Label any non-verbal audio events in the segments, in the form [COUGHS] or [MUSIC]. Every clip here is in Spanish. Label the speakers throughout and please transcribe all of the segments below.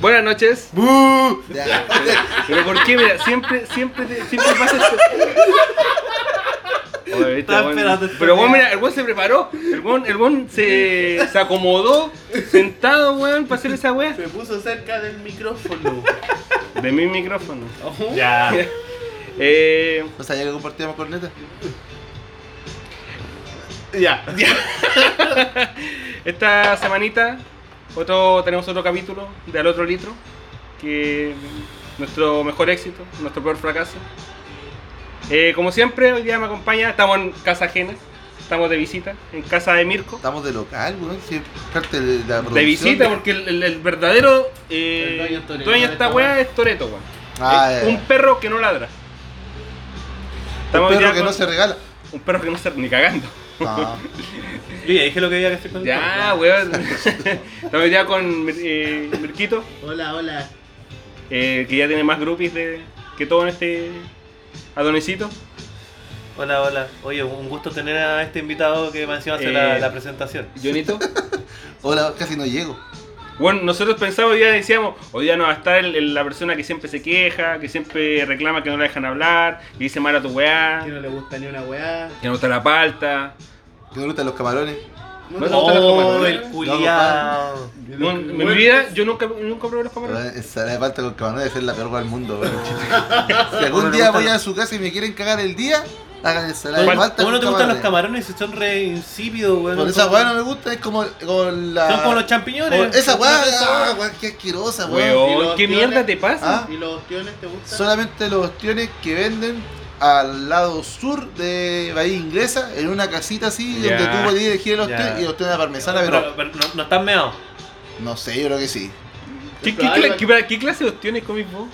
Speaker 1: Buenas noches.
Speaker 2: ¡Bú!
Speaker 3: Ya.
Speaker 1: Pero ¿por qué? Mira, siempre, siempre, te- siempre pasa esto. Oye, viste,
Speaker 2: Estaba
Speaker 1: weón.
Speaker 2: esperando este esta
Speaker 1: Pero weón,
Speaker 2: weá.
Speaker 1: mira, el weón se preparó. El weón, el weón se, se acomodó sentado, weón, para hacer esa weá.
Speaker 2: Se puso cerca del micrófono.
Speaker 1: De mi micrófono. [LAUGHS]
Speaker 2: Ya.
Speaker 1: Eh,
Speaker 3: No sabía que compartíamos corneta.
Speaker 2: Ya.
Speaker 1: esta semanita otro, tenemos otro capítulo de Al Otro Litro. Que nuestro mejor éxito, nuestro peor fracaso. Eh, como siempre, hoy día me acompaña. Estamos en casa ajena. Estamos de visita en casa de Mirko.
Speaker 3: Estamos de local, weón. Sí, parte de la producción.
Speaker 1: De visita, porque el, el- el verdadero eh,
Speaker 2: El dueño es Toretto,
Speaker 1: dueño de esta
Speaker 2: esta
Speaker 1: weá
Speaker 2: weá.
Speaker 1: es Toreto, weón.
Speaker 3: Ah,
Speaker 1: Es
Speaker 3: ya, ya.
Speaker 1: un perro que no ladra.
Speaker 3: Un
Speaker 1: Estamos hoy
Speaker 3: perro
Speaker 1: día
Speaker 3: que
Speaker 1: con-
Speaker 3: no se regala.
Speaker 1: Un perro que no se. ni cagando.
Speaker 3: No.
Speaker 2: Yo ya dije lo que había que hacer con
Speaker 1: Ya,
Speaker 3: [LAUGHS]
Speaker 1: weón. Estamos hoy día con eh, Mirquito,
Speaker 2: Hola, hola.
Speaker 1: eh, que ya tiene más groupies de, que todo en este. Adonisito.
Speaker 4: Hola, hola. Oye, un gusto tener a este invitado que me encima hace la,
Speaker 1: Eh.
Speaker 4: la presentación.
Speaker 1: Jonito.
Speaker 3: Hola, casi no llego.
Speaker 1: Bueno, nosotros pensamos hoy día, decíamos, hoy día no va a estar el- el- la persona que siempre se queja, que siempre reclama que no la dejan hablar, que dice mal a tu weá,
Speaker 2: Que no le gusta ni una weá.
Speaker 1: que no está la palta.
Speaker 3: Que me gustan los camarones.
Speaker 1: No te gustan los
Speaker 4: Oh,
Speaker 1: camarones.
Speaker 4: el culiao.
Speaker 1: No, en mi vida yo nunca, nunca probé los camarones.
Speaker 3: Weón, Ensalada de palta con camarones debe ser la peor weá del mundo, weón. Si algún día voy a su casa y me quieren cagar el día, hagan ensalada de
Speaker 1: ¿Cuál-
Speaker 3: palta
Speaker 4: ¿Cómo no
Speaker 3: con
Speaker 4: te gustan los
Speaker 3: camarones.
Speaker 4: camarones? Si Son re insípidos, weón.
Speaker 3: Con esa weá no me gusta, es como, como la.
Speaker 4: Son como los champiñones.
Speaker 3: Con esa weá, ah,
Speaker 4: Esa weá.
Speaker 3: weá, qué asquerosa, weón.
Speaker 2: ¿y
Speaker 1: Weón,
Speaker 2: los
Speaker 1: ¿qué
Speaker 2: violas?
Speaker 1: mierda te pasa?
Speaker 3: Ah.
Speaker 2: ¿Y los ostiones te gustan?
Speaker 3: Solamente los ostiones que venden al lado sur de Bahía Inglesa, en una casita así,
Speaker 1: Ya.
Speaker 3: donde tú podías elegir el
Speaker 4: Ya.
Speaker 3: ostión y el ostión de la parmesana, pero,
Speaker 4: Pero, pero no, no están meados.
Speaker 3: no sé, yo creo que sí.
Speaker 1: ¿Qué, qué,
Speaker 2: Pero
Speaker 1: cla-
Speaker 2: algo-
Speaker 1: qué- para- qué clase de opciones comís vos?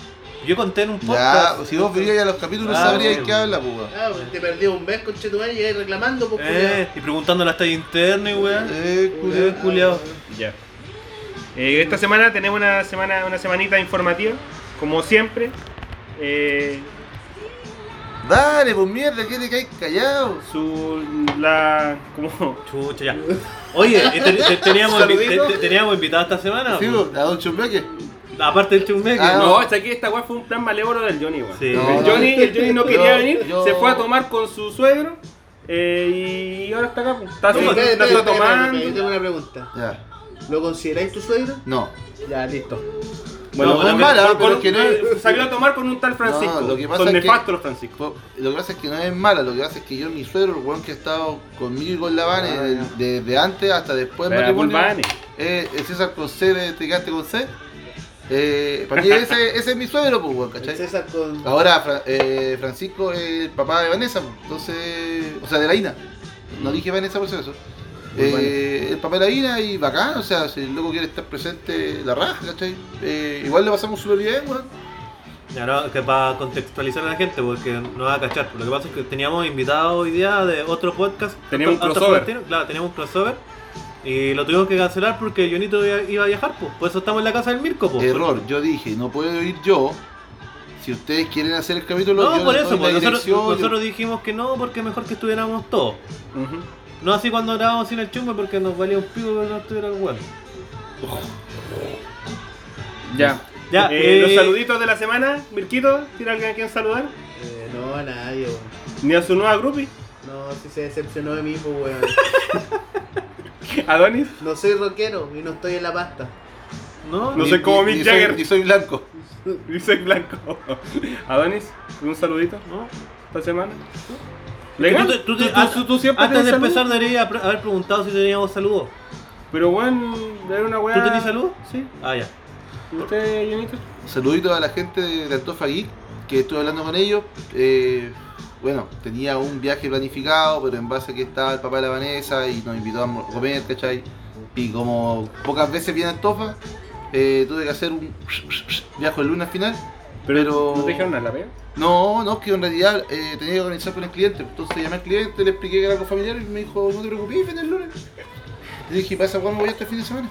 Speaker 4: Yo conté en un podcast.
Speaker 3: Ya, pues, si vos verías ya los capítulos
Speaker 4: Ah,
Speaker 3: sabrías de
Speaker 4: bueno.
Speaker 3: qué habla, pues. weón.
Speaker 2: Ah, pues, te perdí un mes con Chetumán y llegáis reclamando, pues,
Speaker 4: Eh, y preguntándole hasta ahí interno y weón.
Speaker 3: Eh, culo.
Speaker 4: culiao, culiao.
Speaker 1: Ya. Eh, esta semana tenemos una semana, una semanita informativa, como siempre. Eh,
Speaker 3: Dale, pues mierda, que te caes callado.
Speaker 1: su la como
Speaker 4: Chucha, ya. Oye, eh, te- te- teníamos,
Speaker 3: [LAUGHS]
Speaker 4: invi-
Speaker 3: Saludito.
Speaker 4: te- te- teníamos invitado esta semana.
Speaker 3: Sí,
Speaker 4: weón.
Speaker 3: pues, a Don Chumbeque.
Speaker 4: Aparte este del chumbeque.
Speaker 3: Ah,
Speaker 1: no, hasta aquí esta weá fue un plan malévolo del Johnny, weón.
Speaker 4: Sí.
Speaker 3: No,
Speaker 1: El
Speaker 3: no.
Speaker 1: Johnny, el Johnny no quería
Speaker 3: Yo-
Speaker 1: venir,
Speaker 3: yo-
Speaker 1: se fue a tomar con su suegro eh, y ahora está acá, pues. está, así,
Speaker 4: ¿Cómo?
Speaker 1: está
Speaker 2: Ah, espérate, espérate, espérate, Yo
Speaker 1: tomando.
Speaker 2: tengo una pregunta.
Speaker 3: Ya,
Speaker 2: ¿Lo consideráis tu suegro?
Speaker 3: no.
Speaker 2: Ya, listo.
Speaker 1: Bueno,
Speaker 4: No,
Speaker 1: con-
Speaker 4: no,
Speaker 3: mala,
Speaker 1: con-
Speaker 3: pero es
Speaker 1: con-
Speaker 3: que no-
Speaker 1: eh, salió a tomar con un tal Francisco.
Speaker 3: lo que pasa
Speaker 1: Son
Speaker 3: es que-
Speaker 1: nefastos los Francisco.
Speaker 3: Po- Lo que pasa es que no es mala, lo que pasa es que yo, mi suegro, el weón que ha estado conmigo y con la Vane,
Speaker 1: Ah,
Speaker 3: del-
Speaker 1: ya.
Speaker 3: desde antes hasta después del
Speaker 1: Pero
Speaker 3: matrimonio,
Speaker 1: la Vane.
Speaker 3: eh, el César con C de Te quedaste con C. Eh, para mí ese, ese es mi suegro, pues, weón,
Speaker 2: El
Speaker 3: ¿cachai? Ah.
Speaker 2: César con.
Speaker 3: Ahora Fra- eh, Francisco es el papá de Vanessa, pues, entonces, o sea, de la Ina. No dije Vanessa por si acaso.
Speaker 1: Muy
Speaker 3: Eh,
Speaker 1: bueno.
Speaker 3: el papá de la Ina y bacán, o sea, si el loco quiere estar presente, la raja, ¿cachai? Eh, igual le pasamos súper bien, weón.
Speaker 4: Ya no, que para contextualizar a la gente, porque no va a cachar. Lo que pasa es que teníamos invitado hoy día de otro podcast.
Speaker 1: Teníamos un
Speaker 4: Alto- Alto
Speaker 1: crossover.
Speaker 4: Florentino, Claro, teníamos un crossover. Y lo tuvimos que cancelar porque Jonito iba- iba a viajar, pues. Por eso estamos en la casa del Mirko, pues.
Speaker 3: Error, yo dije, no puedo ir yo. Si ustedes quieren hacer el capítulo,
Speaker 4: No,
Speaker 3: yo
Speaker 4: por
Speaker 3: les
Speaker 4: eso,
Speaker 3: doy
Speaker 4: pues.
Speaker 3: la
Speaker 4: Nosotros,
Speaker 3: dirección, yo-
Speaker 4: nosotros dijimos que no, porque mejor que estuviéramos todos.
Speaker 1: Ujú.
Speaker 4: No así cuando grabamos sin el chumbo, porque nos valía un pico que no estuviera el weón.
Speaker 1: Ya.
Speaker 4: Ya,
Speaker 1: Eh,
Speaker 4: eh,
Speaker 1: Los saluditos de la semana, Mirquito, ¿tiene alguien a quien saludar?
Speaker 2: Eh, no, a nadie, weón.
Speaker 1: Ni a su nueva groupie, [LAUGHS]
Speaker 2: No, si se decepcionó de mí, pues, weón.
Speaker 1: Adonis.
Speaker 2: No soy rockero y no estoy en la pasta.
Speaker 4: No,
Speaker 1: No
Speaker 3: Ni-
Speaker 1: soy como
Speaker 3: ni-
Speaker 1: Mick
Speaker 3: ni soy-
Speaker 1: Jagger.
Speaker 3: Ni soy blanco.
Speaker 1: Dice Blanco. [LAUGHS] Adonis, un saludito
Speaker 4: no.
Speaker 1: esta semana.
Speaker 4: Tú,
Speaker 1: Legal.
Speaker 4: te- tú te-
Speaker 1: Tú- tú- tú siempre
Speaker 4: antes de
Speaker 1: tenés
Speaker 4: empezar
Speaker 1: saludos.
Speaker 4: debería haber haber preguntado si teníamos saludos.
Speaker 1: Pero bueno, era una weá.
Speaker 4: ¿Tú tenés saludos?
Speaker 1: Sí.
Speaker 4: Ah, ya.
Speaker 1: ¿Y usted, Junito?
Speaker 3: Saluditos a la gente de Antofa Geek, que estuve hablando con ellos. Eh, bueno, tenía un viaje planificado, pero en base a que estaba el papá de la Vanessa y nos invitó a mo- comer, ¿cachai? Y como pocas veces viene Antofa, eh, tuve que hacer un viaje el lunes al final. Pero-
Speaker 1: ¿No te dijeron nada, la pega?
Speaker 3: No, no, que en realidad eh, tenía que organizar con el cliente. Entonces llamé al cliente, le expliqué que era con familiar y me dijo, no te preocupes, ven el lunes. Y dije, pasa cuándo voy a este fin de semana.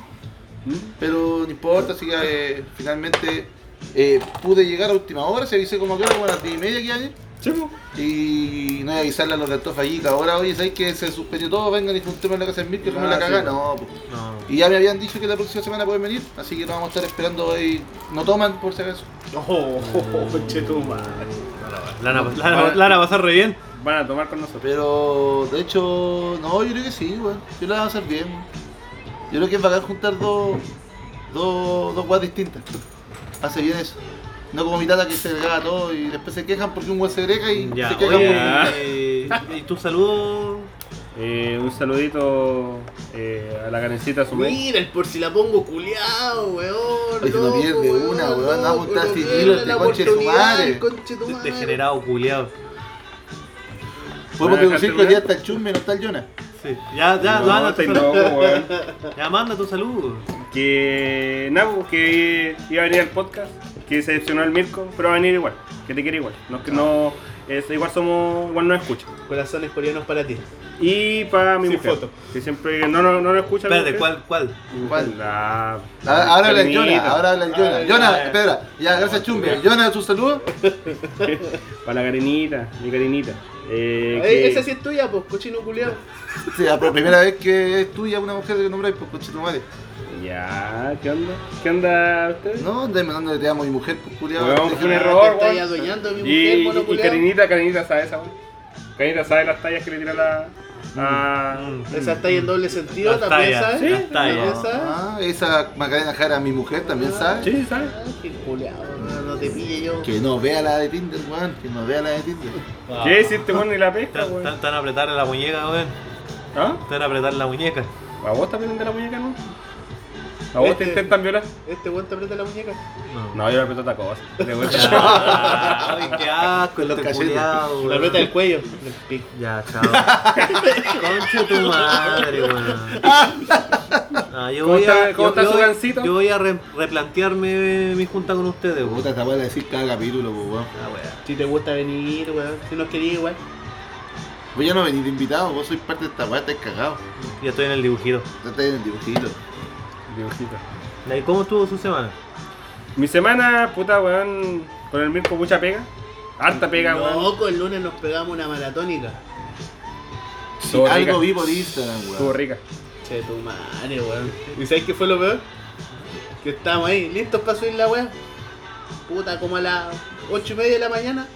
Speaker 1: ¿Mm?
Speaker 3: Pero no importa, así que eh, finalmente eh, pude llegar a última hora, se avisé como que era como a las 10 y media que ayer.
Speaker 1: Sí, po.
Speaker 3: Y no voy a avisarle a los de Antofa allí, que ahora, oye, ¿sabéis que se suspendió todo? Vengan y juntemos en la casa de Mil, que me
Speaker 2: Ah,
Speaker 3: la
Speaker 2: sí,
Speaker 3: caga.
Speaker 2: po.
Speaker 3: No, pues.
Speaker 4: No.
Speaker 3: Y ya me habían dicho que la próxima semana pueden venir, así que nos vamos a estar esperando hoy. No toman, por si acaso.
Speaker 1: Oh, [LAUGHS] chetumar.
Speaker 4: La van a- la van a- la van a pasar re bien.
Speaker 1: Van a tomar con nosotros.
Speaker 3: Pero, de hecho, no, yo creo que sí, weón. Yo la voy a hacer bien, weón. Yo creo que es bacán juntar dos, dos, dos weas distintas. Hace bien eso. No como mi tata que se agregaba todo y después se quejan porque un weón se agrega y
Speaker 4: Ya,
Speaker 3: se quejan
Speaker 4: oye,
Speaker 3: por-
Speaker 4: eh, y tu saludo.
Speaker 1: Eh, un saludito eh, a la carencita Sumé.
Speaker 2: Mira, el por si la pongo culiao, weón.
Speaker 3: Oye, se nos
Speaker 2: loco,
Speaker 3: pierde una, weón,
Speaker 2: loco,
Speaker 3: no apuntaste
Speaker 2: no
Speaker 3: y
Speaker 2: pierde
Speaker 3: dilo, este
Speaker 2: la
Speaker 3: conche de su
Speaker 2: oportunidad,
Speaker 3: madre.
Speaker 2: conche tu
Speaker 4: de-
Speaker 2: madre.
Speaker 4: Degenerado, culiado.
Speaker 3: Podemos
Speaker 1: ¿Van a dejar
Speaker 3: deducir que hoy
Speaker 1: terminar?
Speaker 3: día está el chusme, no está el Jonas.
Speaker 4: Sí. Ya, ya,
Speaker 1: No,
Speaker 4: manda, tu
Speaker 1: estáis
Speaker 4: saludo.
Speaker 1: locos, weón.
Speaker 4: ya manda tu saludo.
Speaker 1: Que Nabu, que iba a venir al podcast, que se decepcionó el Mirko, pero va a venir igual, que te quiere igual. No, que no, es, igual somos, igual no escucha.
Speaker 2: Corazones coreanos para ti.
Speaker 1: Y para mi
Speaker 2: Sin
Speaker 1: mujer,
Speaker 2: foto.
Speaker 1: que siempre no, no, no lo escucha. mi
Speaker 4: Espérate,
Speaker 1: mujer.
Speaker 4: ¿cuál? ¿Cuál?
Speaker 1: Mi
Speaker 3: ¿Cuál?
Speaker 1: mujer, la-
Speaker 3: Ahora ahora habla el Jonas,
Speaker 1: Karenita.
Speaker 3: ahora habla el Jonas.
Speaker 2: Ah,
Speaker 3: Jonas,
Speaker 1: ya.
Speaker 3: espera, ya, gracias chumbe. Jonas, tu saludo.
Speaker 1: [LAUGHS] Para la Karenita, mi Karenita. Eh,
Speaker 2: Eh,
Speaker 1: que-
Speaker 2: Esa sí es tuya, pues, cochino culiao.
Speaker 3: Sí, la primera vez que es tuya una mujer que nombráis, pues coche tu madre.
Speaker 1: Ya, ¿qué onda? ¿Qué onda ustedes?
Speaker 3: No, andáis mandando que te amo mi mujer, pues culiado.
Speaker 1: Weón,
Speaker 3: Déjame-
Speaker 1: fue un error,
Speaker 2: Ah, Te estás
Speaker 1: weón.
Speaker 2: adueñando de mi
Speaker 1: Y,
Speaker 2: mujer, mono
Speaker 1: y- y
Speaker 2: culiao.
Speaker 1: Karenita, Karenita sabe esa, weón. Karenita sabe las tallas que le tira la. a-
Speaker 4: Mm.
Speaker 2: Esa está ahí en doble sentido,
Speaker 4: Las
Speaker 2: también,
Speaker 4: tallas,
Speaker 2: ¿sabes?
Speaker 4: sí, las
Speaker 2: También,
Speaker 4: tallas.
Speaker 2: ¿sabes?
Speaker 3: Ah, esa Macarena Jara, mi mujer, también sabe.
Speaker 1: Sí, sabe.
Speaker 2: Ah, qué culiao, no, no te pille yo.
Speaker 3: Que no vea la de Tinder, weón. Que no vea la de Tinder.
Speaker 4: Ah.
Speaker 1: ¿Qué es este weón y la pesca,
Speaker 4: Tan, tan,
Speaker 1: weón?
Speaker 4: tan apretar la muñeca, weón.
Speaker 1: ¿Ah?
Speaker 4: Tan apretar la muñeca.
Speaker 1: ¿A vos también de la muñeca, no? ¿A vos te
Speaker 2: Este-
Speaker 1: intentan violar?
Speaker 2: Este weón te aprieta la muñeca.
Speaker 4: No.
Speaker 1: No, yo le aprieto otra [LAUGHS] cosa. Le voy a-
Speaker 4: Ah, ay, qué asco,
Speaker 3: Los
Speaker 4: este
Speaker 3: cachetes.
Speaker 4: culiao,
Speaker 2: La
Speaker 4: weón.
Speaker 2: aprieta del cuello. El pico.
Speaker 4: Ya, chao. Concha tu madre, weón. Ah, yo
Speaker 1: ¿Cómo
Speaker 4: voy
Speaker 1: está-
Speaker 4: a,
Speaker 1: cómo
Speaker 4: yo-
Speaker 1: está
Speaker 4: yo
Speaker 1: su
Speaker 4: voy-
Speaker 1: gansito?
Speaker 4: Yo voy a re- replantearme mi junta con ustedes, weón.
Speaker 3: Puta, esta weá de decir cada capítulo, pues, weón.
Speaker 4: Ah, weón.
Speaker 2: Si te gusta venir, weón. Si nos querías, igual.
Speaker 3: Vos Pues ya no venís de invitado, vos sois parte de esta weá, estáis cagados.
Speaker 4: Ya estoy en el dibujito.
Speaker 3: Ya estáis en el dibujito.
Speaker 1: Dibujito.
Speaker 4: ¿Y cómo estuvo su semana?
Speaker 1: Mi semana, puta, weón, con el Mirko mucha pega. Harta pega, weón.
Speaker 2: Loco, el lunes nos pegamos una maratónica.
Speaker 3: Si
Speaker 1: Estuvo rica.
Speaker 3: algo vi por Instagram,
Speaker 1: Estuvo
Speaker 3: weón.
Speaker 1: rica.
Speaker 2: Che, tu madre, weón. ¿Y sabes qué fue lo peor? Que estábamos ahí, listos para subir la weá. Puta, como a las 8 y media de la mañana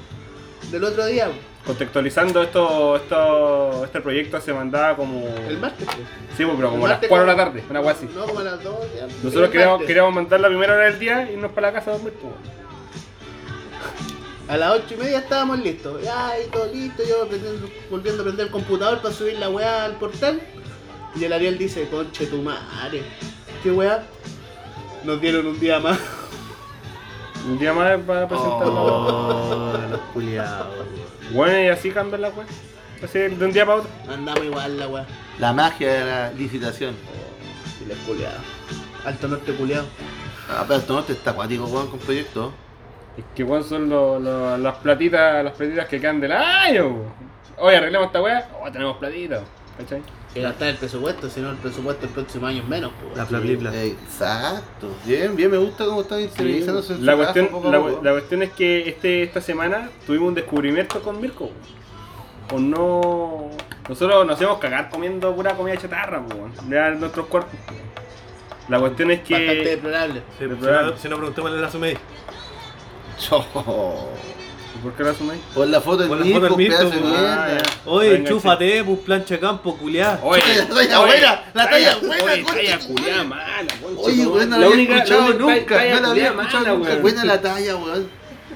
Speaker 2: del otro día, weón.
Speaker 1: Contextualizando esto, esto, este proyecto se mandaba como.
Speaker 2: el martes. weón.
Speaker 1: Sí, pues, pero como a
Speaker 2: El
Speaker 1: las
Speaker 2: martes
Speaker 1: 4 de la tarde, una weá así.
Speaker 2: No, como a las 2. ya. Sí,
Speaker 1: Nosotros
Speaker 2: el
Speaker 1: queríamos,
Speaker 2: martes.
Speaker 1: queríamos mandar la primera hora del día y irnos para la casa a dormir, pues, weón.
Speaker 2: A las 8 y media estábamos listos. Ya, y todo listo, yo prendiendo- volviendo a prender el computador para subir la weá al portal. Y el Ariel dice, conche tu madre. ¿Qué weá? Nos dieron un día más. [LAUGHS]
Speaker 1: Un día más para presentar la weá.
Speaker 4: Oh, los [LAUGHS] culiados.
Speaker 1: Bueno, y así cambian las weá. Así de un día para otro.
Speaker 2: Andamos igual la weá.
Speaker 3: La magia de la licitación.
Speaker 2: Y les culeado. Alto norte culeado.
Speaker 3: Ah, pero esto no te está acuático, weón, con proyectos.
Speaker 1: Es que weón son lo- lo- las platitas, las platitas que quedan del año. weón. Oye, arreglemos esta weá, oh, tenemos platitas. ¿Cachai?
Speaker 2: Que gastar el presupuesto, si no el presupuesto el próximo año es menos, pues.
Speaker 4: La plablibla.
Speaker 3: Exacto. Bien, bien, me gusta cómo están interiorizándose en
Speaker 1: la,
Speaker 3: su
Speaker 1: cuestión,
Speaker 3: trabajo, poco a
Speaker 1: la,
Speaker 3: poco.
Speaker 1: la cuestión es que este, esta semana tuvimos un descubrimiento con Mirko. weón. O no. Nosotros nos hacemos cagar comiendo pura comida chatarra, weón. De nuestros cuerpos. La cuestión es
Speaker 2: Bastante
Speaker 1: que.
Speaker 2: deplorable.
Speaker 4: Si, si
Speaker 1: El
Speaker 4: no,
Speaker 1: programa.
Speaker 4: si no preguntémosle a la Sumei.
Speaker 3: Cho.
Speaker 1: ¿Por qué lo asumí?
Speaker 3: Pon la foto
Speaker 4: Pon
Speaker 3: del
Speaker 4: la foto
Speaker 3: Mirko,
Speaker 4: del Mirko,
Speaker 3: pedazo de
Speaker 4: weón.
Speaker 3: mierda.
Speaker 4: Oye,
Speaker 1: Venga,
Speaker 4: chúfate, pues plancha de campo, culiá.
Speaker 1: Oye,
Speaker 3: [LAUGHS] La talla
Speaker 1: oye,
Speaker 3: buena, la talla buena,
Speaker 1: oye,
Speaker 3: concha
Speaker 1: talla
Speaker 3: tu
Speaker 1: culiá
Speaker 3: madre.
Speaker 1: mala, concha
Speaker 3: Oye,
Speaker 1: tu madre.
Speaker 3: weón, no la había
Speaker 1: única-
Speaker 3: escuchado
Speaker 1: única
Speaker 3: nunca,
Speaker 1: talla
Speaker 3: no la había
Speaker 1: culiá
Speaker 3: escuchado
Speaker 1: mala,
Speaker 3: nunca.
Speaker 1: weón.
Speaker 3: Buena la talla, weón.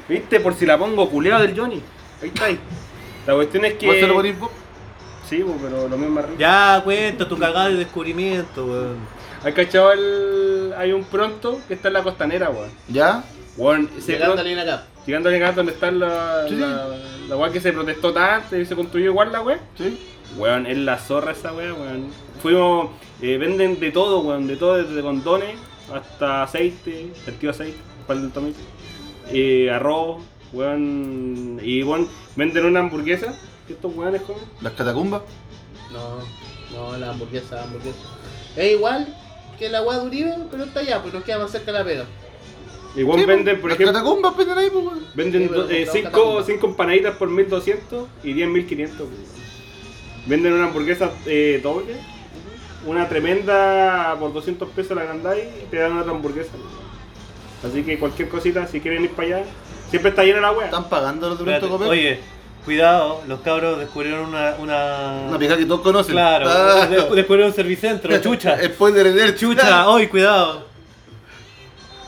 Speaker 1: ¿Viste? Por si la pongo culeado del Johnny. Ahí está ahí. La cuestión es
Speaker 3: ¿Vos se lo
Speaker 1: que.
Speaker 3: ponís vos?
Speaker 1: Sí, bo, pero lo mismo es rico.
Speaker 4: Ya, cuenta tu cagada de descubrimiento, weón.
Speaker 1: ¿Has cachado el. Hay un pronto que está en la costanera, weón.
Speaker 3: ¿Ya?
Speaker 1: Weón, ese
Speaker 2: Llegando
Speaker 1: pronto-
Speaker 2: alguien acá.
Speaker 1: Llegando al lugar donde está la,
Speaker 3: Sí.
Speaker 1: la, la weá que se protestó tanto y se construyó igual la weá.
Speaker 3: Sí.
Speaker 1: Weón, es la zorra esa weá, weón. Fuimos, eh, venden de todo, weón, de todo, desde condones hasta aceite, sentido aceite, para el tomate, eh, arroz, weón. Y weón, venden una hamburguesa que estos weones comen.
Speaker 3: ¿Las catacumbas?
Speaker 2: No, no, la hamburguesa, la hamburguesa. Es igual que la agua de Uribe, pero está allá, pues nos queda más cerca la pega.
Speaker 1: Y weón,
Speaker 3: Sí, pues,
Speaker 1: venden,
Speaker 3: po.
Speaker 1: por
Speaker 3: Las
Speaker 1: ejemplo,
Speaker 3: catacumbas venden ahí, pues, weón.
Speaker 1: venden
Speaker 2: Sí, pero
Speaker 1: do- eh,
Speaker 2: compramos
Speaker 1: cinco,
Speaker 2: catacumba.
Speaker 1: cinco empanaditas por 1200 y 10.500. weón. Venden una hamburguesa eh, doble una tremenda por 200 pesos la Gandai y te dan otra hamburguesa. Así que cualquier cosita, si quieren ir para allá, siempre está llena la wea.
Speaker 3: ¿Están pagando los de pronto
Speaker 4: Espérate,
Speaker 3: comer?
Speaker 4: Oye, cuidado, los cabros descubrieron una. una...
Speaker 3: Una pija que todos conocen.
Speaker 4: Claro,
Speaker 3: Ah.
Speaker 4: descu- descubrieron un servicentro, [LAUGHS] chucha.
Speaker 3: [LAUGHS] Spoiler alert,
Speaker 1: oh,
Speaker 4: Chucha, hoy cuidado.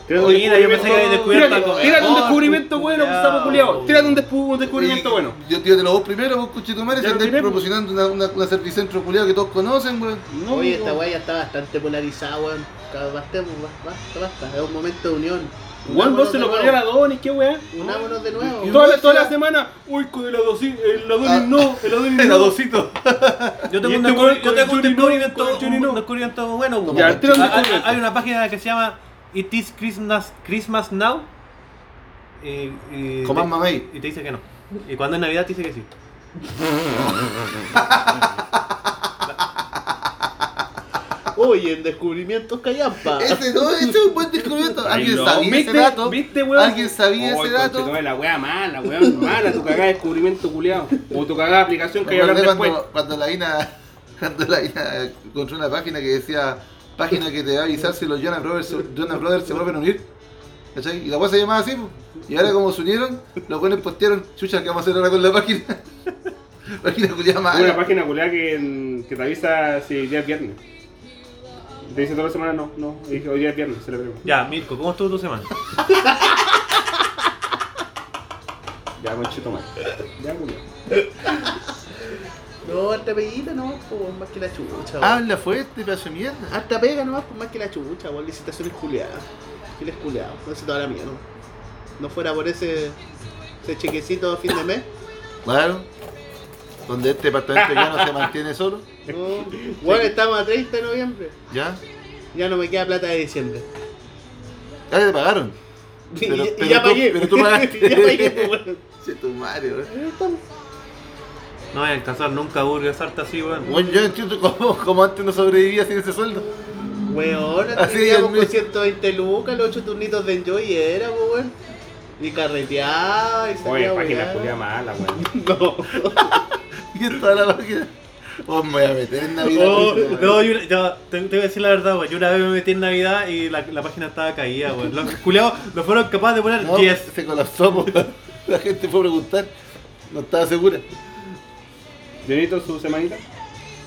Speaker 1: Tírate un
Speaker 4: Oye, mira, yo pensé que había
Speaker 1: descubrimiento-
Speaker 4: descubierto
Speaker 1: tírate-
Speaker 4: algo
Speaker 1: Tírate un
Speaker 4: mejor,
Speaker 1: descubrimiento bueno,
Speaker 4: culiao.
Speaker 1: sapo culiao. Tírate un, despu- un descubrimiento
Speaker 3: Y-
Speaker 1: bueno.
Speaker 3: Yo tío de los dos primero, vos cuchitumare,
Speaker 1: Ya
Speaker 3: se
Speaker 1: lo
Speaker 3: andáis
Speaker 1: tiré, pues.
Speaker 3: proporcionando una, una, una servicentro culiado que todos conocen, weón.
Speaker 1: No,
Speaker 2: Oye,
Speaker 1: no.
Speaker 2: esta weá ya está bastante polarizada, weón. Ca- Basta, basta, basta, basta. Es un momento de unión.
Speaker 1: Weón, vos
Speaker 2: Unámonos
Speaker 1: se
Speaker 2: de
Speaker 1: lo
Speaker 2: nuevo.
Speaker 1: comió la Donis, qué weá.
Speaker 2: Unámonos de
Speaker 3: Y-
Speaker 2: nuevo.
Speaker 1: Toda la, toda la semana, uy, con el Adonis, el Adonis
Speaker 3: Ah.
Speaker 1: no, [LAUGHS] el
Speaker 2: [LAUGHS]
Speaker 1: Adonis no.
Speaker 3: adocito.
Speaker 4: Yo tengo,
Speaker 1: Y
Speaker 4: un,
Speaker 1: este
Speaker 4: descubri-
Speaker 1: weón
Speaker 4: yo
Speaker 1: con
Speaker 4: tengo
Speaker 1: el
Speaker 4: un
Speaker 1: Johnny no,
Speaker 4: descubrimiento,
Speaker 1: con el Johnny
Speaker 4: un-
Speaker 1: no.
Speaker 4: un descubrimiento bueno. weón.
Speaker 1: Ya, tira un
Speaker 4: Ah, ah,
Speaker 1: descubrimiento.
Speaker 4: Hay una página que se llama It is Christmas, Christmas Now. Y, y,
Speaker 3: Coman
Speaker 4: te,
Speaker 3: mamey.
Speaker 4: y te dice que no. Y cuando es Navidad te dice que sí.
Speaker 2: Oye, en descubrimientos
Speaker 1: [LAUGHS]
Speaker 2: callampa.
Speaker 3: Ese no, ese es un buen descubrimiento. Alguien
Speaker 1: Ay, no.
Speaker 3: sabía ese
Speaker 1: ¿Viste?
Speaker 3: dato.
Speaker 1: ¿Viste, weón?
Speaker 3: Alguien sabía
Speaker 1: Oy,
Speaker 3: ese dato.
Speaker 1: conchetumare, La weá mala, weón, mala, tu cagada de descubrimiento culiao. O tu cagada de aplicación que
Speaker 3: Me
Speaker 1: hay que hablar
Speaker 3: acordé
Speaker 1: después.
Speaker 3: cuando, cuando la Ina, [LAUGHS] cuando la Ina encontró una página que decía página que te va a avisar si los Jonas Brothers, Jonas Brothers se vuelven a unir. ¿Cachai? Y la cosa se llamaba así, po. y ahora como se unieron, los buenos postearon, chucha, ¿qué vamos a hacer ahora con la página? [LAUGHS] página culiada
Speaker 1: Una
Speaker 3: mala.
Speaker 1: página culiada que, que te avisa si hoy día es viernes. Te dice toda la semana, no, no, y dije, hoy día es viernes, se le pregunto.
Speaker 4: Ya, Mirko, ¿cómo estuvo tu semana?
Speaker 1: Ya, conchito mal. Ya, culiao.
Speaker 2: No, harta peguita nomás, po, weón, más que la chucha.
Speaker 1: Ah,
Speaker 2: weón.
Speaker 3: Habla fuerte, pedazo de mierda.
Speaker 2: Harta pega nomás, po, más que la chucha, weón. Licitaciones culeadas. Chile es culeado. No se toda la mierda. No fuera por ese, ese chequecito a fin
Speaker 3: [LAUGHS]
Speaker 2: de mes.
Speaker 3: Claro. Donde este departamento ya no se mantiene solo.
Speaker 2: No. Bueno, estamos a 30 de noviembre.
Speaker 3: Ya.
Speaker 2: Ya no me queda plata de diciembre. [LAUGHS]
Speaker 3: Ya te pagaron.
Speaker 2: Y-
Speaker 3: Pero-
Speaker 2: y,
Speaker 3: pero
Speaker 2: ya
Speaker 3: tú-
Speaker 2: pagué.
Speaker 3: pero
Speaker 2: [LAUGHS]
Speaker 3: tú pagaste.
Speaker 2: ya pagué, pues, po, weón.
Speaker 3: Che, tu madre, weón.
Speaker 4: No voy a alcanzar nunca a burguesarte así, weón.
Speaker 3: Bueno, yo no entiendo cómo, cómo antes no sobrevivía sin ese sueldo.
Speaker 2: Weón, antes
Speaker 3: Así es,
Speaker 2: vivíamos
Speaker 3: mi-
Speaker 2: con 120 lucas, los 8 turnitos de Enjoy y era, po, weón. Y carreteaba y
Speaker 1: Oye,
Speaker 2: salía
Speaker 1: página
Speaker 2: weá. [LAUGHS]
Speaker 1: culiada mala, weón.
Speaker 2: No. [LAUGHS]
Speaker 3: Y en toda la página. Oh, me voy a meter en Navidad.
Speaker 4: Oh,
Speaker 3: concha, madre.
Speaker 4: no, yo, yo- te, te voy a decir la verdad, weón. Yo una vez me metí en Navidad y la, la página estaba caída, weón. Los culiados no fueron capaces de poner
Speaker 3: No,
Speaker 4: 10.
Speaker 3: se colapsó. po. La gente fue a preguntar. No estaba segura.
Speaker 1: Dionito, su semanita.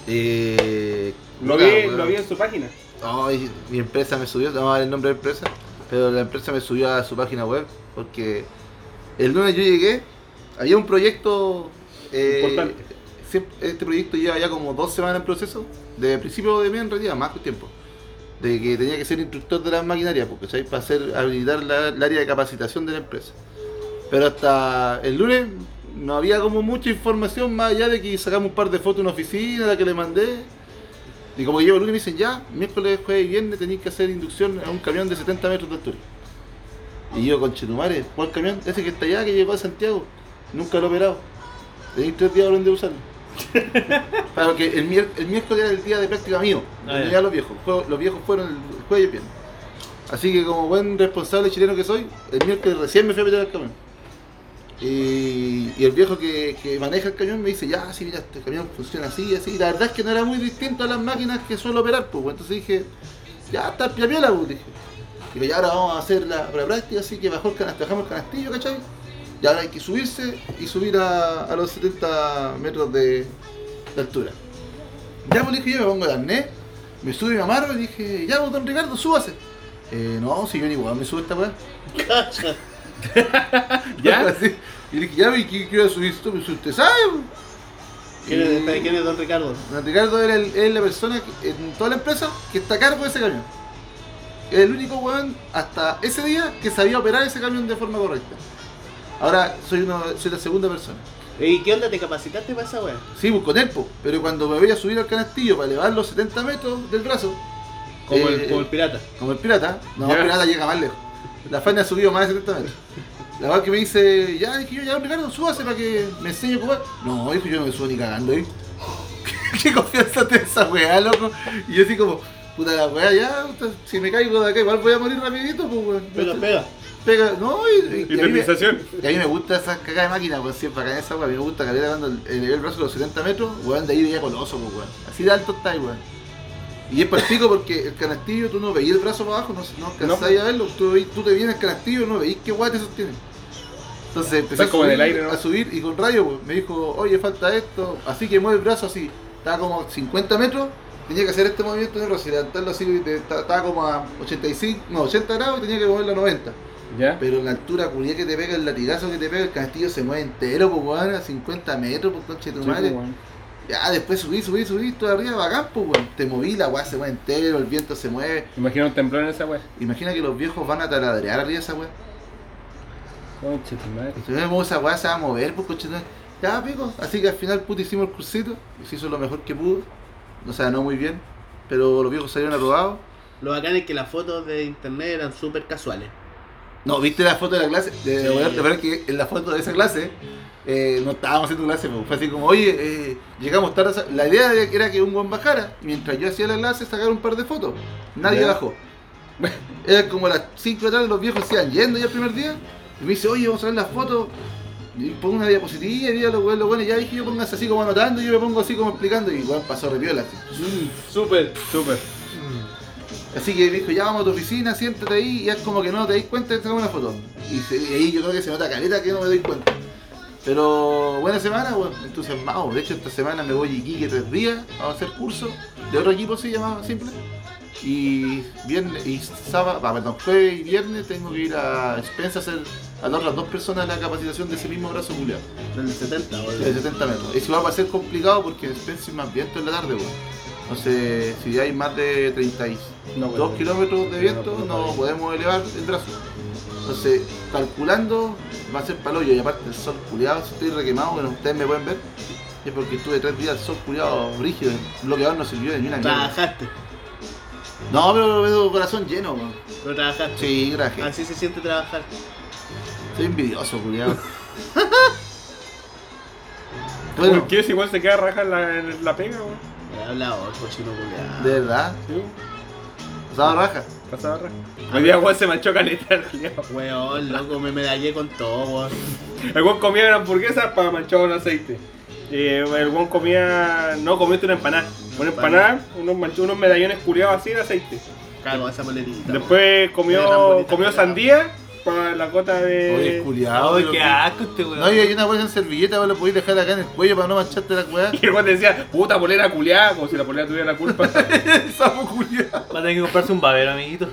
Speaker 3: Eh,
Speaker 1: Lo
Speaker 3: puta,
Speaker 1: vi,
Speaker 3: weón.
Speaker 1: lo vi en su página.
Speaker 3: Ay, mi empresa me subió, no vamos a dar el nombre de la empresa, pero la empresa me subió a su página web porque el lunes yo llegué, había un proyecto. eh,
Speaker 1: Importante.
Speaker 3: siem- Este proyecto lleva ya como dos semanas en proceso, desde principio de mes en realidad, más que tiempo. De que tenía que ser instructor de las maquinarias, porque ¿sabes? para hacer, habilitar la, el área de capacitación de la empresa. Pero hasta el lunes no había como mucha información más allá de que sacamos un par de fotos en una oficina, la que le mandé. Y como llevo el lunes me dicen ya, miércoles, jueves y viernes tenéis que hacer inducción a un camión de 70 metros de altura. Y yo con Chetumare, ¿cuál camión? Ese que está allá, que llegó a Santiago. Nunca lo he operado. Tenéis tres días donde [LAUGHS] usarlo. Para que el, mier- el miércoles era el día de práctica mío.
Speaker 4: Ah,
Speaker 3: donde
Speaker 4: ya.
Speaker 3: ya los viejos. Jue- Los viejos fueron el jueves y el viernes. Así que como buen responsable chileno que soy, el miércoles recién me fui a meter al camión. Y, y el viejo que, que maneja el camión me dice, ya, sí, mira, este camión funciona así, así. Y la verdad es que no era muy distinto a las máquinas que suelo operar, pues. Entonces dije, ya, está pia piola, pues, dije. Digo, ya ahora vamos a hacer la, la práctica, así que bajó el canastillo, bajamos el canastillo, ¿cachai? Y ahora hay que subirse y subir a, a los 70 metros de, de altura. Ya, pues dije, yo me pongo el arnés, me subo y me amarro y dije, ya, pues, don Ricardo, súbase. Eh, no, si yo ni igual me subo a esta weá.
Speaker 2: Cacha.
Speaker 3: [LAUGHS]
Speaker 1: ¿Ya?
Speaker 3: Así. Y le dije, ya, ¿y qué quiero subir esto? Pues usted sabe. po".
Speaker 2: ¿Quién es,
Speaker 3: Y-
Speaker 2: espera, ¿Quién es Don Ricardo?
Speaker 3: Don Ricardo era el- es la persona que- en toda la empresa que está a cargo de ese camión. Era el único weón hasta ese día que sabía operar ese camión de forma correcta. Ahora soy, uno, soy la segunda persona.
Speaker 2: ¿Y qué onda? ¿Te capacitaste para esa weá?
Speaker 3: Sí, pues, con él, po, pero cuando me voy a subir al canastillo para elevar los 70 metros del brazo,
Speaker 2: Como,
Speaker 3: Eh,
Speaker 2: el, como el pirata.
Speaker 3: Como el pirata, no,
Speaker 1: Ya.
Speaker 3: el pirata llega más lejos. La fan ha subido más de 70 metros. La verdad que me dice, ya, dije yo, ya, don Ricardo, súbase para que me enseñe a jugar. No, hijo, yo no me subo ni cagando, ¿eh? [LAUGHS] ¿Qué confianza te esa weá, loco? Y yo así como, puta la weá, ya, puta, si me caigo de acá igual voy a morir rapidito, pues weón.
Speaker 1: Este-
Speaker 2: Pero pega.
Speaker 3: Pega, no, y, y- y a mí me-
Speaker 1: Indemnización.
Speaker 3: y a mí me gusta esa cagada de máquina, weón, siempre acá en esa weón, a mí me gusta que cuando el, el nivel brazo de los 70 metros, weón, de ahí veía coloso, pues, weón. Así de alto está ahí, weón. Y es partico porque el canastillo tú no veías el brazo para abajo, no, no alcanzás a verlo. Tú, veí- tú te vienes el canastillo y no veís qué guay te sostiene. Entonces empecé a
Speaker 1: Estás como en el
Speaker 3: subir,
Speaker 1: aire, ¿no?
Speaker 3: a subir y con rayo pues, me dijo, oye, falta esto. Así que mueve el brazo así. Estaba como a 50 metros, tenía que hacer este movimiento de brazo y levantarlo así. de- ta- Estaba como a 85, no, 80 grados y tenía que moverlo a 90.
Speaker 1: ¿Ya?
Speaker 3: Pero en la altura culia que te pega, el latigazo que te pega, el castillo se mueve entero, pues weón, a 50 metros, por conche de tu
Speaker 1: Sí,
Speaker 3: madre.
Speaker 1: pues, weón.
Speaker 3: Ya, después subí, subí, subí, todo arriba, bacán, pues weón. Te moví, la weá se mueve entero, el viento se mueve.
Speaker 1: Imagina un temblor en esa weá.
Speaker 3: Imagina que los viejos van a taladrear arriba esa weá.
Speaker 1: Conche tu madre.
Speaker 3: Si no me muevo esa weá se va a mover, pues conche tu madre. Ya, pico. Así que al final, puto, hicimos el cursito, se hizo lo mejor que pudo. O sea, no muy bien, pero los viejos salieron aprobados.
Speaker 2: Lo bacán es que las fotos de internet eran súper casuales.
Speaker 3: No, ¿viste la foto de la clase? De,
Speaker 2: Sí.
Speaker 3: weón, de verdad que en la foto de esa clase eh, no estábamos haciendo clase, pues, fue así como, oye, eh, llegamos tarde. a esa-". La idea era- era que un buen bajara, y mientras yo hacía la clase sacar un par de fotos. Nadie
Speaker 1: Ya.
Speaker 3: bajó. [LAUGHS] Era como las 5 de la tarde, los viejos se iban yendo ya el primer día. Y me dice, oye, vamos a ver las fotos. Y pongo una diapositiva, y ya lo bueno, lo bueno, ya dije yo pónganse así como anotando, y yo me pongo así como explicando, y weón, pasó repiola. Así.
Speaker 1: Súper, súper.
Speaker 3: Así que me dijo, ya vamos a tu oficina, siéntate ahí y es como que no te dais cuenta de sacar una foto. Y, se- y ahí yo creo que se nota caleta que no me doy cuenta. Pero buena semana, bueno, entusiasmado. De hecho esta semana me voy a Iquique tres días, vamos a hacer curso de otro equipo sí, llamado simple. Y viernes, y sábado, ah, perdón, jueves y viernes tengo que ir a Spencer a hacer a las otras dos personas la capacitación de ese mismo brazo culiado,
Speaker 2: Del 70, boludo.
Speaker 3: de 70 metros. Y si va a ser complicado porque en Spencer es más viento en la tarde, bueno. Entonces, si hay más de 36
Speaker 1: No,
Speaker 3: dos
Speaker 1: weón.
Speaker 3: kilómetros de viento
Speaker 2: No, no,
Speaker 3: no
Speaker 2: no.
Speaker 3: podemos elevar el brazo. Entonces, calculando, va a ser palollo y aparte el sol culiado, estoy requemado, que no- ustedes me pueden ver. Es porque estuve tres días al sol culiado rígido, el bloqueador no sirvió de ni una mierda.
Speaker 2: Trabajaste,
Speaker 3: No, pero lo veo corazón lleno, weón.
Speaker 2: pero trabajaste.
Speaker 3: Sí, gracias.
Speaker 2: Así se siente trabajar.
Speaker 3: Estoy envidioso, culiado. bueno,
Speaker 1: ¿Por qué si igual se queda raja en la, en la pega, weón?
Speaker 2: Me ha hablado el cochino culiao.
Speaker 3: de verdad,
Speaker 1: Sí,
Speaker 3: pasaba raja.
Speaker 1: pasaba raja. Hoy día weón se manchó caneta el culiao.
Speaker 2: Weón, loco, me medallé con todo, weón.
Speaker 1: El weón comía una hamburguesa para manchar un aceite. Eh, el weón comía. No, comiste una empanada. Una empanada, unos, manch- unos medallones culiados así de aceite.
Speaker 2: Cago esa moletita.
Speaker 1: Después
Speaker 2: Era tan
Speaker 1: comió,
Speaker 2: bonita,
Speaker 1: comió
Speaker 2: culiao.
Speaker 1: sandía para la gota
Speaker 3: Oye,
Speaker 1: de.
Speaker 3: culiado.
Speaker 4: Ay,
Speaker 3: pero
Speaker 4: qué
Speaker 3: qué-
Speaker 4: asco este weón.
Speaker 3: No, y hay una bolsa en servilleta, vos la podéis dejar acá en el cuello para no mancharte la
Speaker 1: [LAUGHS]
Speaker 3: weá.
Speaker 1: [LAUGHS] Y el weón decía, puta polera culiada, como si la polera tuviera la
Speaker 2: [LAUGHS]
Speaker 1: culpa.
Speaker 3: Sapo culiado.
Speaker 4: Va a tener que comprarse un babero, amiguito.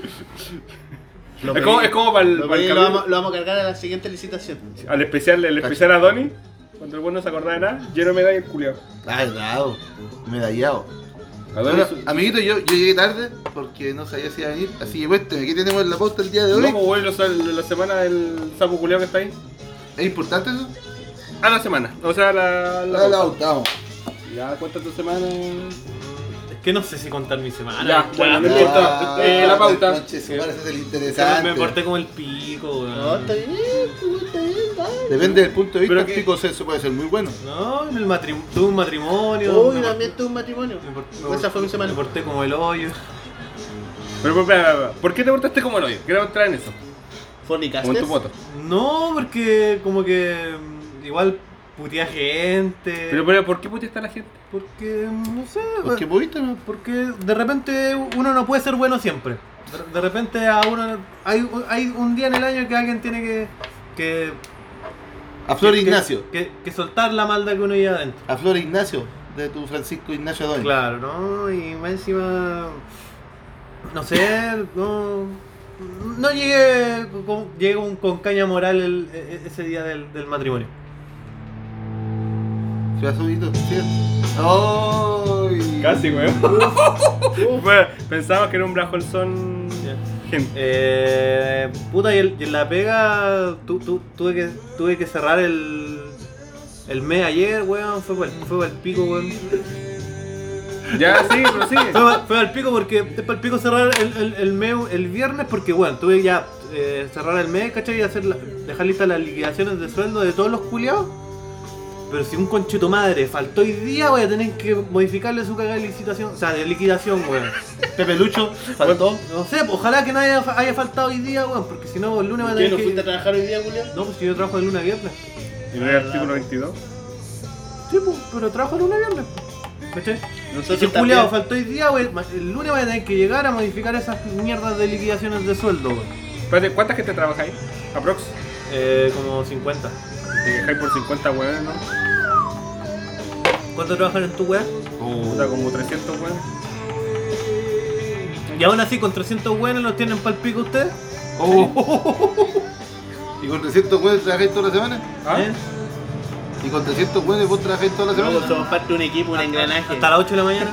Speaker 2: Lo
Speaker 1: es, como,
Speaker 2: pedí.
Speaker 1: es como para el,
Speaker 2: Lo,
Speaker 1: para el
Speaker 2: pedí, lo
Speaker 1: capítulo-
Speaker 2: vamos, lo vamos a cargar a la siguiente licitación.
Speaker 1: al especial, el especial a Donny. Cuando el weón no se acordaba de nada, lleno de medalla el culiao.
Speaker 3: Ah, raro. Medallado.
Speaker 1: A Donny
Speaker 3: Bueno,
Speaker 1: su-
Speaker 3: amiguito, yo, yo llegué tarde porque no sabía si iba a venir. Así que cuénteme, ¿qué tenemos en la posta el día de hoy?
Speaker 1: No, pues, güey, los- la semana del sapo culiao que está ahí.
Speaker 3: ¿Es importante eso?
Speaker 1: A la semana, o sea, la. Ah, la-
Speaker 3: La, la votamos.
Speaker 1: Ya, cuenta tu semana.
Speaker 4: Es que no sé si contar mi semana.
Speaker 1: Ya,
Speaker 4: weón.
Speaker 1: bueno, no
Speaker 4: me,
Speaker 1: importa. Ah,
Speaker 3: Ah,
Speaker 1: eh, la pauta.
Speaker 3: Conches, su madre, ese es el
Speaker 4: me
Speaker 3: interesante.
Speaker 4: porté como el pico, weón.
Speaker 2: No, Oh, está bien, está bien, dale.
Speaker 3: Depende del punto de
Speaker 1: Pero
Speaker 3: vista,
Speaker 1: que-
Speaker 3: chicos, eso puede ser muy bueno.
Speaker 4: No, en el matrim tuve un matrimonio.
Speaker 2: Uy,
Speaker 4: me porté-
Speaker 2: también tuve un matrimonio.
Speaker 4: me porté- me
Speaker 2: Esa
Speaker 4: porté-
Speaker 2: fue mi semana.
Speaker 4: Me porté como el hoyo.
Speaker 1: Pero, pues, pero, pero, pero, ¿por qué te portaste como el hoyo? Quiero entrar en eso. Como en
Speaker 2: Fornicaste.
Speaker 1: tu moto.
Speaker 4: No, porque como que mm, igual putea gente.
Speaker 1: Pero, pero, ¿por qué puteaste a la gente?
Speaker 4: porque mm, no sé.
Speaker 3: ¿Por qué pudiste? no?
Speaker 4: Porque de repente uno no puede ser bueno siempre. De, de repente a uno hay, hay un día en el año que alguien tiene que que,
Speaker 3: A Flor
Speaker 4: que-
Speaker 3: Ignacio.
Speaker 4: que, que soltar la maldad que uno lleva adentro.
Speaker 3: A Flor Ignacio, de tu Francisco Ignacio Adonis.
Speaker 4: Claro, ¿no? Y más encima. No sé, no. No llegué con, llegué con, con caña moral el- e- e- ese día del, del matrimonio.
Speaker 3: Se va subido, ¿sí? ¡Ay!
Speaker 1: Casi, [LAUGHS] weón. Bueno, Pensábamos que era un Black son
Speaker 4: Ya.
Speaker 1: gente.
Speaker 4: Eh, puta, y, el- y en la pega tu- tu- tuve, que, tuve que cerrar el, el mes ayer, weón. Fue para fue pa'l pico, weón.
Speaker 1: Ya, sí, pero sí.
Speaker 4: Fue, pa- fue al pico porque es para el pico cerrar el, el, el mes el viernes porque bueno, tuve ya eh, cerrar el mes, ¿cachai? Y hacer la- dejar listas las liquidaciones de sueldo de todos los culiados. Pero si un conchito madre faltó hoy día, voy a tener que modificarle su cagada de licitación, o sea, de liquidación, weón.
Speaker 3: [LAUGHS] Pepe Lucho, faltó.
Speaker 4: No sé, pues, ojalá que nadie haya, haya faltado hoy día, weón, porque si no, el lunes va a
Speaker 2: ¿Qué,
Speaker 4: tener
Speaker 2: no
Speaker 4: que...
Speaker 2: fuiste a trabajar hoy día, Julián?
Speaker 4: No, pues si yo trabajo de lunes a viernes.
Speaker 1: ¿Y no era el artículo 22?
Speaker 4: Sí, pues, pero trabajo de lunes a viernes. ¿Cachai?
Speaker 2: Nosotros
Speaker 4: Si
Speaker 2: también.
Speaker 4: culiado faltó hoy día, wey, ma- el lunes van a tener que llegar a modificar esas mierdas de liquidaciones de sueldo, wey.
Speaker 1: Espérate, ¿cuántas gente trabaja ahí? Aprox.
Speaker 4: Eh, como 50.
Speaker 1: Te dejáis por 50 weones, ¿no?
Speaker 4: ¿Cuánto trabajan en tu weá?
Speaker 3: Uh.
Speaker 1: Puta, como 300 weones.
Speaker 4: Y aún así, con 300 weones los tienen pal pico ustedes. Oh.
Speaker 3: ¿Y con 300 weones trabajáis toda la semana?
Speaker 1: ¿Ah?
Speaker 4: ¿Eh?
Speaker 3: ¿Y con 300 weones vos trabajáis toda la
Speaker 2: Luego
Speaker 3: semana?
Speaker 2: somos parte de un equipo, un engranaje.
Speaker 4: Hasta las 8 de la mañana.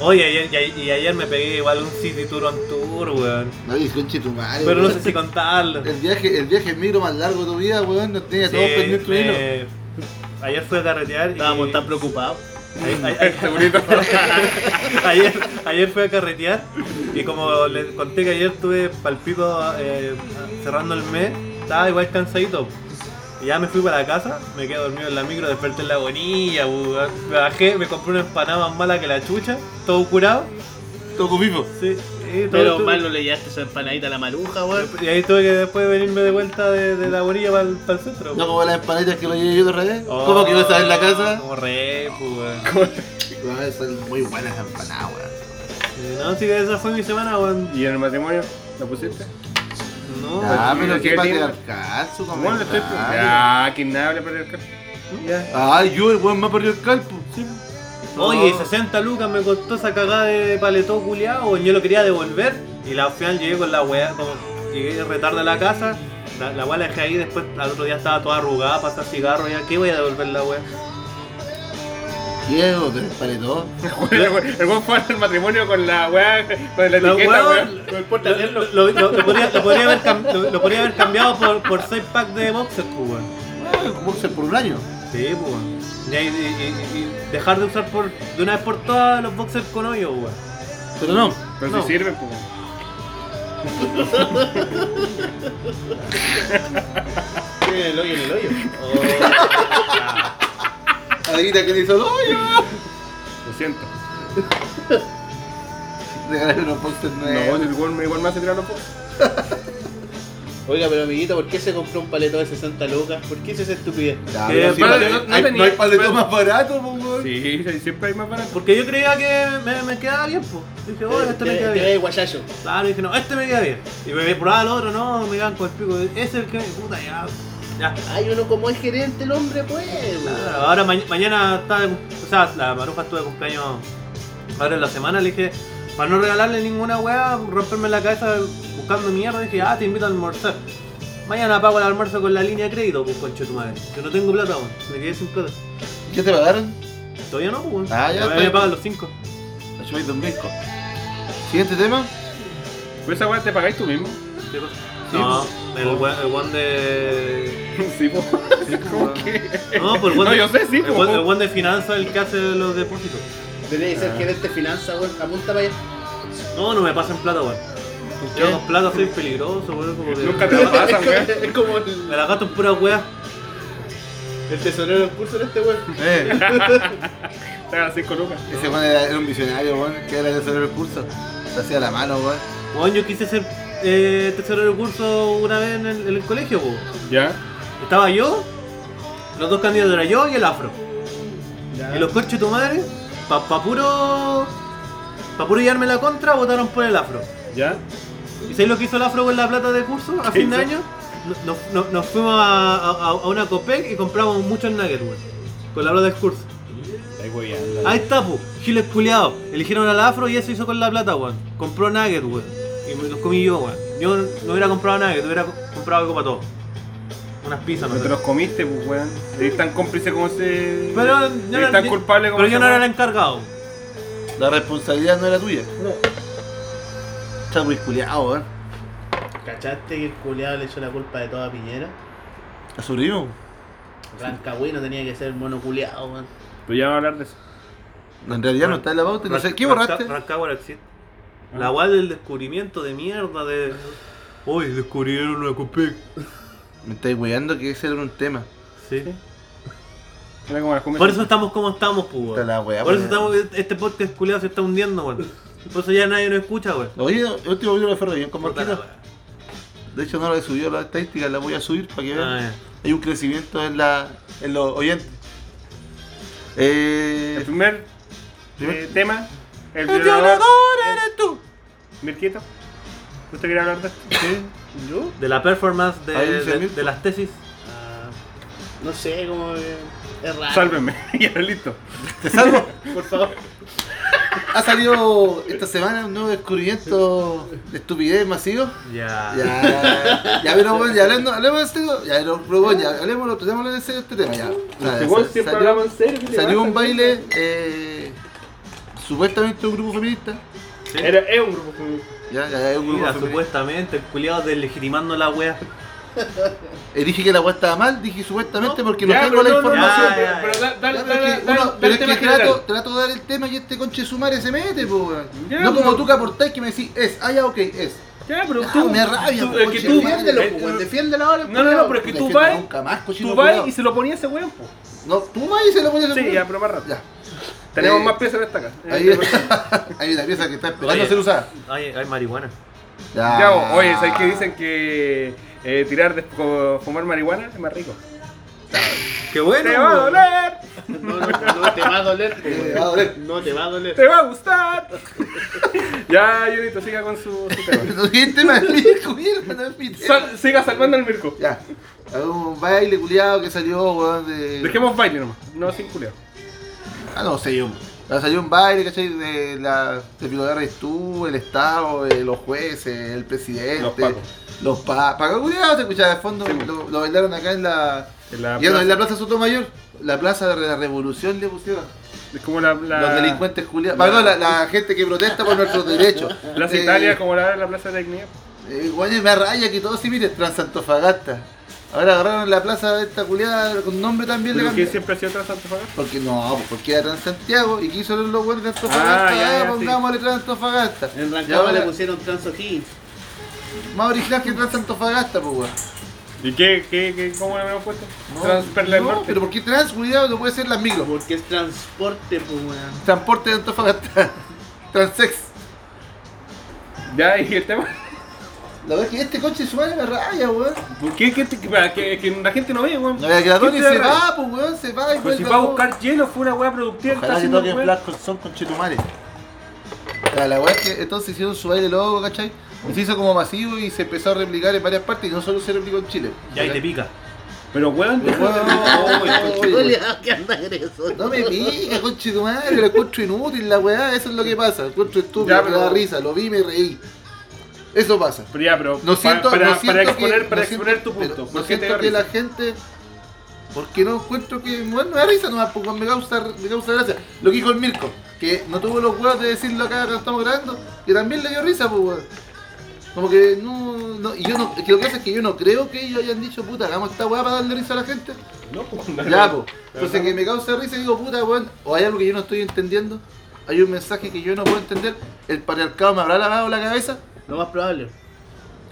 Speaker 4: Oye, ayer, y, a- y ayer me pegué igual un City Tour on Tour, weón.
Speaker 3: No, y conche tu madre.
Speaker 4: Pero no
Speaker 3: weón.
Speaker 4: sé si contarlo.
Speaker 3: El viaje, el viaje en micro más largo de tu vida, weón, no tenía todo
Speaker 4: Sí,
Speaker 3: pendiente
Speaker 4: me-
Speaker 3: hilo.
Speaker 4: Ayer fui a carretear y...
Speaker 2: Estábamos tan preocupados.
Speaker 4: ay- ay- ay-
Speaker 1: Segurito.
Speaker 4: [LAUGHS] ayer, ayer fui a carretear y como les conté que ayer estuve palpico eh, cerrando el mes, estaba igual cansadito. Y ya me fui para la casa, me quedé dormido en la micro, desperté en la agonía, weón. me bajé, me compré una empanada más mala que la chucha, todo curado.
Speaker 3: Todo vivo.
Speaker 4: Sí, y todo-
Speaker 2: Pero
Speaker 4: todo-
Speaker 2: mal no le llevaste esa empanadita a la maruja, weón.
Speaker 4: Y ahí tuve que después venirme de vuelta de, de la agonía para el, centro.
Speaker 3: No como las empanadas que lo llevé yo de revés.
Speaker 4: Oh,
Speaker 3: ¿Cómo que no estás en la casa?
Speaker 4: Como re, pues, weón.
Speaker 3: Weón, son muy buenas las empanadas, weón.
Speaker 4: Eh, No, sí, esa fue mi semana, weón.
Speaker 1: ¿Y en el matrimonio? ¿Lo pusiste?
Speaker 4: No,
Speaker 3: Ah,
Speaker 1: pero
Speaker 3: pero
Speaker 1: ¿qué
Speaker 3: qué
Speaker 1: tiene?
Speaker 3: patriarcal su
Speaker 1: Bueno, le estoy.
Speaker 3: comentario.
Speaker 1: Ah, ¿quién habla para el [LAUGHS]
Speaker 4: ya.
Speaker 3: Ay, yo, el weón más patriarcal, pues.
Speaker 4: Oye,
Speaker 3: Oh,
Speaker 4: 60 lucas me costó esa cagada de paletó culiado, weón. Yo lo quería devolver y la al final llegué con la weá, como llegué retardo a la casa. La, la weá la dejé ahí, después al otro día estaba toda arrugada, pasar cigarro, ya, ¿qué voy a devolver la weá?
Speaker 3: Diego, tres paletó.
Speaker 1: El weón fue al matrimonio con la weá, con la
Speaker 4: La
Speaker 1: etiqueta,
Speaker 4: weá-
Speaker 1: weón.
Speaker 2: No importa
Speaker 4: Lo,
Speaker 2: hacerlo.
Speaker 4: lo- lo- lo podría, lo podría haber cam- lo- lo podría haber cambiado por, por 6 packs de boxers, pues, weón.
Speaker 3: ¿Cómo ser por un año?
Speaker 4: Sí, pues. weón. Y, ahí- y- y- y dejar de usar por, de una vez por todas los boxers con hoyo, pues, weón.
Speaker 3: Pero no.
Speaker 1: Pero
Speaker 4: No.
Speaker 1: si sirve, pues.
Speaker 2: En el hoyo, en el hoyo.
Speaker 3: Adrita que le hizo el hoyo.
Speaker 1: Lo siento.
Speaker 3: Regalar unos posters
Speaker 1: No,
Speaker 3: nuevos.
Speaker 1: el weón igual me hace tirar los pocos.
Speaker 2: Oiga, pero amiguito, ¿por qué se compró un paleto de 60 lucas? ¿Por qué es esa estupidez?
Speaker 3: Ya,
Speaker 4: Eh,
Speaker 3: pero sí,
Speaker 1: espérate,
Speaker 3: hay-
Speaker 1: no- no
Speaker 3: hay-
Speaker 1: tenía-
Speaker 3: hay paletó
Speaker 1: espérate.
Speaker 3: más barato, pues, weón.
Speaker 1: Sí, sí, siempre hay más barato.
Speaker 4: Porque yo creía que me, me quedaba bien, pues. Dije, oh, este me queda
Speaker 2: Te- te ves
Speaker 4: bien.
Speaker 2: guayayo.
Speaker 4: Claro, dije, no, este me queda bien. Y me probaba el otro, no, me quedan con el pico. Ese es el que me. Puta, ya. Ya.
Speaker 2: Ay, uno como es gerente el hombre, pues.
Speaker 4: Claro, Ahora ma- mañana está. de cum- O sea, la maruja estuvo de cumpleaños ahora en la semana. Le dije, para no regalarle ninguna weá, romperme la cabeza buscando mierda. Dije, ah, te invito a almorzar. Mañana pago el almuerzo con la línea de crédito, pues conche tu madre. Yo no tengo plata, weón. Me quedé sin plata.
Speaker 3: ¿Qué te pagaron?
Speaker 4: Todavía no, pues, weón.
Speaker 3: Ah, ya,
Speaker 4: Me
Speaker 3: está.
Speaker 4: había pagado los cinco.
Speaker 3: Yo de un disco. Siguiente tema.
Speaker 1: Pues esa weá te pagáis tú mismo. [LAUGHS]
Speaker 4: ¿Qué cosa? No,
Speaker 3: pues.
Speaker 4: el weón el weón de.
Speaker 1: Sí, po. [LAUGHS] ¿Cómo
Speaker 3: pues.
Speaker 1: que?
Speaker 4: No, por el weón
Speaker 1: No,
Speaker 4: de.
Speaker 1: yo sé, sí,
Speaker 4: el
Speaker 1: po.
Speaker 4: weón- el weón de finanzas el que hace los depósitos.
Speaker 2: Debería
Speaker 4: Ah.
Speaker 2: ser gerente de finanzas, weón. Apunta para allá.
Speaker 4: [LAUGHS] No, no me pasen plata, weón. Yo con plata soy peligroso, weón. como que-
Speaker 1: Nunca te la pasan, weón.
Speaker 2: Es como
Speaker 4: Me
Speaker 2: el,
Speaker 4: la gasto en pura weá.
Speaker 2: el tesorero en curso de
Speaker 4: [LAUGHS]
Speaker 2: este weón.
Speaker 3: Eh,
Speaker 1: Te hagas cinco lucas.
Speaker 3: ese weón era, era un visionario, weón, que era de hacer el curso. Se hacía la mano, weón.
Speaker 4: Weón, yo quise ser eh, tercero de curso una vez en el, en el colegio, weón.
Speaker 1: Ya.
Speaker 4: Estaba yo, los dos candidatos era yo y el afro. Y los coches tu madre, pa, pa puro. Pa puro llevarme la contra, votaron por el afro.
Speaker 1: Ya.
Speaker 4: ¿Y sabéis lo que hizo el afro con la plata de curso a
Speaker 1: ¿Qué
Speaker 4: fin de
Speaker 1: hizo?
Speaker 4: año? Nos, nos- nos fuimos a, a- a una Copec y compramos muchos nuggets, weón. Con la plata del curso.
Speaker 1: Ahí voy ya.
Speaker 4: Ahí está, pu, giles culiados. Eligieron al afro y eso hizo con la plata, weón. Compró nuggets, weón. Y me los comí yo, weón. Yo no hubiera comprado nuggets, hubiera co- comprado algo para todos. Unas pizzas, no
Speaker 1: No te
Speaker 4: sé.
Speaker 1: los comiste, pues, weón. Eres tan cómplice como ese.
Speaker 4: Pero yo
Speaker 1: Eres
Speaker 4: no,
Speaker 1: tan
Speaker 4: yo-
Speaker 1: culpable como
Speaker 4: pero yo
Speaker 1: ese
Speaker 4: no era el
Speaker 1: weón.
Speaker 4: encargado.
Speaker 3: La responsabilidad no era tuya.
Speaker 2: No.
Speaker 3: Está muy culiado, weón.
Speaker 2: ¿Cachaste que el culeado le echó la culpa de toda Piñera?
Speaker 3: ¿La sobrevivimos?
Speaker 2: Rancagüey no tenía que ser mono culeado, weón.
Speaker 1: Pero ya vamos a hablar de eso.
Speaker 3: No, En realidad no está en la pauta. No sé, ¿Qué borraste?
Speaker 4: Rancagua existe. La weá del descubrimiento de mierda de. Uy, descubrieron una Copec.
Speaker 3: Me estáis weyando que ese era un tema.
Speaker 4: Sí.
Speaker 1: Era como las comidas.
Speaker 4: Por eso estamos como estamos, pu,
Speaker 3: Está
Speaker 4: weón.
Speaker 3: la weá,
Speaker 4: Por eso
Speaker 3: weón.
Speaker 4: estamos, este podcast culiado se está hundiendo, weón. Por eso ya nadie nos escucha, weón.
Speaker 3: Oye, el último video de Ferro bien con
Speaker 4: Puta la
Speaker 3: Marquita.
Speaker 4: weá.
Speaker 3: De hecho, no lo he subido las estadísticas, las voy a subir para que
Speaker 4: Ah,
Speaker 3: vean.
Speaker 4: ya.
Speaker 3: Hay un crecimiento en, la, en los oyentes.
Speaker 1: El
Speaker 3: Eh,
Speaker 1: primer eh, tema. El
Speaker 4: El
Speaker 1: violador.
Speaker 4: violador eres tú.
Speaker 1: Mirquito. ¿Usted quiere hablar de esto?
Speaker 2: ¿Sí? ¿Yo?
Speaker 4: De la performance de,
Speaker 3: Ahí dice
Speaker 4: de-
Speaker 3: Mirko.
Speaker 4: de las tesis.
Speaker 2: Ah, no sé, como. que es raro.
Speaker 1: Sálvenme. [LAUGHS] ya, listo. [LAUGHS]
Speaker 3: Te salvo.
Speaker 2: Por favor.
Speaker 3: Ha salido esta semana un nuevo descubrimiento de estupidez masivo.
Speaker 4: Ya.
Speaker 1: Ah.
Speaker 3: Ya, ya, pero bueno, ya hablando, hablemos en serio, ya, pero, pero bueno, ya, hablemos, tratémoslo en serio este tema, ya. O sea,
Speaker 1: Igual
Speaker 3: sa-
Speaker 1: siempre
Speaker 3: salió-
Speaker 1: hablamos en serio. ¿qué te
Speaker 3: Salió
Speaker 1: pasa?
Speaker 3: un baile, eh, supuestamente un grupo feminista.
Speaker 4: Sí.
Speaker 1: Era, es un grupo feminista.
Speaker 3: Ya, ya, es un grupo
Speaker 4: Mira,
Speaker 3: feminista.
Speaker 4: supuestamente, el culiado deslegitimando la wea.
Speaker 3: Eh, dije que la weá estaba mal, dije supuestamente porque no
Speaker 1: Ya, pero
Speaker 3: tengo la
Speaker 1: no, no,
Speaker 3: información.
Speaker 1: no,
Speaker 4: Ya, ya,
Speaker 1: pero- pero
Speaker 4: ya.
Speaker 1: da- da-
Speaker 3: Ya,
Speaker 1: da-
Speaker 3: pero es
Speaker 1: da-
Speaker 3: que
Speaker 1: da-
Speaker 3: uno-
Speaker 1: da
Speaker 3: pero
Speaker 1: el
Speaker 3: es
Speaker 1: tema
Speaker 3: que
Speaker 1: general.
Speaker 3: trato, trato de dar el tema y este conche sumario se mete, po, weón.
Speaker 1: Ya,
Speaker 3: No como
Speaker 1: pero-
Speaker 3: tú que aportáis que me decís, es, ah, ya, ok, es.
Speaker 1: Ya, pero
Speaker 3: Ah,
Speaker 1: tú.
Speaker 3: me rabia,
Speaker 1: tú- es
Speaker 3: po,
Speaker 1: que
Speaker 3: conche
Speaker 1: tú.
Speaker 3: de
Speaker 2: Defiéndelo,
Speaker 1: eh,
Speaker 2: pues, weón, defiéndelo ahora.
Speaker 1: No, no, no, pero es que
Speaker 3: Puta,
Speaker 1: tú
Speaker 3: gente,
Speaker 1: vas.
Speaker 3: nunca más, cochino
Speaker 1: Tú vas
Speaker 3: culiao.
Speaker 1: y se lo ponía ese weón, po.
Speaker 3: No, tú vas y se lo pones a
Speaker 1: Sí, ya, pues. pero más rápido.
Speaker 3: Ya.
Speaker 1: Tenemos
Speaker 3: Eh,
Speaker 1: más piezas en esta casa.
Speaker 3: [LAUGHS] Ahí
Speaker 1: pues.
Speaker 3: hay una pieza que está esperando
Speaker 4: Oye.
Speaker 3: ser usada.
Speaker 4: Hay, hay marihuana.
Speaker 1: Ya,
Speaker 3: Ah.
Speaker 1: bo, oye, ¿sabes qué dicen que eh, tirar de co- fumar marihuana es más rico?
Speaker 4: ¡Qué bueno!
Speaker 1: ¡Te va a
Speaker 4: weón.
Speaker 1: doler!
Speaker 2: No, no, no [LAUGHS] te va a doler, pues,
Speaker 3: Te va a doler.
Speaker 2: No te va a doler.
Speaker 1: ¡Te va a gustar! [LAUGHS] ya, Yurito, siga con su, su tema.
Speaker 3: [LAUGHS] No tiene tema de Mirko, mierda, no es mi tema.
Speaker 1: Sal- siga salvando al Mirko.
Speaker 3: Ya. Hay un baile culiado que salió, weón, de.
Speaker 1: Dejemos baile nomás, no sin culiao.
Speaker 3: Ah, no sé yo. Ah, Salió un baile, ¿cachai? De la de Pilar eres tú, el Estado, eh, los jueces, el presidente.
Speaker 1: Los pacos.
Speaker 3: Los pa- pacos. culiados, se escuchaba de fondo.
Speaker 1: Sí.
Speaker 3: Lo, lo bailaron acá en la.
Speaker 1: En la
Speaker 3: ya no, en la
Speaker 1: plaza.
Speaker 3: Plaza Sotomayor. La Plaza de la Revolución le pusieron.
Speaker 1: Es como la. la
Speaker 3: Los delincuentes culiados. Perdón, la, la gente que protesta por nuestros derechos.
Speaker 1: Plaza
Speaker 3: Eh,
Speaker 1: Italia, como la de la Plaza de la Dignidad.
Speaker 3: Eh, weón, me raya que todos se miren Transantofagasta. Ahora agarraron la plaza de esta culiada con nombre también
Speaker 1: ¿Pero
Speaker 3: le
Speaker 1: que
Speaker 3: cambiaron.
Speaker 1: siempre ha sido tras Antofagasta?
Speaker 3: Porque no, pues, porque era Transantiago y quiso los buenos de Antofagasta.
Speaker 1: Ah, ya,
Speaker 3: Ah,
Speaker 1: ya,
Speaker 3: pongámosle Transantofagasta.
Speaker 2: En
Speaker 3: Y
Speaker 2: Rancagua
Speaker 3: ahora
Speaker 2: le pusieron trans O'Higgins.
Speaker 3: Más original que Transantofagasta, pues weón.
Speaker 1: ¿Y qué, qué, qué, cómo le habíamos puesto?
Speaker 3: No,
Speaker 1: Transperla del
Speaker 3: no,
Speaker 1: Norte.
Speaker 3: pero porque trans, cuidado, no puede ser las micro.
Speaker 2: Porque es transporte, pues, weón.
Speaker 3: Transporte de Antofagasta. [LAUGHS] Transex.
Speaker 1: Ya, y el tema.
Speaker 3: La verdad es que este coche su madre me raya, weón.
Speaker 1: ¿Por qué? ¿Qué te- para que, que la gente no ve, weón.
Speaker 3: No había que la
Speaker 1: ¿Qué te
Speaker 3: Tony se
Speaker 1: da rabia?
Speaker 3: va, pues weón, se va y
Speaker 1: Pues si
Speaker 3: vuelve
Speaker 1: va a
Speaker 3: todo.
Speaker 1: buscar hielo, fue una weá productiva. que está
Speaker 3: Ojalá que
Speaker 1: haciendo el
Speaker 3: toquen
Speaker 1: weón.
Speaker 3: Black son con Chetumare. La weá es que entonces hicieron su baile loco, ¿cachai? Y se hizo como masivo y se empezó a replicar en varias partes y no solo se replicó en Chile.
Speaker 4: Ya, y te pica.
Speaker 1: Pero weón,
Speaker 3: Pero,
Speaker 1: [LAUGHS]
Speaker 3: weón,
Speaker 1: no,
Speaker 3: oye, weón.
Speaker 2: Julia, ¿qué anda agresor?
Speaker 3: No me pica, conche tu madre, lo encuentro inútil la weá, eso es lo que pasa. Lo encuentro estúpido,
Speaker 1: Ya,
Speaker 3: me
Speaker 1: pero-
Speaker 3: da risa, lo vi y me reí. Eso pasa.
Speaker 1: Pero ya, pero
Speaker 3: No
Speaker 1: pa-
Speaker 3: siento,
Speaker 1: para,
Speaker 3: no
Speaker 1: para
Speaker 3: siento
Speaker 1: exponer,
Speaker 3: que,
Speaker 1: para
Speaker 3: no siento-
Speaker 1: exponer tu
Speaker 3: pero
Speaker 1: punto.
Speaker 3: No
Speaker 1: ¿por qué te
Speaker 3: siento
Speaker 1: da
Speaker 3: que la
Speaker 1: risa?
Speaker 3: gente. Porque no encuentro que. Bueno, me da risa nomás, porque me causa, me causa gracia. Lo que dijo el Mirko, que no tuvo los huevos de decirlo acá cuando estamos grabando, que también le dio risa, pues weón. Como que no. no y yo no. Que lo que pasa es que yo no creo que ellos hayan dicho, puta, hagamos esta weá para darle risa a la gente.
Speaker 1: No, pues, no,
Speaker 3: Ya,
Speaker 1: no.
Speaker 3: pues. Entonces que me causa risa y digo, puta, weón, o hay algo que yo no estoy entendiendo, hay un mensaje que yo no puedo entender, el patriarcado me habrá lavado la cabeza.
Speaker 2: Lo más probable.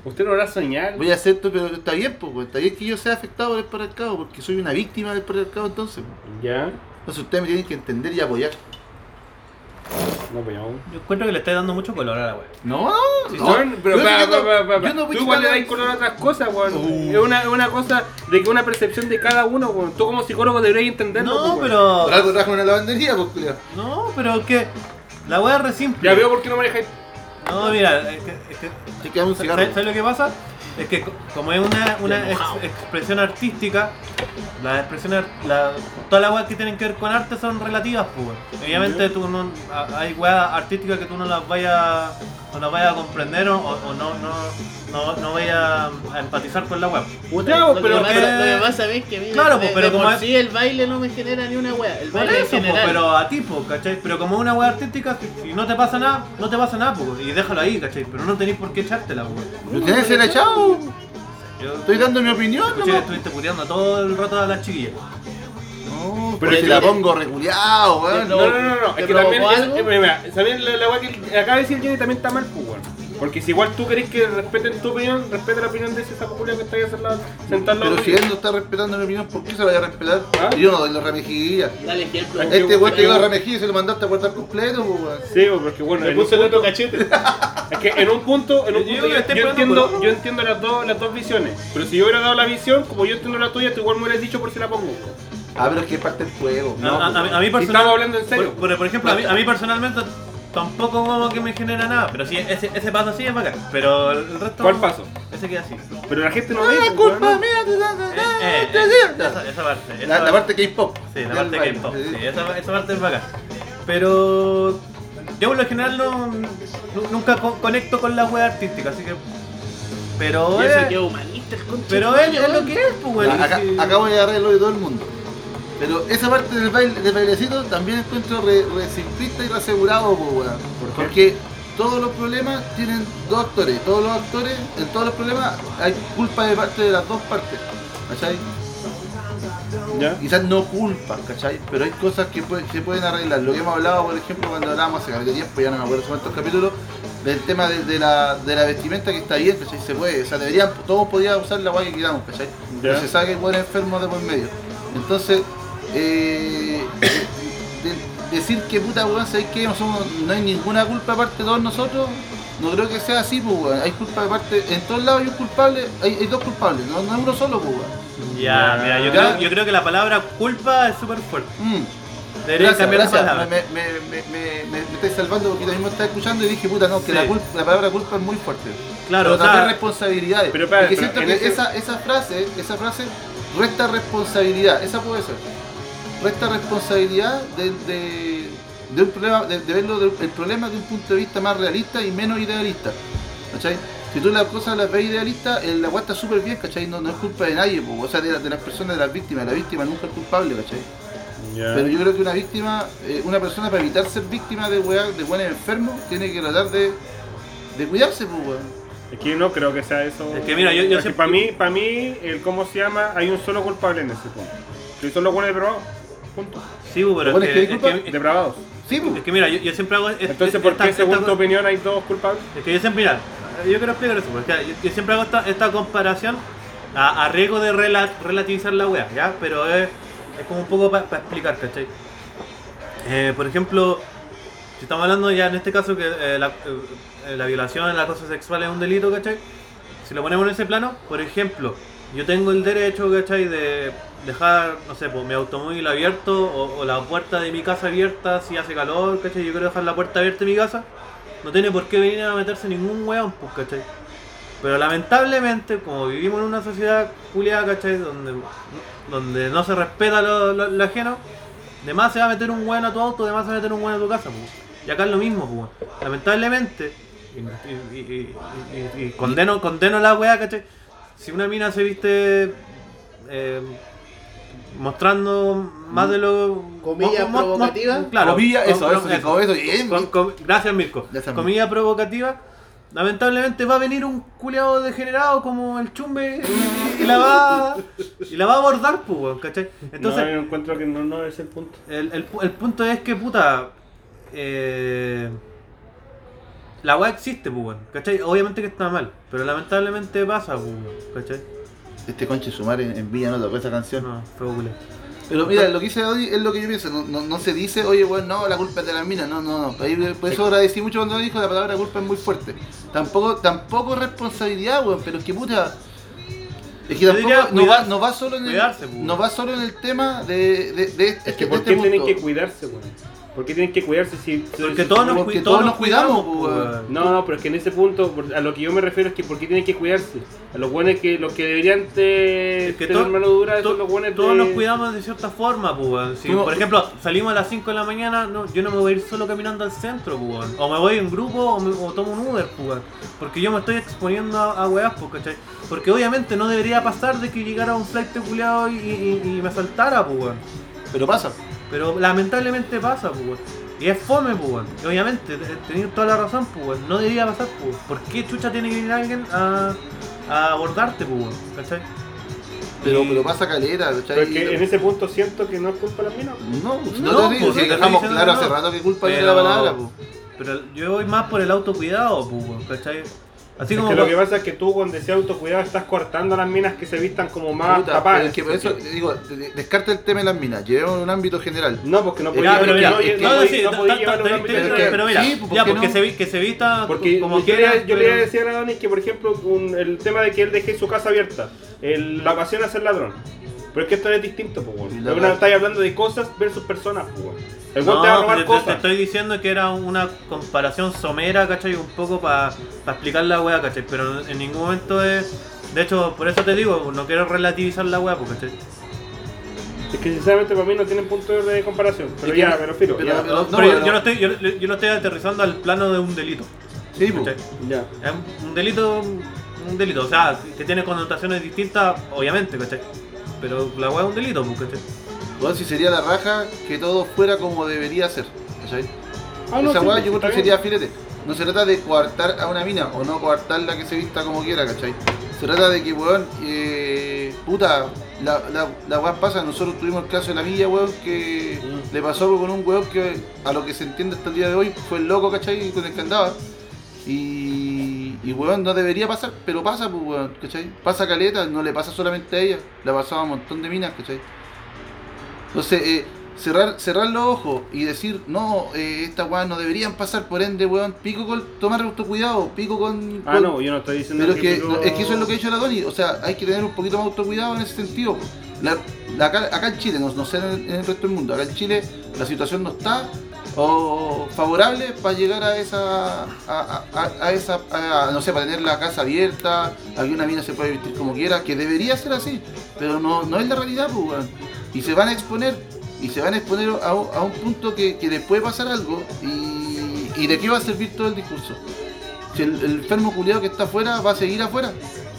Speaker 1: Usted no habrá soñado.
Speaker 3: Voy a hacer esto, pero está bien, pues, weón. Está bien que yo sea afectado por el patriarcado, porque soy una víctima del patriarcado, entonces. pues.
Speaker 1: Ya,
Speaker 3: Entonces ustedes me tienen que entender y apoyar.
Speaker 1: no, pues ya.
Speaker 4: Yo encuentro que le estáis dando mucho color a la wea.
Speaker 3: No,
Speaker 1: Si
Speaker 3: no.
Speaker 1: son- pero
Speaker 3: Yo
Speaker 1: pa-
Speaker 3: no-
Speaker 1: pa- pa- pa-
Speaker 3: yo no
Speaker 1: Tú
Speaker 3: voy
Speaker 1: igual le das
Speaker 3: chupando-
Speaker 1: color a otras cosas, weón.
Speaker 3: Uh.
Speaker 1: Es una, una cosa de que una percepción de cada uno, weón. Tú como psicólogo deberías entenderlo. pues,
Speaker 4: No,
Speaker 1: weón.
Speaker 4: pero.
Speaker 3: Por algo trajo una lavandería, pues, culiao.
Speaker 4: No, pero que. La wea es re simple.
Speaker 1: Ya veo por qué no manejáis.
Speaker 4: No, mira, es que. es que-
Speaker 3: Te queda un cigarro.
Speaker 4: ¿Sabes sabes lo que pasa? Es que co- como es una, una ex- expresión artística, las expresiones, ar- la, todas las weas que tienen que ver con arte son relativas, pues. weón. Obviamente tú no, a- hay weas artísticas que tú no las vayas, no las vayas a comprender o, o no, no, no, no vayas a a empatizar con la wea.
Speaker 1: Ya,
Speaker 2: lo que
Speaker 1: pero
Speaker 2: pasa-
Speaker 4: que-
Speaker 2: Lo que pasa es que, mira,
Speaker 4: Claro,
Speaker 2: de-
Speaker 4: pues, pero
Speaker 2: de
Speaker 4: como
Speaker 2: por
Speaker 4: es-
Speaker 2: sí el baile no me genera ni una wea. El
Speaker 4: Por
Speaker 2: baile en
Speaker 4: eso, po,
Speaker 2: general.
Speaker 4: pero a tipo, ¿cachai? Pero como es una wea artística, si- si no te pasa nada, no te pasa nada, pues, y déjalo ahí, ¿cachai? Pero no tenés por qué echártela, pues.
Speaker 3: Ustedes se la echado.
Speaker 4: Yo
Speaker 3: Estoy dando mi opinión,
Speaker 4: escuché que
Speaker 3: nomás.
Speaker 4: estuviste puteando todo el rato a las chiquillas.
Speaker 3: No,
Speaker 1: Pero
Speaker 3: pero si
Speaker 1: es
Speaker 3: la
Speaker 1: que-
Speaker 3: pongo reculeado, weón.
Speaker 1: No, no, no, no,
Speaker 2: ¿Te
Speaker 1: es que también,
Speaker 2: provocó
Speaker 1: es-
Speaker 2: algo?
Speaker 1: eh, mira, también la, la weá que acaba de decir Jenny también está mal, pues, weón. Porque si igual tú querés que respeten tu opinión, respeta la opinión de ese saco culiao que está ahí al lado, sentado al lado
Speaker 3: Pero si
Speaker 1: tuyo.
Speaker 3: él no está respetando mi opinión, ¿por qué se la voy a respetar?
Speaker 1: ¿Ah?
Speaker 3: Yo no doy la remejilla.
Speaker 2: Dale ejemplo.
Speaker 1: Aquí-
Speaker 3: Este weón te dio
Speaker 1: yo-
Speaker 3: la remejilla y se lo mandaste a guardar completo, pues, weón.
Speaker 1: Sí, bo, porque bueno,
Speaker 2: Me
Speaker 1: en un
Speaker 2: puso el
Speaker 1: punto-
Speaker 2: otro cachete.
Speaker 1: es que en un punto, en un
Speaker 4: Yo
Speaker 1: punto
Speaker 4: digo que
Speaker 1: yo,
Speaker 4: estén
Speaker 1: yo
Speaker 4: poniendo
Speaker 1: entiendo,
Speaker 4: color.
Speaker 1: yo entiendo las dos, las dos visiones. Pero si yo hubiera dado la visión, como yo entiendo la tuya, tú igual me hubieras dicho por si la pongo.
Speaker 3: Ah, pero es que es parte del juego. No, pues,
Speaker 4: a, a- a mí- a mí
Speaker 1: Si estamos hablando en serio.
Speaker 4: Por, por- por ejemplo, a mí, a mí personalmente tampoco como que me genera nada, pero sí, ese, ese paso sí es bacán, pero el resto...
Speaker 1: ¿Cuál paso?
Speaker 4: Ese queda así.
Speaker 1: Pero la gente no
Speaker 3: No
Speaker 1: ve.
Speaker 3: es
Speaker 1: pues,
Speaker 3: culpa
Speaker 1: weón.
Speaker 3: mía.
Speaker 4: Eh, eh, eh, esa, esa parte. esa
Speaker 3: La, la parte K-pop.
Speaker 4: Sí, la
Speaker 3: Del
Speaker 4: parte
Speaker 3: baile,
Speaker 4: que pop.
Speaker 3: sí.
Speaker 4: Sí, esa, esa parte es bacán. Pero yo por lo general no, nu- nunca co- conecto con la wea artística, así que. Pero
Speaker 2: Ya se
Speaker 4: es.
Speaker 2: quedó humanista el conche.
Speaker 4: Pero es, es lo que es, pues weón.
Speaker 3: Acá,
Speaker 4: Sí.
Speaker 3: acabo de agarrar el odio de todo el mundo. Pero esa parte del, baile, del bailecito también encuentro re, re simplista y reasegurado, po, weón.
Speaker 1: qué?
Speaker 3: Porque todos los problemas tienen dos actores. Todos los actores, en todos los problemas hay culpa de parte de las dos partes. ¿Cachai?
Speaker 1: ¿Ya?
Speaker 3: Quizás no culpa, ¿cachai? Pero hay cosas que pue- se pueden arreglar. Lo que hemos hablado, por ejemplo, cuando hablábamos hace capítulo tiempo, ya no me acuerdo cuántos capítulos, del tema de, de la, de la vestimenta que está bien, ¿cachai? Se puede, o sea, deberían, todos podían usar la guay que queramos, ¿cachai?
Speaker 1: Ya.
Speaker 3: Pero se sabe que hay buenos enfermos de por medio. Entonces, eh, de- decir que puta weón, ¿sabéis que no, somos- no hay ninguna culpa aparte de todos nosotros? No creo que sea así, pues, weón. Hay culpa de parte, en todos lados hay un culpable, hay, hay dos culpables, no, no es uno solo, pues, weón.
Speaker 4: Ya, mira, yo
Speaker 1: Ya.
Speaker 4: creo, yo creo que la palabra culpa es súper fuerte.
Speaker 3: Mm.
Speaker 4: Deberían cambiar
Speaker 3: gracias.
Speaker 4: la palabra.
Speaker 3: Me, me, me, me, me, me estáis salvando porque yo mismo estaba escuchando y dije, puta, no, que
Speaker 4: Sí.
Speaker 3: la, culpa, la palabra culpa es muy fuerte.
Speaker 4: Claro, o
Speaker 3: pero también
Speaker 4: sea,
Speaker 3: responsabilidades.
Speaker 1: pero espera,
Speaker 3: Porque
Speaker 1: pero
Speaker 3: siento
Speaker 1: en
Speaker 3: que
Speaker 1: ese-
Speaker 3: esa, esa frase, esa frase resta responsabilidad, esa puede ser. Resta responsabilidad de, de, de un problema, de, de verlo del el problema de un punto de vista más realista y menos idealista. ¿Cachai? Si tú las cosas las ves idealistas, el agua está súper bien, ¿cachai? No, no es culpa de nadie, po, o sea, de, la- de las personas, de las víctimas. La víctima nunca es culpable, ¿cachai?
Speaker 1: Ya.
Speaker 3: Pero yo creo que una víctima, eh, una persona para evitar ser víctima de weá, de buenos enfermos, tiene que tratar de, de cuidarse, pues weón.
Speaker 1: Es que yo no creo que sea eso.
Speaker 4: Es que mira, yo- yo siempre-
Speaker 1: para mí, para mí, el cómo se llama, hay un solo culpable en ese punto. Que son los buenos depravados. Punto.
Speaker 4: sí, pero
Speaker 3: bueno,
Speaker 4: es
Speaker 3: es que
Speaker 4: que,
Speaker 3: hay
Speaker 4: es
Speaker 3: culpa
Speaker 4: que- es-
Speaker 1: Depravados.
Speaker 3: Sí, pues.
Speaker 4: es que mira, yo, yo siempre hago. es-
Speaker 1: Entonces, ¿por
Speaker 4: esta-
Speaker 1: qué
Speaker 4: esta
Speaker 1: según tu
Speaker 4: cosa-
Speaker 1: opinión hay dos culpables?
Speaker 4: Es que yo siempre, mira, yo quiero explicar eso, porque yo, yo siempre hago esta, esta comparación a, a riesgo de rela- relativizar la wea, ¿ya? Pero es, es como un poco para explicar, ¿cachai? Eh, por ejemplo, si estamos hablando ya en este caso que eh, la, eh, la violación, la cosa sexual es un delito, ¿cachai? Si lo ponemos en ese plano, por ejemplo, yo tengo el derecho, ¿cachai? De dejar, no sé, pues, mi automóvil abierto o, o la puerta de mi casa abierta si hace calor, ¿cachai? Yo quiero dejar la puerta abierta de mi casa. No tiene por qué venir a meterse ningún weón, pues, ¿cachai? Pero lamentablemente, como vivimos en una sociedad culiada, ¿cachai? Donde, donde no se respeta lo, lo- lo ajeno, de más se va a meter un weón a tu auto, de más se va a meter un weón a tu casa, pues. Y acá es lo mismo, pues, weón. Lamentablemente, y, y- y- y- y- y condeno, condeno la weá, ¿cachai? Si una mina se viste eh, mostrando más de lo... mo-
Speaker 2: Comillas
Speaker 4: mo- mo-
Speaker 2: provocativas.
Speaker 4: Claro.
Speaker 3: Comillas, eso,
Speaker 4: con- eh,
Speaker 3: eso, Nico, eso, bien,
Speaker 4: con-
Speaker 3: bien.
Speaker 4: con- gracias, Mirko.
Speaker 3: Gracias,
Speaker 4: Comida provocativa. Lamentablemente va a venir un culeado degenerado como el chumbe y la va, y la va a abordar, pues, weón, ¿cachai? Entonces,
Speaker 1: no, yo encuentro que no, no es el punto.
Speaker 4: el, el pu- el punto es que, puta, eh, la weá existe, pues, weón, ¿cachai? Obviamente que está mal, pero lamentablemente pasa, pues, weón, ¿cachai?
Speaker 3: Este conche sumar en, en Villa no tocó esa canción.
Speaker 4: No, fue culiao.
Speaker 3: Pero mira, lo que dice Odi es lo que yo pienso. No, no, no se dice, oye, weón, no, la culpa es de las minas. No, no, no. Ahí, eh, por eso agradecí mucho cuando dijo la palabra culpa es muy fuerte. Tampoco, tampoco responsabilidad, weón, pero es que puta. Es que
Speaker 4: Yo
Speaker 3: tampoco,
Speaker 4: diría
Speaker 3: no, va,
Speaker 4: cuidarse,
Speaker 3: no, va solo en el,
Speaker 4: cuidarse, pues.
Speaker 3: no va solo en el tema de, de, de este,
Speaker 1: Es que
Speaker 3: de
Speaker 1: ¿por
Speaker 3: este
Speaker 1: qué tienen
Speaker 3: punto.
Speaker 1: que cuidarse, weón? ¿Por qué tienen que cuidarse si.?
Speaker 4: Porque
Speaker 1: si-
Speaker 4: todos nos,
Speaker 3: porque
Speaker 4: cui-
Speaker 3: todos nos
Speaker 4: pues,
Speaker 3: cuidamos, pues,
Speaker 4: weón.
Speaker 1: No, no, pero es que en ese punto, por- a lo que yo me refiero es que ¿por qué tienen que cuidarse? A los buenos que los que deberían te,
Speaker 4: Es que
Speaker 1: tener
Speaker 4: to-
Speaker 1: mano dura
Speaker 4: to-
Speaker 1: son los buenos
Speaker 4: todos
Speaker 1: de-
Speaker 4: nos cuidamos de cierta forma, pues, weón. Si,
Speaker 3: Tú no-
Speaker 4: por ejemplo, salimos a las 5 de la mañana, no, yo no me voy a ir solo caminando al centro, pues, weón. O me voy en grupo o, me- o tomo un Uber, pues, weón. Porque yo me estoy exponiendo a, a weas, pues, ¿cachai? Porque obviamente no debería pasar de que llegara un flight culiado y, y- y me asaltara, pues, weón.
Speaker 3: Pero pasa.
Speaker 4: Pero lamentablemente pasa, pues, weón. Y es fome, pues, weón. Y obviamente, tener toda la razón, pues, weón. No debería pasar, pues, weón. ¿Por qué chucha tiene que venir alguien a, a abordarte, pues, weón? ¿Cachai?
Speaker 3: Pero,
Speaker 4: Y-
Speaker 3: pero pasa calera, ¿cachai?
Speaker 1: Pero es que en ese punto siento que no es culpa de las minas.
Speaker 3: No, si no,
Speaker 4: No,
Speaker 3: te digo,
Speaker 4: pues,
Speaker 3: si
Speaker 4: si
Speaker 3: dejamos
Speaker 4: te estoy diciendo
Speaker 3: claro
Speaker 4: que
Speaker 3: hace
Speaker 4: no.
Speaker 3: rato que culpa
Speaker 4: Pero-
Speaker 3: tiene la palabra, pues.
Speaker 4: Pero yo voy más por el autocuidado, pues, weón, ¿cachai? Así
Speaker 1: Es
Speaker 4: como.
Speaker 1: que lo que pasa es que tú con ese autocuidado estás cortando a las minas que se vistan como más
Speaker 3: Puta,
Speaker 1: tapadas.
Speaker 3: pero es que por eso, te digo, te- te- descarta el tema de las minas, llevemos a un ámbito general.
Speaker 1: No, porque no podía
Speaker 3: Ya,
Speaker 4: pero mira,
Speaker 1: no,
Speaker 3: es que-
Speaker 1: no,
Speaker 4: no,
Speaker 1: podía-
Speaker 4: sí,
Speaker 1: no
Speaker 4: ta-
Speaker 1: podía
Speaker 4: ta-
Speaker 1: llevar
Speaker 4: ta-
Speaker 1: un
Speaker 4: te-
Speaker 1: ámbito
Speaker 3: pero es
Speaker 4: te-
Speaker 3: que-
Speaker 1: general.
Speaker 4: pero mira,
Speaker 3: sí, pues, ¿por
Speaker 4: ya,
Speaker 3: qué
Speaker 4: porque
Speaker 3: no?
Speaker 4: se, vi- que se vista
Speaker 1: Porque
Speaker 4: Ah, como
Speaker 1: yo,
Speaker 4: quiera.
Speaker 1: le, yo le
Speaker 4: pero-
Speaker 1: iba a decir a la Donis que, por ejemplo, un- el tema de que él deje su casa abierta, el- la ocasión es el ladrón. Pero es que esto es distinto, pues,
Speaker 3: Y
Speaker 1: weón.
Speaker 3: la
Speaker 1: Ahora
Speaker 3: verdad-
Speaker 1: estáis hablando de cosas versus personas, pues, weón. El weón
Speaker 4: No,
Speaker 1: te va a
Speaker 4: pero
Speaker 1: robar
Speaker 4: te- Te,
Speaker 1: cosas.
Speaker 4: estoy diciendo que era una comparación somera, ¿cachai? Un poco para explicar la weá, ¿cachai? Pero en ningún momento es... De hecho, por eso te digo, no quiero relativizar la weá, porque ¿cachai?
Speaker 1: Es que sinceramente para mí no tienen punto de comparación. Pero
Speaker 3: Y
Speaker 1: ya,
Speaker 3: que-
Speaker 1: pero filo.
Speaker 3: pero-
Speaker 1: ya.
Speaker 3: pero-
Speaker 4: No,
Speaker 3: no,
Speaker 4: pero yo-
Speaker 3: bueno.
Speaker 4: yo, no estoy, yo, yo lo estoy aterrizando al plano de un delito.
Speaker 3: Sí, pues, po.
Speaker 4: ¿cachai?
Speaker 1: ya.
Speaker 4: Es un- un delito, un delito, o sea, que tiene connotaciones distintas, obviamente, ¿cachai? Pero la weá es un delito, pues, ¿cachai?
Speaker 3: Bueno, si sería la raja que todo fuera como debería ser. ¿cachai?
Speaker 1: Ah, no,
Speaker 3: Esa
Speaker 1: sí,
Speaker 3: weá
Speaker 1: sí,
Speaker 3: yo
Speaker 1: está
Speaker 3: creo que
Speaker 1: bien.
Speaker 3: sería filete. No se trata de coartar a una mina o no coartarla que se vista como quiera, ¿cachai? Se trata de que, weón, eh, puta, la, la, la weá pasa. Nosotros tuvimos el caso de la milla, weón, que le pasó algo con un weón que a lo que se entiende hasta el día de hoy fue el loco, ¿cachai? Con el que andaba. Y, y weón, no debería pasar, pero pasa, pues, weón, ¿cachai? Pasa caleta, no le pasa solamente a ella, le ha pasado a un montón de minas, ¿cachai? Entonces, eh, cerrar, cerrar los ojos y decir, no, eh, estas weas no deberían pasar, por ende, weón, pico con tomar autocuidado, pico con.
Speaker 1: Ah,
Speaker 3: con-
Speaker 1: no, yo no estoy diciendo
Speaker 3: Pero es que,
Speaker 1: yo-
Speaker 3: es que eso es lo que ha dicho la Tony, o sea, hay que tener un poquito más autocuidado en ese sentido. La- la- acá, acá en Chile, no, no sé en el, en el resto del mundo, acá en Chile la situación no está o favorable para llegar a esa, a, a- a- a esa, a- no sé, para tener la casa abierta, a que una mina se puede vestir como quiera, que debería ser así, pero no, no es la realidad, pues, weón. Y se van a exponer, y se van a exponer a, un- a un punto que, que les puede pasar algo, y, y de qué va a servir todo el discurso. Si el, el enfermo culiado que está afuera va a seguir afuera.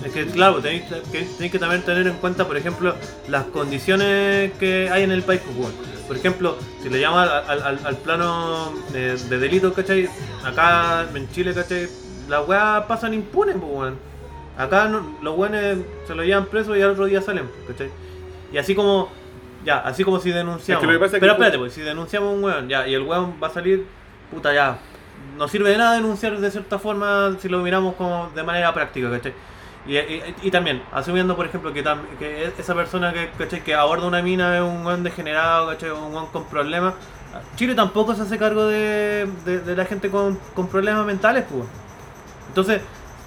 Speaker 4: Es que, claro, tenéis que, tenéis que también tener en cuenta, por ejemplo, las condiciones que hay en el país. pues, bueno. Por ejemplo, si le llamas al, al- al plano de, de delito, ¿cachai? Acá en Chile, ¿cachai? Las weas pasan impunes, pues, weón. Acá no- los weones se lo llevan preso y al otro día salen, pues, ¿cachai? Y así como, ya, así como si denunciamos.
Speaker 1: Es que lo que pasa es
Speaker 4: Pero
Speaker 1: que-
Speaker 4: espérate, pues, si denunciamos a un weón, ya, y el weón va a salir, puta, ya. No sirve de nada denunciar de cierta forma si lo miramos como de manera práctica, ¿cachai? Y, y- y también, asumiendo por ejemplo que, tam- que e-, esa persona que, ¿cachai? que aborda una mina es un weón degenerado, ¿cachai? un weón con problemas, Chile tampoco se hace cargo de, de- de la gente con, con problemas mentales, pues. Entonces,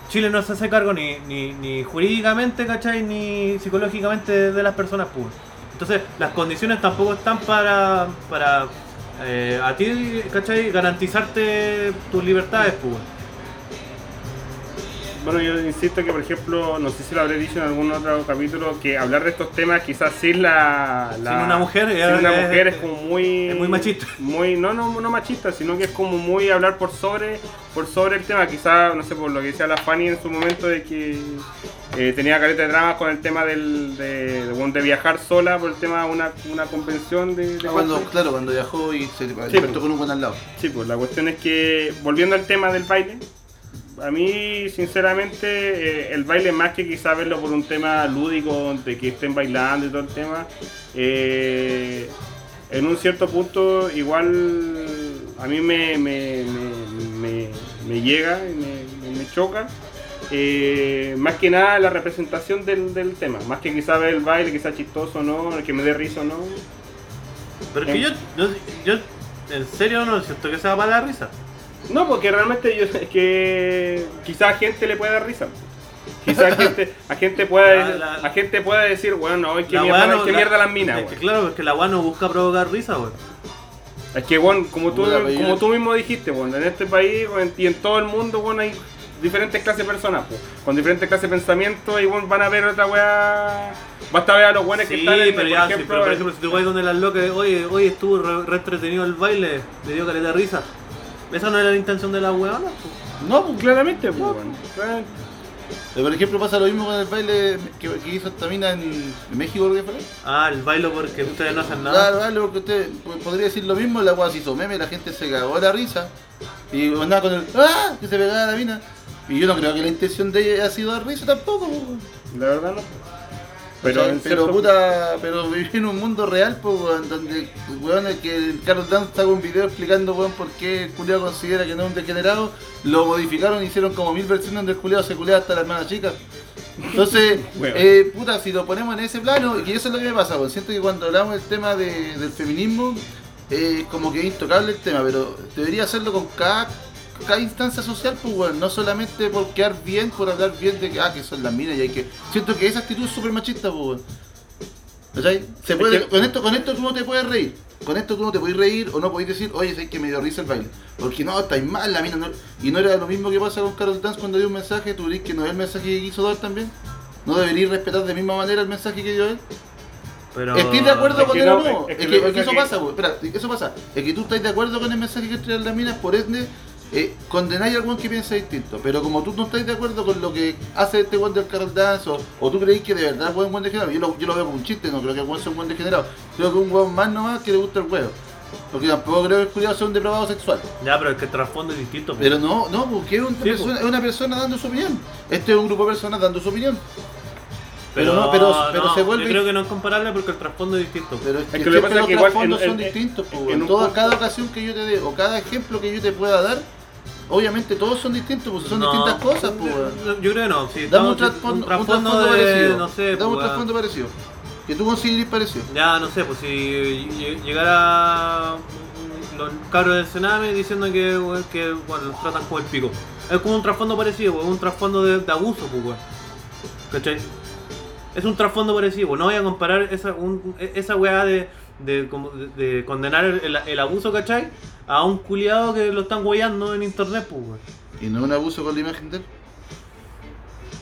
Speaker 4: Chile no se hace cargo ni, ni, ni jurídicamente, ¿cachai? Ni psicológicamente de, de las personas, pues. Entonces, las condiciones tampoco están para, para eh, a ti, ¿cachai? Garantizarte tus libertades, pues.
Speaker 1: Bueno, yo insisto que, por ejemplo, no sé si lo habré dicho en algún otro capítulo, que hablar de estos temas quizás sin la... la-
Speaker 4: Sin una mujer,
Speaker 1: sin
Speaker 4: es-
Speaker 1: una
Speaker 4: es-
Speaker 1: mujer es como muy...
Speaker 4: es muy machista.
Speaker 1: Muy, no, no, no machista, sino que es como muy hablar por sobre por sobre el tema. Quizás, no sé, por lo que decía la Fanny en su momento de que eh, tenía careta de dramas con el tema del, de, de- de viajar sola por el tema de una, una convención de... de
Speaker 3: Ah, Cuando, claro, cuando viajó y se
Speaker 1: pues.
Speaker 3: despertó con un buen al lado.
Speaker 1: Sí, pues la cuestión es que, volviendo al tema del baile, a mí, sinceramente, eh, el baile, más que quizá verlo por un tema lúdico, de que estén bailando y todo el tema, eh, en un cierto punto, igual a mí me, me, me- me- me llega, y me, me- me choca. eh, más que nada la representación del, del tema, más que quizá ver el baile, quizá chistoso o no, que me dé risa o no.
Speaker 4: Pero es que yo, yo, yo, en serio no siento que sea para la risa.
Speaker 1: No, porque realmente yo es que quizás a gente le puede dar risa.
Speaker 4: [LAUGHS]
Speaker 1: Quizás a gente, a gente pueda
Speaker 4: La- la-
Speaker 1: a gente pueda decir, bueno, hoy qué
Speaker 4: La
Speaker 1: mierda,
Speaker 4: weá no-
Speaker 1: qué
Speaker 4: la-
Speaker 1: mierda las minas,
Speaker 4: Es que
Speaker 1: weón.
Speaker 4: claro, es que la weá no busca provocar risa, weón.
Speaker 1: Es que bueno, como tú
Speaker 3: Puta, pero yo-
Speaker 1: como tú mismo dijiste, bueno, en este país weón, y en todo el mundo, bueno, hay diferentes clases de personas, pues, con diferentes clases de pensamiento y bueno, van a ver otra weá. Basta ver a los buenos
Speaker 4: Sí,
Speaker 1: que están en,
Speaker 4: pero
Speaker 1: por
Speaker 4: ya, sí,
Speaker 1: ejemplo,
Speaker 4: pero por ejemplo, si tú vas donde las locas, oye, oye, estuvo re, re entretenido el baile, le dio caleta de risa. Esa no era la intención de la weá,
Speaker 1: no, pues, claramente, pues, weón. Claramente.
Speaker 3: Pero, Eh, por ejemplo, pasa lo mismo con el baile que, que hizo esta mina en México, creo que fue.
Speaker 4: Ah, el bailo porque ustedes no hacen nada.
Speaker 3: Claro, algo que usted po- podría decir lo mismo, la weá se hizo meme, la gente se cagó de la risa. Y andaba con el ¡Ah! que se pegaba la mina. Y yo no creo que la intención de ella haya sido dar risa tampoco, po, weón.
Speaker 1: La verdad no. Pero,
Speaker 3: O sea,
Speaker 1: en
Speaker 3: pero
Speaker 1: cierto-
Speaker 3: puta, pero vivir en un mundo real, pues, weón, donde weón, el que el Carlos Dance sacó un video explicando weón por qué el culiao considera que no es un degenerado, lo modificaron, hicieron como mil versiones donde el culiao se culea hasta la hermana chica. Entonces,
Speaker 1: [LAUGHS] Weón.
Speaker 3: eh, puta, si lo ponemos en ese plano, y eso es lo que me pasa, weón, siento que cuando hablamos del tema de- del feminismo, eh, como que es intocable el tema, pero debería hacerlo con cada, cada instancia social, pues weón, no solamente por quedar bien, por hablar bien de que, ah, que son las minas y hay que... Siento que esa actitud es súper machista, pues weón. ¿Cachai? Se
Speaker 1: Es
Speaker 3: puede-
Speaker 1: que-
Speaker 3: con, esto, con esto tú no te puedes reír. Con esto tú no te puedes reír o no podés decir, oye, sé que me dio risa el baile. Porque no, estáis mal, la mina no. Y no era lo mismo que pasa con Carol Dance cuando dio un mensaje, tú dirías que no es el mensaje que quiso dar también. No deberías respetar de misma manera el mensaje que dio él.
Speaker 4: Pero...
Speaker 3: Estoy de acuerdo
Speaker 1: es
Speaker 3: con
Speaker 1: que
Speaker 3: él
Speaker 1: no,
Speaker 3: o no.
Speaker 1: es-
Speaker 3: Es
Speaker 1: es
Speaker 3: que,
Speaker 1: que lo que
Speaker 3: es
Speaker 1: pasa
Speaker 3: que eso
Speaker 1: que-
Speaker 3: pasa, güey. Espera, eso pasa. Es que tú estás de acuerdo con el mensaje que trae las minas, por ende, eh, condenáis a algún que piensa distinto. Pero como tú no estás de acuerdo con lo que hace este weón del Carol Dance, o, o tú creís que de verdad el weón es un buen degenerado, yo lo, yo lo veo como un chiste, no creo que el weón sea un buen degenerado. Creo que un weón más nomás que le gusta el huevo. Porque tampoco creo que el culiado sea un depravado sexual.
Speaker 4: Ya, pero es que el trasfondo es distinto. pues.
Speaker 3: Pero no, no, porque es una,
Speaker 4: Sí,
Speaker 3: persona,
Speaker 4: pues.
Speaker 3: es una persona dando su opinión. Este es un grupo de personas dando su opinión. pero no, pero- pero se vuelve-
Speaker 4: Yo creo que no es comparable porque el trasfondo es distinto.
Speaker 3: Pero es que,
Speaker 1: Es que lo que
Speaker 3: siempre
Speaker 1: pasa es que
Speaker 3: los
Speaker 1: igual
Speaker 3: trasfondos
Speaker 1: en-
Speaker 3: son
Speaker 1: en-
Speaker 3: distintos, po,
Speaker 1: en
Speaker 3: weón.
Speaker 1: un
Speaker 3: Toda-
Speaker 1: punto-
Speaker 3: cada ocasión que yo te dé o cada ejemplo que yo te pueda dar, obviamente todos son distintos, porque son
Speaker 4: No,
Speaker 3: distintas cosas, po,
Speaker 4: yo-
Speaker 3: weón.
Speaker 4: Yo, yo creo que no. Si
Speaker 3: Dame
Speaker 4: estamos-
Speaker 3: un trasfondo, un
Speaker 4: trasfondo
Speaker 3: trasfondo
Speaker 4: de-
Speaker 3: parecido.
Speaker 4: No sé,
Speaker 3: Dame un
Speaker 4: pues,
Speaker 3: trasfondo parecido. Que tú consideres parecido.
Speaker 4: Ya, no sé, pues si lle- llegara los cabros del Sename diciendo que, weón, que bueno, los tratan como el pico. Es como un trasfondo parecido, weón, un trasfondo de, de abuso, pues, weón. ¿Cachai? Es un trasfondo parecido, pues, no voy a comparar esa, un- e-, esa weá de, de, como de- de condenar el, el- el abuso, ¿cachai? A un culiado que lo están guayando en internet, pues, weón.
Speaker 3: Y no es un abuso con la imagen de él.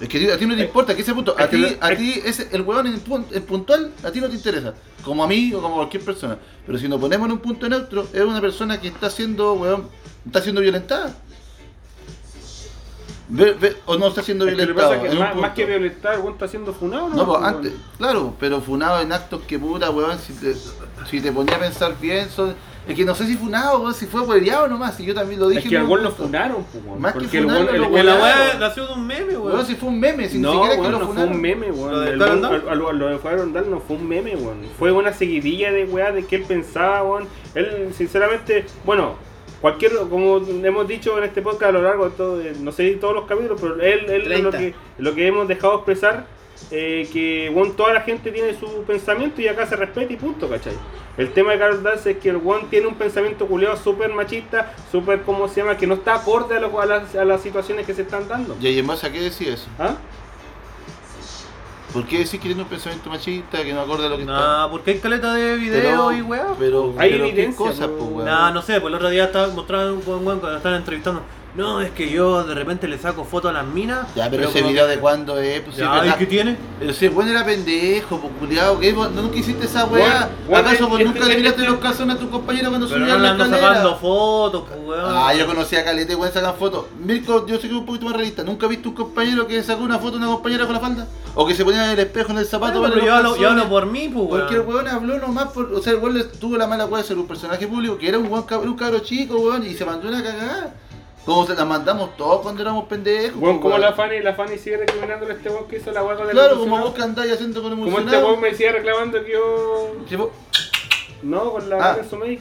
Speaker 3: Es que tío, a ti no te importa, que ese punto,
Speaker 1: Eh, es
Speaker 3: a
Speaker 1: que
Speaker 3: ti,
Speaker 1: lo-
Speaker 3: a
Speaker 1: es-
Speaker 3: ti ese- el huevón en pun- el puntual, a ti no te interesa, como a mí o como a cualquier persona. Pero si nos ponemos en un punto neutro, es una persona que está siendo, huevón, está siendo violentada. Ve- ve- o no está siendo
Speaker 1: Es que lo que pasa
Speaker 3: violentada.
Speaker 1: es que
Speaker 3: en un
Speaker 1: más, más
Speaker 3: punto.
Speaker 1: que violentar, el weón está siendo funado, ¿no?
Speaker 3: No, pues
Speaker 1: Weón.
Speaker 3: antes, claro, pero funado en actos que puta, weón, si te, si te ponía a pensar bien, son, es que no sé si funado, weón, si fue hueveado nomás, si yo también lo dije.
Speaker 1: Es que
Speaker 3: en
Speaker 1: al
Speaker 3: un
Speaker 1: weón lo
Speaker 3: punto.
Speaker 1: funaron, pues, weón.
Speaker 3: Más que
Speaker 1: Porque el weón-
Speaker 3: funarlo,
Speaker 1: el
Speaker 3: lo pues.
Speaker 1: weón-
Speaker 4: la
Speaker 3: Claro.
Speaker 4: weón nació de un meme, weón.
Speaker 3: Weón, si fue un meme, si
Speaker 1: no,
Speaker 3: ni siquiera
Speaker 1: weón,
Speaker 3: que lo
Speaker 1: no fue un
Speaker 3: funaron.
Speaker 1: meme, weón.
Speaker 4: ¿Lo del
Speaker 1: El
Speaker 4: Carol
Speaker 1: weón-
Speaker 4: Dance?
Speaker 1: a- a Lo lo de Carol Dance no fue un meme, weón. Fue una seguidilla de weá de que él pensaba, weón. Él, sinceramente, bueno, cualquier, como hemos dicho en este podcast a lo largo de todo, de- no sé todos los capítulos, pero él, él es lo
Speaker 2: 30.
Speaker 1: que, lo que hemos dejado expresar, eh, que weón, toda la gente tiene su pensamiento y acá se respeta y punto, ¿cachai? El tema de Carol Dance es que el weón tiene un pensamiento culeado súper machista, súper, ¿cómo se llama? Que no está acorde a, lo- a las, a las situaciones que se están dando.
Speaker 3: Y ahí en base a qué decís eso.
Speaker 1: ¿Ah?
Speaker 3: ¿Por qué decís que tiene un pensamiento machista que no acorda a lo que está?
Speaker 4: Nah, Ah, porque hay caleta de
Speaker 3: Pero-
Speaker 4: video y weá.
Speaker 3: Pero,
Speaker 1: Hay
Speaker 3: pero qué
Speaker 1: evidencia,
Speaker 3: cosas,
Speaker 1: po.
Speaker 3: pues, weón.
Speaker 4: No, no sé, pues el otro día estaba mostrando un buen weón cuando estaban entrevistando. No, es que yo de repente le saco fotos a las minas.
Speaker 3: Ya, pero, ese
Speaker 4: como
Speaker 3: video
Speaker 4: que-
Speaker 3: de cuándo es, pues si es
Speaker 4: Ya, ¿y
Speaker 3: verdad.
Speaker 4: qué tiene?
Speaker 3: Pero si el weón era pendejo, pues culiado, ¿qué? ¿No nunca hiciste esa weá?
Speaker 1: Weón, weón,
Speaker 3: ¿Acaso vos
Speaker 1: este-
Speaker 3: nunca
Speaker 1: este-
Speaker 3: le miraste
Speaker 1: este-
Speaker 3: los calzones a tu compañero cuando
Speaker 4: Pero
Speaker 3: subía
Speaker 4: no
Speaker 3: a
Speaker 4: le
Speaker 3: la
Speaker 4: ando
Speaker 3: escalera?
Speaker 4: sacando fotos, pues weón.
Speaker 3: Ah, yo conocía a Calete, weón, sacan fotos. Mirko, yo sé que es un poquito más realista. ¿Nunca viste un compañero que sacó una foto de una compañera con la falda? ¿O que se ponía en el espejo en el zapato?
Speaker 4: Bueno,
Speaker 3: para ver
Speaker 4: pero yo
Speaker 3: los
Speaker 4: hablo, yo
Speaker 3: calzones?
Speaker 4: hablo por mí, pues
Speaker 3: Porque el
Speaker 4: weón.
Speaker 3: weón habló nomás por. O sea, el weón le tuvo la mala weá de ser un personaje público, que era un, weón, cab- un cabro chico, weón, y se mandó una cagada. Como se la mandamos todos cuando éramos pendejos.
Speaker 1: Weón, como
Speaker 3: weón.
Speaker 1: la Fanny, la Fanny sigue recriminándole a este weón que hizo la hueá con el
Speaker 3: Claro, como
Speaker 1: emocionado.
Speaker 3: vos que andáis haciendo con
Speaker 1: Como este
Speaker 3: emocionado.
Speaker 1: weón me sigue reclamando que yo.
Speaker 3: Sí, vos-
Speaker 1: No, con la
Speaker 3: Ah.
Speaker 1: cara en su mail.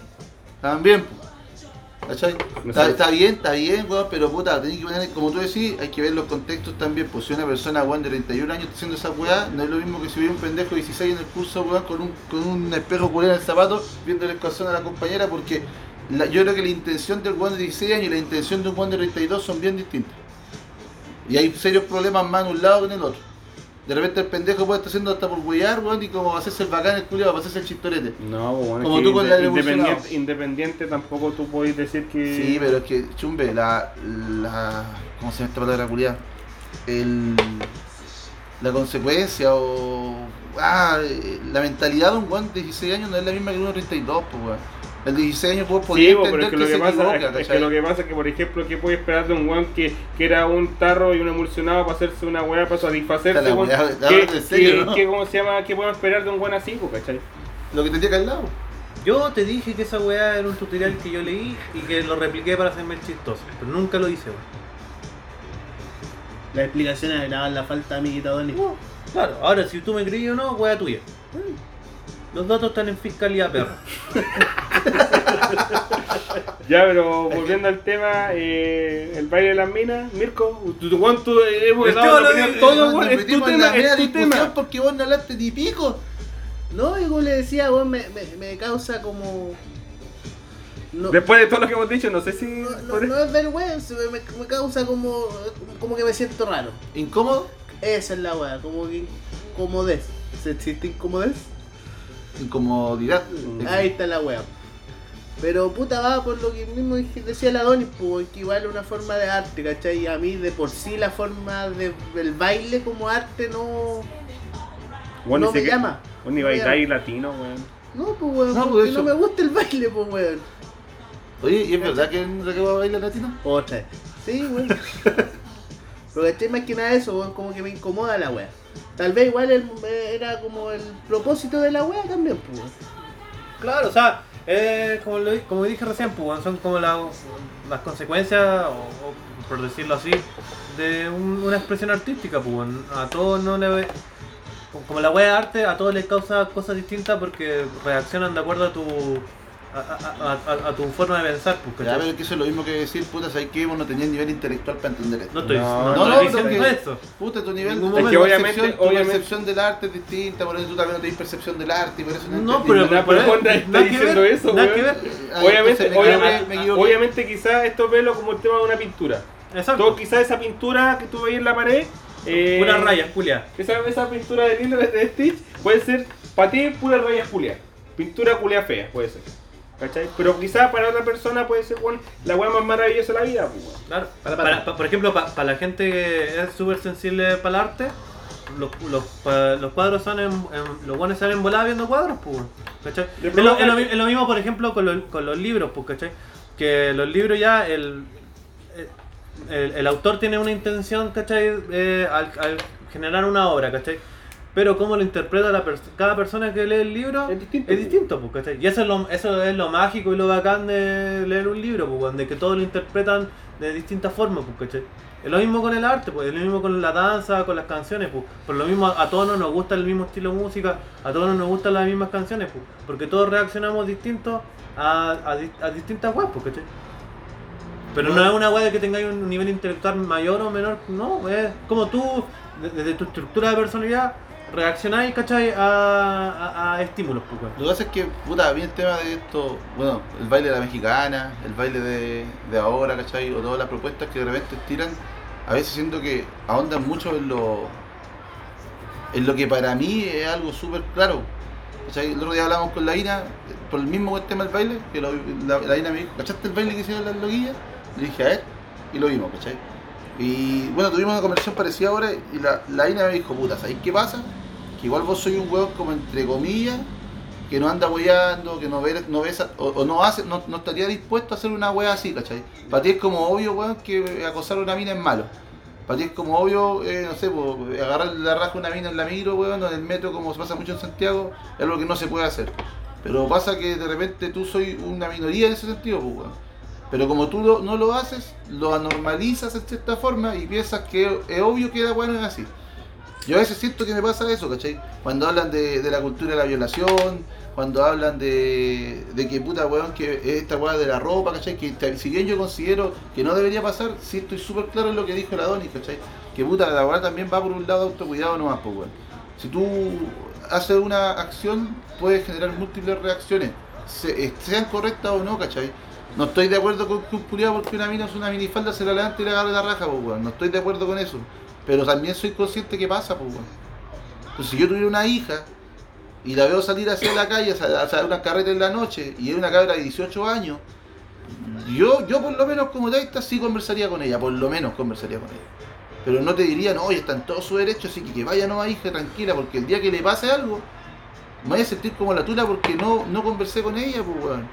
Speaker 3: También, po. ¿cachai?
Speaker 1: No
Speaker 3: Está,
Speaker 1: sé.
Speaker 3: está bien, está bien, weón, pero puta, tenés que poner, como tú decís, hay que ver los contextos también, pues si una persona, weón, de 31 años está haciendo esa weá, no es lo mismo que si hubiera un pendejo de 16 en el curso, weón, con un, con un espejo culero en el zapato, viéndole el corazón a la compañera, porque la- yo creo que la intención del weón de 16 años y la intención de un weón de 32 son bien distintas. Y hay serios problemas más en un lado que en el otro. De repente el pendejo puede estar haciendo hasta por wear, weón, y como va a hacerse el bacán el culiao, va a hacerse el chistorete.
Speaker 1: No, weón.
Speaker 3: Como tú con la del
Speaker 1: independiente,
Speaker 3: emocionado.
Speaker 1: independiente tampoco tú podés decir que.
Speaker 3: Sí, pero es que, chumbe, la. la ¿Cómo se llama esta palabra culiada? El. La consecuencia o. Ah, eh, la mentalidad de un guan de 16 años no es la misma que uno de 32, pues, weón. El de 16 años, vos
Speaker 1: Sí,
Speaker 3: podías
Speaker 1: bo, pero
Speaker 3: entender
Speaker 1: es que
Speaker 3: que,
Speaker 1: lo que
Speaker 3: se
Speaker 1: pasa
Speaker 3: equivoca,
Speaker 1: es, es que
Speaker 3: ¿cachai?
Speaker 1: lo que pasa es que, por ejemplo, ¿qué puede esperar de un weón que, que era un tarro y un emulsionado para hacerse una weá, para satisfacerse?
Speaker 3: Está la
Speaker 1: weón?
Speaker 3: weá, está
Speaker 1: ¿Qué-
Speaker 3: hablando en serio,
Speaker 1: qué-
Speaker 3: ¿no?
Speaker 1: qué- ¿Cómo se llama? ¿Qué pueden esperar de un weón así, po, cachai?
Speaker 3: Lo que tenía que al lado.
Speaker 4: Yo te dije que esa weá era un tutorial que yo leí y que lo repliqué para hacerme el chistoso. Pero nunca lo hice, weón.
Speaker 2: Las explicaciones agravaban la falta de amiguita Donny.
Speaker 4: Uh, Claro, ahora si tú me creí o no, weá tuya. Los datos están en fiscalía, perro.
Speaker 1: Ya, pero volviendo al tema, eh, el baile de las minas, Mirko, tú, tú, weón, tú, eh, hemos
Speaker 4: Este
Speaker 1: dado la
Speaker 4: weón
Speaker 1: opinión
Speaker 4: es-
Speaker 1: todo,
Speaker 3: Nos
Speaker 1: weón, es tu
Speaker 3: metimos en la
Speaker 1: tema, es
Speaker 3: mera
Speaker 1: tu
Speaker 3: discusión
Speaker 1: tema.
Speaker 3: Porque vos no hablaste ni pico.
Speaker 2: No, y como le decía, weón, me, me, me causa como. No,
Speaker 1: Después de todo lo que hemos dicho, no sé si.
Speaker 2: no, no- no es vergüenza, me, me- me causa como. como que me siento raro.
Speaker 3: ¿Incómodo?
Speaker 2: Esa es la weá, como que incomodez. ¿Se existe incomodez?
Speaker 3: incomodidad.
Speaker 1: Mm.
Speaker 2: Ahí está la wea. Pero puta va por lo que mismo dije- decía la Donis, pues que igual es una forma de arte, ¿cachai? Y a mí de por sí la forma de- del baile como arte no.
Speaker 1: Bueno,
Speaker 2: No
Speaker 1: ni
Speaker 2: me
Speaker 1: sé qué-
Speaker 2: llama.
Speaker 1: Bueno, y
Speaker 2: No me
Speaker 1: bailar y
Speaker 2: llama.
Speaker 1: latino, weón.
Speaker 2: No, pues weón,
Speaker 3: No, pues,
Speaker 2: porque
Speaker 3: de
Speaker 2: no
Speaker 3: hecho-
Speaker 2: me gusta el baile, pues weón.
Speaker 3: Oye, ¿y es verdad que en Raquel baila latino?
Speaker 2: Otra vez. Sí, [LAUGHS] weón. Pero ¿cachai? Más que nada eso, weón, como que me incomoda la wea. Tal vez igual el- era como el propósito de la wea también, pues. weón.
Speaker 4: Claro, o sea, eh, como, lo, como dije recién, pues, bueno, son como la- las consecuencias, o, o por decirlo así, de un- una expresión artística. Pues, bueno. a todos no le ve- como- Como la wea de arte, a todos les causa cosas distintas porque reaccionan de acuerdo a tu, a, a- a- a- a tu forma de pensar. Pues,
Speaker 3: Ya,
Speaker 4: ¿cachai?
Speaker 3: pero es que eso es lo mismo que decir, puta, ¿sabes qué? Vos no tenías nivel intelectual para entender esto.
Speaker 4: No estoy,
Speaker 1: No,
Speaker 4: no
Speaker 1: no,
Speaker 4: estoy
Speaker 1: no,
Speaker 4: diciendo
Speaker 3: porque-
Speaker 4: eso.
Speaker 3: Puta, tu nivel
Speaker 4: Ningún
Speaker 3: tu
Speaker 1: momento. Es que
Speaker 3: percepción-
Speaker 1: obviamente-
Speaker 3: tu
Speaker 1: obviamente-
Speaker 3: percepción del arte es distinta, por eso tú también no tenés percepción del arte, y por eso no
Speaker 4: No,
Speaker 3: entendí
Speaker 4: pero,
Speaker 1: nada,
Speaker 4: pero-
Speaker 1: pero Juan, está
Speaker 4: nada que
Speaker 1: diciendo
Speaker 4: ver,
Speaker 1: eso,
Speaker 4: nada
Speaker 1: weón.
Speaker 4: que ver.
Speaker 3: Ah,
Speaker 1: Obviamente,
Speaker 3: entonces me equivoqué, me
Speaker 1: obviamente,
Speaker 3: equivoqué.
Speaker 1: obviamente quizás esto velo como el tema de una pintura.
Speaker 4: Exacto.
Speaker 1: Todo, quizás esa pintura que tú veis en la pared. eh,
Speaker 4: Puras rayas, Julia.
Speaker 1: Esa, esa pintura de Lilo de Stitch puede ser para ti pura raya culia. Pintura culia fea, puede ser. ¿Cachai? Pero quizás para otra persona puede ser weón, la weá más maravillosa de la vida. pues, weón.
Speaker 4: Claro,
Speaker 2: Para-
Speaker 4: para,
Speaker 2: para-
Speaker 4: pa- por ejemplo, para la gente que es súper sensible para el arte, los, los, pa- los cuadros son en, en- los buenos salen volados viendo cuadros, pues. weón, ¿Cachai?
Speaker 1: De
Speaker 4: Es lo, es lo mi-
Speaker 1: pronto-
Speaker 4: es lo mismo, por ejemplo, con, los- con los libros, pues, ¿cachai? Que los libros ya, el, el, el autor tiene una intención, ¿cachai? Eh, al, al generar una obra, ¿cachai? Pero cómo lo interpreta la pers- cada persona que lee el libro
Speaker 1: Es distinto,
Speaker 4: Es
Speaker 1: pues.
Speaker 4: distinto pues, ¿cachai? Y eso es, lo, eso es lo mágico y lo bacán de leer un libro, pues, weón, de que todos lo interpretan de distintas formas, pues, ¿cachai? Es lo mismo con el arte, pues, es lo mismo con la danza, con las canciones, pues. Por lo mismo, a, a todos no nos gusta el mismo estilo de música, a todos no nos gustan las mismas canciones, pues. Porque todos reaccionamos distintos a, a di- a distintas webs, pues, ¿cachai? Pero no es una weá de que tengáis un nivel intelectual mayor o menor, no, es como tú, de- desde tu estructura de personalidad, reaccionáis, ¿cachai? A, a- a estímulos, pues, weón.
Speaker 3: Lo que pasa es que, puta, viene el tema de esto, bueno, el baile de la mexicana, el baile de, de ahora, ¿cachai? O todas las propuestas que de repente tiran, a veces siento que ahondan mucho en lo, en lo que para mí es algo súper claro. ¿Cachai? El otro día hablamos con la Ina, eh, por el mismo tema del baile, que lo- la, la Ina me dijo, ¿cachaste el baile que hicieron las loquillas? Le dije a él, y lo vimos, ¿cachai? Y bueno, tuvimos una conversación parecida ahora y la, la Ina me dijo, puta, ¿sabéis qué pasa? Que igual vos soy un huevo como entre comillas, que no anda hueando, que no ve, no ve esa- o, o no hace, no, no estaría dispuesto a hacer una wea así, ¿cachai? Para ti es como obvio, weón, que acosar a una mina es malo. Para ti es como obvio, eh, no sé, po, agarrar la raja a una mina en la micro, weón, o en el metro, como se pasa mucho en Santiago, es algo que no se puede hacer. Pero pasa que de repente tú soy una minoría en ese sentido, pues, weón. Pero como tú lo- no lo haces, lo anormalizas en cierta forma y piensas que es obvio que la weá no es así. Yo a veces siento que me pasa eso, ¿cachai? Cuando hablan de, de la cultura de la violación, cuando hablan de, de que puta weón, que esta weá de la ropa, ¿cachai? Que te- si bien yo considero que no debería pasar, sí estoy súper claro en lo que dijo la Donis, ¿cachai? Que puta, la weá también va por un lado de autocuidado nomás, pues weón. Si tú haces una acción, puedes generar múltiples reacciones, se- eh, sean correctas o no, ¿cachai? No estoy de acuerdo con que un culiao porque una mina es una minifalda se la levanta y le agarra la raja, pues weón. No estoy de acuerdo con eso. Pero también soy consciente que pasa, pues weón. Entonces, si yo tuviera una hija y la veo salir hacia la calle, hacia, hacia una carreta en la noche, y es una cabra de 18 años, yo, yo por lo menos como taita sí conversaría con ella, por lo menos conversaría con ella. Pero no te diría, no, oye, está en todo su derecho, así que que vaya no hija, tranquila, porque el día que le pase algo, me voy a sentir como la tula porque no, no conversé con ella, pues weón.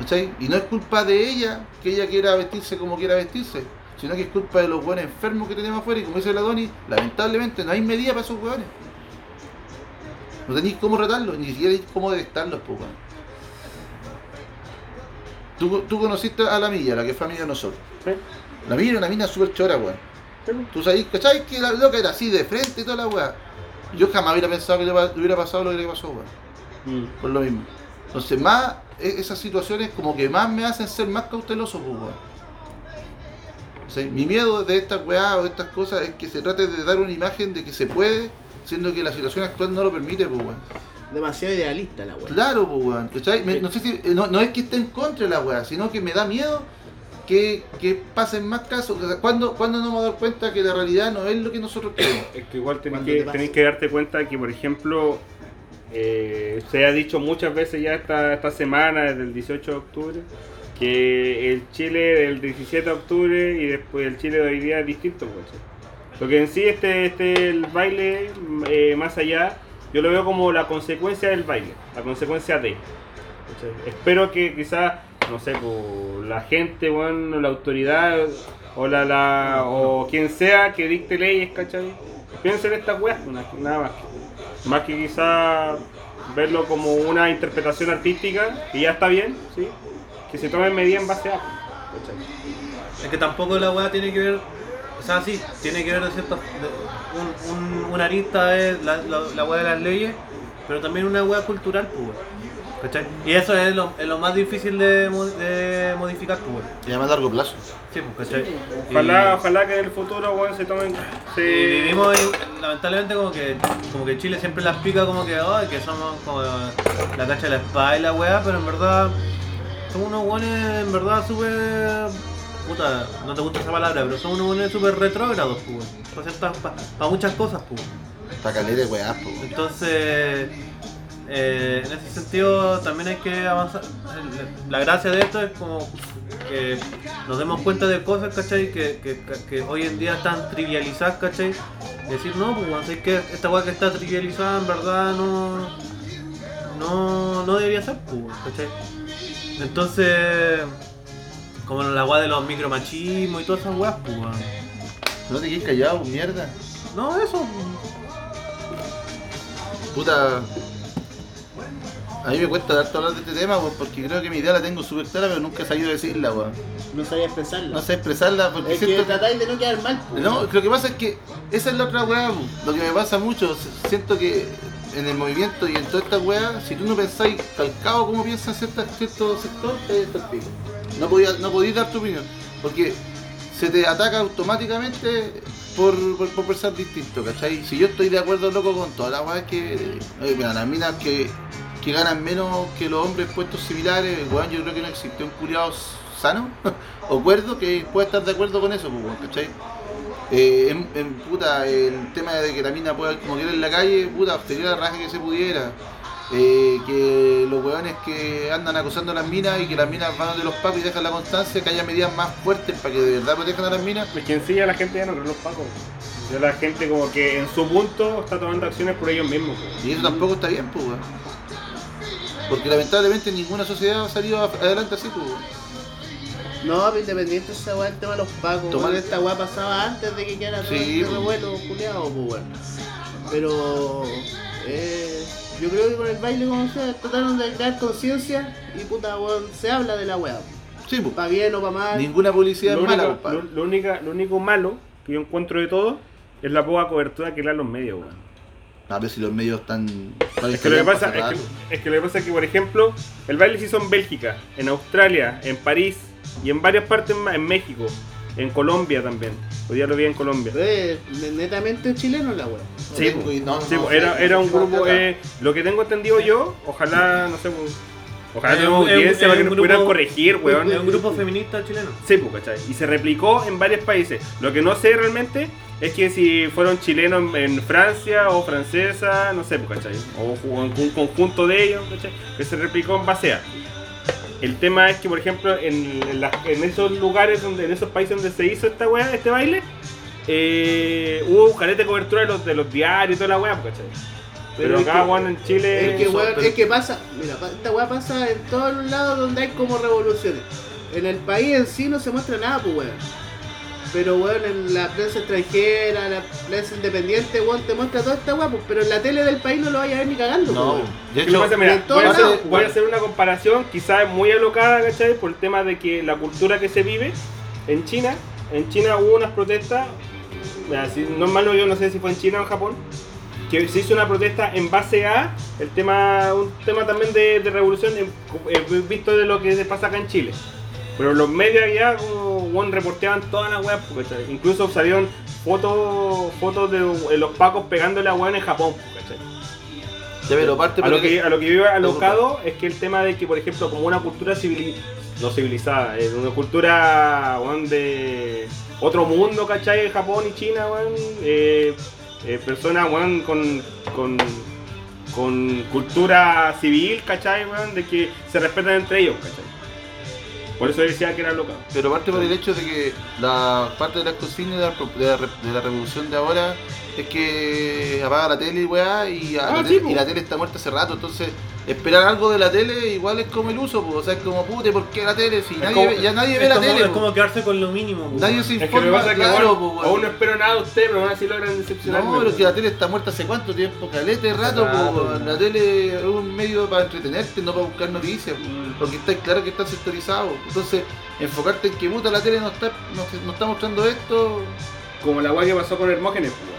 Speaker 3: ¿Cachai? Y no es culpa de ella que ella quiera vestirse como quiera vestirse, sino que es culpa de los buenos enfermos que tenemos afuera. Y como dice la Doni, lamentablemente no hay medida para esos hueones. No tenéis cómo tratarlos, ni siquiera tenéis cómo detectarlos, pues, weón. Tú, tú conociste a la Milla, la que fue amiga de nosotros.
Speaker 1: Sí.
Speaker 3: La Milla era una mina súper chora, weón.
Speaker 1: Pero-
Speaker 3: Tú sabes, ¿cachai? Que la loca era así de frente y toda la weá. Yo jamás hubiera pensado que le pa- le hubiera pasado lo que le pasó, weón por lo mismo. Entonces, más e- esas situaciones como que más me hacen ser más cauteloso, pues, weón. O sea, mi miedo de estas weá o de estas cosas es que se trate de dar una imagen de que se puede, siendo que la situación actual no lo permite, pues, weón.
Speaker 2: Demasiado idealista la wea.
Speaker 3: Claro, pues, weón, ¿cachai? Me- no, sé si, eh, no, no es que esté en contra de la weá, sino que me da miedo que, que pasen más casos. O sea, ¿Cuándo, cuándo nos vamos a dar cuenta que la realidad no es lo que nosotros queremos?
Speaker 1: Es que igual tenés
Speaker 2: Cuando
Speaker 1: que,
Speaker 2: te pase.
Speaker 1: tenés que darte cuenta que, por ejemplo, Eh, se ha dicho muchas veces ya esta, esta semana, desde el 18 de octubre, que el Chile del 17 de octubre y después el Chile de hoy día es distinto. pues, ¿cachai? Lo que en sí este, este el baile eh, más allá, yo lo veo como la consecuencia del baile, la consecuencia de. ¿cachai? Espero que quizás, no sé, po, la gente, bueno, la autoridad o la, la o quien sea que dicte leyes, ¿cachai? Piensen estas weas, na- nada más. Más que quizás verlo como una interpretación artística, y ya está bien, ¿sí? Que se tomen medidas en base a. ¿cachai?
Speaker 4: Es que tampoco la weá tiene que ver. O sea, sí, tiene que ver de cierta. de- un, un- una arista es la, la, la weá de las leyes, pero también una weá cultural, pues, weón. ¿Cachai? Y eso es lo, es lo más difícil de, mo- de modificar, pues, weón.
Speaker 3: Y además a largo plazo.
Speaker 4: Sí, pues, ¿cachai? Y-
Speaker 1: Ojalá, ojalá que en el futuro, weón, se tomen.
Speaker 4: y
Speaker 1: Se...
Speaker 4: vivimos, en- lamentablemente, como que, como que Chile siempre las pica, como que, ay, que somos como la cacha de la espada y la weá, pero en verdad, son unos weones, en verdad, súper. Puta, no te gusta esa palabra, pero son unos weones súper retrógrados, pues, weón. Para ciertas- pa- pa muchas cosas, pues.
Speaker 3: Para caleta de weá, po. weón.
Speaker 4: Entonces, eh, en ese sentido también hay que avanzar. El- La gracia de esto es como que nos demos cuenta de cosas, ¿cachai? Que, que, que hoy en día están trivializadas, ¿cachai? Decir, no, pues bueno, sé que esta weá que está trivializada en verdad no, no, no debería ser, pues, weón, ¿cachai? Entonces, como la weá de los micromachismos y todas esas weas, pues, weón.
Speaker 3: No te quedes callado, mierda.
Speaker 4: No, eso,
Speaker 3: Puta. A mí me cuesta dar hablar de este tema, weón, porque creo que mi idea la tengo súper clara, pero nunca he sabido decirla, weón.
Speaker 2: No sabía expresarlo.
Speaker 3: No sé expresarla porque
Speaker 2: es que
Speaker 3: siento
Speaker 2: tratáis de no quedar mal. pues. po.
Speaker 3: No, lo que pasa es que esa es la otra weá, po. lo que me pasa mucho, s- siento que en el movimiento y en toda esta weá, si tú no pensáis calcado como piensan ciertas- ciertos sectores, te vais al pico. No podías no podías dar tu opinión, porque se te ataca automáticamente por, por, por pensar distinto, ¿cachai? Si yo estoy de acuerdo, loco, con todas las weas que... oye, mira, las minas que, que ganan menos que los hombres en puestos similares, weón, yo creo que no existe un curiado sano [LAUGHS] o cuerdo que pueda estar de acuerdo con eso, pues, weón, ¿cachai? Eh, en, en, puta, el tema de que la mina pueda ir como quiera en la calle, puta, sería la raja que se pudiera. Eh, que los hueones que andan acosando a las minas y que las minas van de los pacos y dejan la constancia, que haya medidas más fuertes para que de verdad protejan a las minas.
Speaker 1: Es que en sí ya la gente ya no cree en los pacos. Ya la gente, como que en su punto, está tomando acciones por ellos mismos, weón.
Speaker 3: Y eso tampoco está bien, pues, weón. Porque lamentablemente ninguna sociedad ha salido a- adelante así, pues. weón.
Speaker 2: No, pero independiente de esa weá, el tema de los pacos.
Speaker 3: Tomar-
Speaker 2: Tomar esta weá pasaba antes de que quedara todo
Speaker 3: Sí,
Speaker 2: este
Speaker 3: po.
Speaker 2: revuelo, culiado, pues weón. Pero. eh, yo creo que con el baile, como sea, trataron de crear conciencia y puta weón, se habla de la weá.
Speaker 3: Sí, pues.
Speaker 2: Pa' bien o pa' mal.
Speaker 3: Ninguna publicidad
Speaker 1: lo
Speaker 3: es mala,
Speaker 1: único,
Speaker 3: compadre.
Speaker 1: lo- lo única- lo único malo que yo encuentro de todo es la poca cobertura que le dan los medios, weón.
Speaker 3: A ver si los medios están.
Speaker 1: Es que lo que pasa es que, es que lo que pasa es que, por ejemplo, el baile se hizo en Bélgica, en Australia, en París y en varias partes más, en México, en Colombia también. Hoy día lo vi en Colombia.
Speaker 2: Eh, netamente chileno la weá.
Speaker 1: Sí,
Speaker 3: pues, y no-
Speaker 1: Sí,
Speaker 3: no
Speaker 1: pues,
Speaker 3: sé,
Speaker 1: era, era un
Speaker 3: no sé
Speaker 1: grupo,
Speaker 3: acá.
Speaker 1: eh, lo que tengo entendido yo, ojalá, no sé, pues, ojalá
Speaker 4: Es
Speaker 1: tengamos
Speaker 4: un- es un-
Speaker 1: audiencia
Speaker 4: es
Speaker 1: para que
Speaker 4: un
Speaker 1: nos
Speaker 4: grupo-
Speaker 1: pudieran corregir, weón.
Speaker 4: es un grupo feminista chileno.
Speaker 1: Sí, pues, ¿cachai? Y se replicó en varios países. Lo que no sé realmente es que si fueron chilenos en, en Francia o francesa, no sé, pues, ¿cachai? O, o en un conjunto de ellos, ¿cachai? Que se replicó en base a. El tema es que, por ejemplo, en, en las- en esos lugares, donde, en esos países donde se hizo esta weá, este baile, eh, hubo careta de cobertura de los, de los diarios y toda la weá, pues, ¿cachai? Pero,
Speaker 2: Pero es
Speaker 1: acá,
Speaker 2: que-
Speaker 1: weón, en Chile...
Speaker 2: Es que,
Speaker 1: son-
Speaker 2: weón,
Speaker 1: pero-
Speaker 2: es que pasa, mira, pa- esta weá pasa en todos los lados donde hay como revoluciones. En el país en sí no se muestra nada, pues weón. Pero weón, en la prensa extranjera, la prensa independiente, weón, te muestra toda esta weá, pues, pero en la tele del país no lo vayas a ver ni cagando, pues,
Speaker 3: No,
Speaker 2: weón.
Speaker 3: de
Speaker 1: Que lo
Speaker 3: hecho,
Speaker 1: pasa, mira,
Speaker 2: de todos
Speaker 1: voy, a hacer,
Speaker 2: lados,
Speaker 1: voy a
Speaker 2: weón.
Speaker 1: hacer una comparación, quizás muy alocada, ¿cachai? Por el tema de que la cultura que se vive en China, en China hubo unas protestas, mira, si- no es malo, yo no sé si fue en China o en Japón, que se hizo una protesta en base a el tema, un tema también de, de revolución, eh, eh, visto de lo que se pasa acá en Chile. Pero los medios allá como weón, reporteaban todas las weas, pues, ¿cachai? Incluso salieron fotos fotos de eh, los pacos pegándole a weón en Japón, pues, ¿cachai?
Speaker 3: ya pero parte
Speaker 1: A lo,
Speaker 3: porque-
Speaker 1: que, a lo que yo iba alocado es que el tema de que, por ejemplo, como una cultura civili- no civilizada, es una cultura weón, de otro mundo, ¿cachai? Japón y China, weón, eh, eh, personas weón, con, con con cultura civil, ¿cachai, weón? De que se respetan entre ellos, ¿cachai? Por eso decía que era loca.
Speaker 3: Pero aparte por el hecho de que la parte del acto cine de la, de la re- de la revolución de ahora es que apaga la tele y weá y, a-
Speaker 1: Ah,
Speaker 3: la
Speaker 1: sí,
Speaker 3: tele-
Speaker 1: po.
Speaker 3: y la tele está muerta hace rato, entonces esperar algo de la tele igual es como el uso, po. o sea es como pute, ¿por qué la tele? Si nadie
Speaker 1: como-
Speaker 3: ve- ya nadie ve
Speaker 4: es,
Speaker 3: la
Speaker 4: como,
Speaker 3: tele.
Speaker 4: es
Speaker 3: po.
Speaker 4: como quedarse con lo mínimo. weón.
Speaker 3: Nadie se
Speaker 1: Es
Speaker 3: informa,
Speaker 1: que me pasa que
Speaker 3: claro,
Speaker 1: weón, aún
Speaker 3: po,
Speaker 1: no
Speaker 3: weón.
Speaker 1: espero nada de usted, pero aún así logran decepcionarme.
Speaker 3: No, pero
Speaker 1: weón.
Speaker 3: que la tele está muerta hace cuánto tiempo, caleta de rato,
Speaker 4: Rato,
Speaker 3: po.
Speaker 4: weón.
Speaker 3: la tele es un medio para entretenerte, no para buscar noticias. po.
Speaker 1: Mm.
Speaker 3: porque está claro que está sectorizado. Entonces, enfocarte en que puta la tele no está, no, no está mostrando esto.
Speaker 1: Como la weá que pasó con Hermógenes, weón.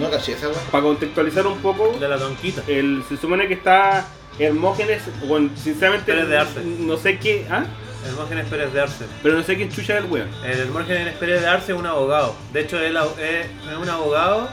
Speaker 3: No caché esa weá.
Speaker 1: Para contextualizar un poco,
Speaker 4: De la tonquita.
Speaker 1: el, se supone que está Hermógenes, weón, sinceramente
Speaker 4: Pérez de Arce.
Speaker 1: no sé qué, ¿ah?
Speaker 4: Hermógenes Pérez de Arce.
Speaker 1: Pero no sé quién chucha es el weón.
Speaker 4: El Hermógenes Pérez de Arce es un abogado. De hecho, él ab- es, es un abogado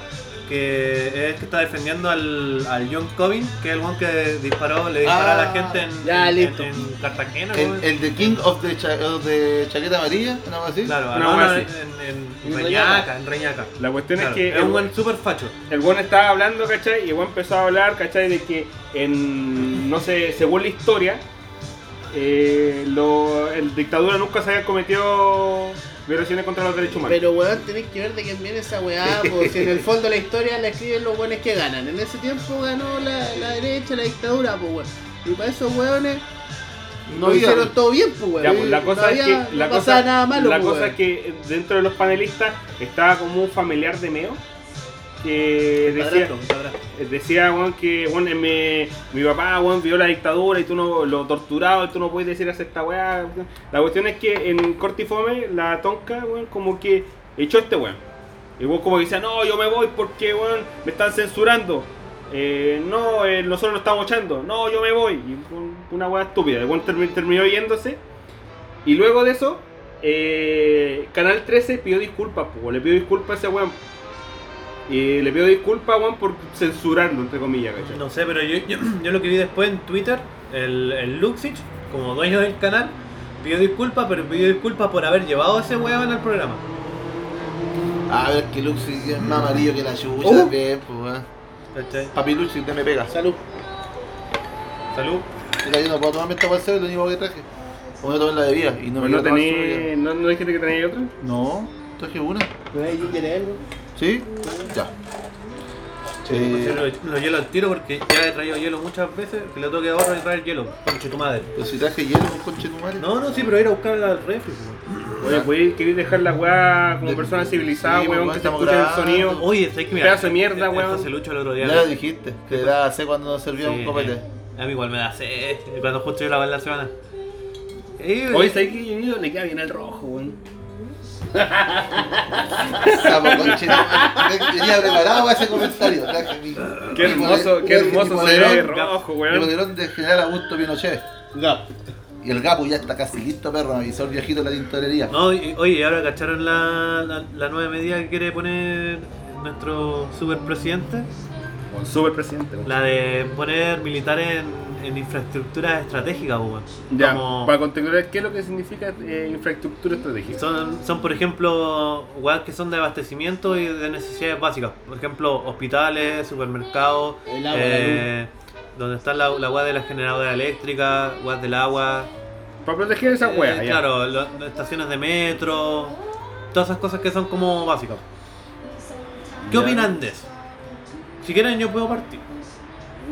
Speaker 4: que es que está defendiendo al, al John Cobin, que es el one que disparó, le disparó a la
Speaker 3: Ah,
Speaker 4: gente en,
Speaker 2: ya,
Speaker 4: en-
Speaker 2: listo.
Speaker 4: en Cartagena. weón.
Speaker 3: El, el de King of the, Cha- of the Chaqueta Amarilla, algo así.
Speaker 4: Claro,
Speaker 1: Una
Speaker 4: no,
Speaker 1: wea
Speaker 4: no,
Speaker 1: así.
Speaker 4: en, en- en
Speaker 2: En
Speaker 4: Reñaca, en Reñaca.
Speaker 1: La cuestión
Speaker 4: Claro,
Speaker 1: es que
Speaker 4: es un
Speaker 1: el-
Speaker 4: buen super facho.
Speaker 1: El weón estaba hablando, ¿cachai? Y el weón empezó a hablar, ¿cachai? De que en, no sé, según la historia, eh, lo, el dictadura nunca se había cometido violaciones contra los derechos humanos.
Speaker 2: Pero weón, tenés que ver de quién viene
Speaker 1: [LAUGHS]
Speaker 2: esa weá, porque si en el fondo la historia la escriben los weones que ganan. En ese tiempo ganó la, la derecha, la dictadura, pues weón. Y para esos weones
Speaker 3: No
Speaker 2: lo
Speaker 3: había-
Speaker 2: hicieron todo bien, pues weón.
Speaker 1: Ya, pues, la cosa es
Speaker 2: Todavía
Speaker 1: que
Speaker 2: no
Speaker 1: la
Speaker 2: pasaba
Speaker 1: cosa,
Speaker 2: nada malo,
Speaker 1: la
Speaker 2: pues,
Speaker 1: cosa
Speaker 2: weón.
Speaker 1: es que dentro de los panelistas estaba como un familiar de Meo que decía, eh,
Speaker 4: Padrastro, un padrastro.
Speaker 1: decía weón, que weón, me- mi papá weón, vio la dictadura y tú no lo torturado y tú no puedes decir hacer esta weá. La cuestión es que en Cortifome la tonca weón, como que echó a este weón. Y vos como que decía, no, yo me voy porque weón, me están censurando. Eh, no, eh, nosotros lo estamos echando. No, yo me voy. Y un- una weá estúpida. El weón termi- terminó yéndose. Y luego de eso, eh, Canal 13 pidió disculpas, pues, le pidió disculpas a ese weón. Y le pido disculpas, weón, por censurarlo, entre comillas, ¿cachai?
Speaker 4: No sé, pero yo, yo, [CLEARS THROAT] yo lo que vi después en Twitter, el, el Luxich, como dueño del canal, pidió disculpas, pero pidió disculpas por haber llevado a ese huevón al programa.
Speaker 3: A ver, que Luxi es más amarillo que la chucha
Speaker 2: Uh.
Speaker 3: también, pues weón.
Speaker 4: ¿Cachai?
Speaker 3: Papi Luxi, usted me pega.
Speaker 2: Salud.
Speaker 4: Salud.
Speaker 3: Mira, yo no puedo tomarme esta bolsa, es lo único que traje. O no tomé la bebida y no me
Speaker 1: Bueno, Pues no,
Speaker 3: quiero tomar su
Speaker 1: tenés-
Speaker 3: bebida.
Speaker 1: ¿no, ¿No dijiste que tenéis otra?
Speaker 3: No, traje una.
Speaker 2: Ay, ¿yo quería algo?
Speaker 3: ¿Sí? Ya.
Speaker 4: Yo
Speaker 3: Eh,
Speaker 4: lo, lo hielo al tiro porque ya he traído hielo muchas veces, que le toque ahora y traer hielo, conche tu madre.
Speaker 3: pero si traje hielo, pues, conche tu madre.
Speaker 4: No, no, sí, pero era a buscar al refri. pues, weón.
Speaker 1: Oye, ¿podéis- ¿queréis dejar la weá como
Speaker 3: De-
Speaker 1: persona civilizada,
Speaker 3: sí,
Speaker 1: weón,
Speaker 3: weón,
Speaker 1: que se
Speaker 3: estamos
Speaker 1: escuche el
Speaker 3: grabando.
Speaker 1: sonido?
Speaker 4: Oye, sé que mira,
Speaker 1: Pedazo de mierda,
Speaker 4: el- el
Speaker 1: weón.
Speaker 4: José Lucho el otro día.
Speaker 3: Ya lo dijiste, te da hace cuando nos servía
Speaker 4: Sí,
Speaker 3: un copete.
Speaker 4: A mí igual me da sed, cuando justo yo la en la semana. Eh,
Speaker 1: Oye, ¿sabéis que yo le queda bien el rojo, weón?
Speaker 3: Sapo conchetumare. Venía preparado para ese comentario. Traje mi-
Speaker 1: Qué
Speaker 3: mi
Speaker 1: hermoso,
Speaker 3: poder-
Speaker 1: qué hermoso
Speaker 3: mi
Speaker 1: se ve el
Speaker 3: poderón-
Speaker 1: rojo,
Speaker 3: Mi
Speaker 1: weón.
Speaker 3: poderón de general Augusto Pinochet.
Speaker 2: Ya.
Speaker 3: Y el Gapu ya está casi listo, perro. Me avisó el viejito de la tintorería.
Speaker 4: No, y- oye, y ahora cacharon la, la, la nueva medida que quiere poner nuestro superpresidente,
Speaker 1: Con Super presidente, weón.
Speaker 4: la de poner militares en, en infraestructuras estratégicas, po, weón.
Speaker 1: Ya,
Speaker 4: Como-
Speaker 1: para contextualizar, ¿qué es lo que significa eh, infraestructura estratégica?
Speaker 4: son, son, por ejemplo, weas que son de abastecimiento y de necesidades básicas. Por ejemplo, hospitales, supermercados,
Speaker 2: El agua,
Speaker 4: eh, donde está la, la wea de la generadora eléctrica, weas del agua,
Speaker 1: Para proteger esa
Speaker 4: Eh,
Speaker 1: weá, ya.
Speaker 4: Claro, lo- las estaciones de metro, todas esas cosas que son como básicas. ¿Qué
Speaker 1: Ya.
Speaker 4: opinan de eso? Si quieren yo puedo partir.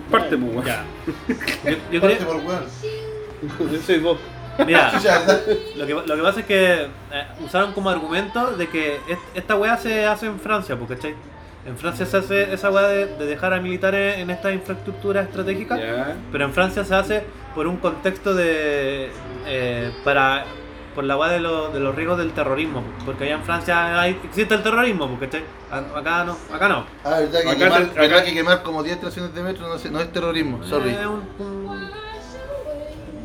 Speaker 1: Parte, pues, weón.
Speaker 4: Yo,
Speaker 1: [LAUGHS]
Speaker 4: yo
Speaker 3: Parte
Speaker 4: creo-
Speaker 3: por weón.
Speaker 2: Yo soy vos.
Speaker 4: mira, [LAUGHS]
Speaker 3: Ya, ¿verdad?
Speaker 4: lo que, lo que pasa es que eh, usaron como argumento de que est- esta weá se hace en Francia, pues, ¿cachai? En Francia se hace esa weá de, de dejar a militares en estas infraestructuras estratégicas.
Speaker 1: Ya.
Speaker 4: Pero en Francia se hace por un contexto de. eh, para. por la guada de, lo- de los riesgos del terrorismo. Porque allá en Francia hay- existe el terrorismo, porque Ah, acá no. Acá no.
Speaker 3: Ah, verdad que,
Speaker 1: Acá
Speaker 3: quemar,
Speaker 1: se- acá-
Speaker 3: verdad que quemar como 10 estaciones de metro no, sé, no es terrorismo. Sorry.
Speaker 4: Eh, un- un-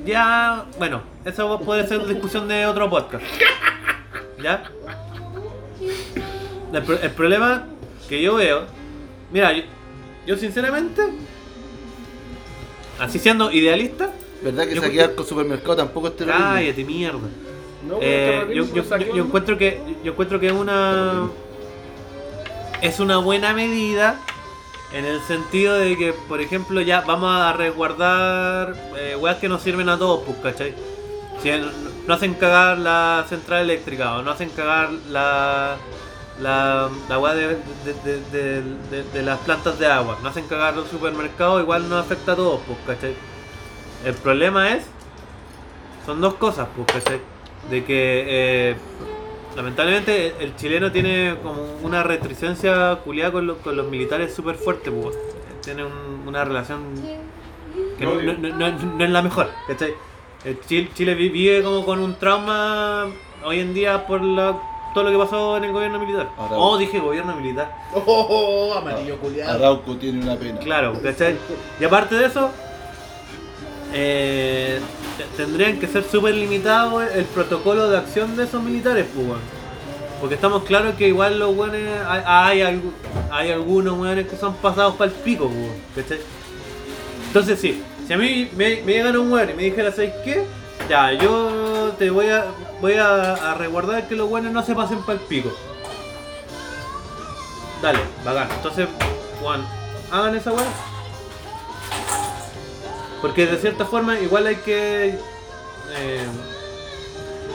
Speaker 4: ya. Bueno, eso puede ser discusión de otro podcast. [LAUGHS] ¿Ya? El, pro- el problema que yo veo. Mira, yo, yo sinceramente. Así siendo idealista.
Speaker 3: ¿Verdad que
Speaker 4: yo-
Speaker 3: saquear con supermercado tampoco es terrorismo?
Speaker 4: Cállate, mierda.
Speaker 1: No, weón,
Speaker 4: Eh, yo,
Speaker 1: terrorismo,
Speaker 4: yo-
Speaker 1: saqueo,
Speaker 4: yo- yo
Speaker 1: ¿no?
Speaker 4: encuentro que yo encuentro que es una es una buena medida En el sentido de que, por ejemplo, ya vamos a resguardar eh, weas que nos sirven a todos, pues, ¿cachai? Si en- no hacen cagar la central eléctrica o no hacen cagar la. La, la wea de, de- de- de- de- de las plantas de agua, no hacen cagar los supermercados, igual nos afecta a todos, pues, ¿cachai? El problema es. Son dos cosas, pues, ¿cachai? De que. eh, Lamentablemente el chileno tiene como una restricción culiada con, lo- con los militares súper fuerte, pues. Tiene un- una relación que no, no- no- no- no es la mejor, ¿cachai? El Chile, Chile vi- vive como con un trauma hoy en día por la- todo lo que pasó en el gobierno militar.
Speaker 3: Ahora-
Speaker 4: oh, dije gobierno militar.
Speaker 2: Oh, oh, oh, amarillo culiado.
Speaker 3: Arauco tiene una pena.
Speaker 4: Claro, ¿cachai? Y aparte de eso, eh, te- tendrían que ser súper limitados el protocolo de acción de esos militares, pues, weón. Porque estamos claros que igual los weones, hay, hay, algu- hay algunos weones que son pasados para el pico, pues, weón, ¿cachai? Entonces sí, si a mí me, me llegara un weón y me dijera, ¿sabes qué? Ya, yo te voy a voy a, a resguardar que los weones no se pasen para el pico. Dale, bacán. Entonces, weón, hagan esa weón. Porque de cierta forma igual hay que... eh,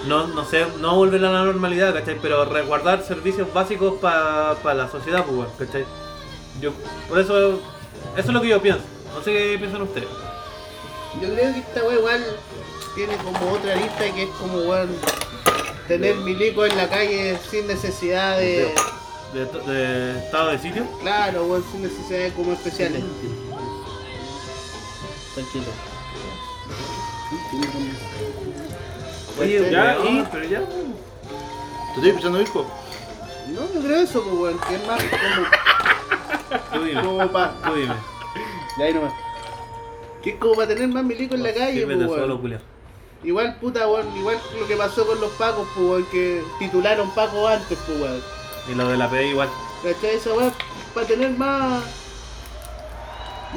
Speaker 4: no, no sé, no volver a la normalidad, ¿cachai? Pero resguardar servicios básicos para la sociedad, pues, weón, ¿cachai? Yo, por eso, eso es lo que yo pienso. No sé qué piensan ustedes.
Speaker 2: Yo creo que esta wea igual tiene como otra lista que es como weón tener milico en la calle sin necesidad de.
Speaker 4: De, de estado de sitio.
Speaker 2: Claro, weón, sin necesidad de como especiales.
Speaker 3: Tranquilo.
Speaker 2: Oye, ah,
Speaker 1: Ya,
Speaker 4: Este, weón,
Speaker 1: y- pero ya.
Speaker 3: ¿Te estoy escuchando, hijo?
Speaker 2: No, yo creo eso, pues weón, que es más como,
Speaker 4: Tú dime,
Speaker 2: como para.
Speaker 4: tú dime.
Speaker 2: De ahí nomás. Que es como para tener más milico en la calle, pues
Speaker 4: Sírvete
Speaker 2: weón.
Speaker 4: solo, culiao.
Speaker 2: Igual, puta, weón, igual lo que pasó con los pacos, pues weón, que titularon Paco antes, pues weón.
Speaker 4: Y lo de la PDI igual.
Speaker 2: ¿Cachai? Esa weá para tener más.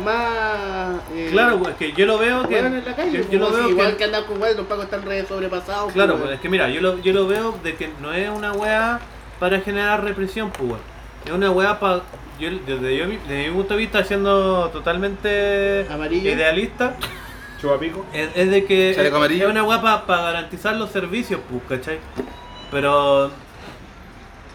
Speaker 2: Más. eh,
Speaker 4: Claro, pues, es que yo lo veo que.
Speaker 2: weón en la calle,
Speaker 4: que
Speaker 2: pues,
Speaker 4: yo lo
Speaker 2: weón,
Speaker 4: veo
Speaker 2: si igual
Speaker 4: que-
Speaker 2: que, andan con weá, los pacos están re sobrepasados.
Speaker 4: Claro,
Speaker 2: pues,
Speaker 4: pues, es que mira, yo lo, yo lo veo de que no es una weá para generar represión, pues weón. Es una weá para. Yo, desde, yo- desde mi punto de vista, siendo totalmente
Speaker 2: Amarillo.
Speaker 4: idealista,
Speaker 1: Chupapico.
Speaker 4: es, es de que.
Speaker 3: Chaleco
Speaker 4: Es
Speaker 3: amarillo.
Speaker 4: una weá para garantizar los servicios, pues, ¿cachai? Pero.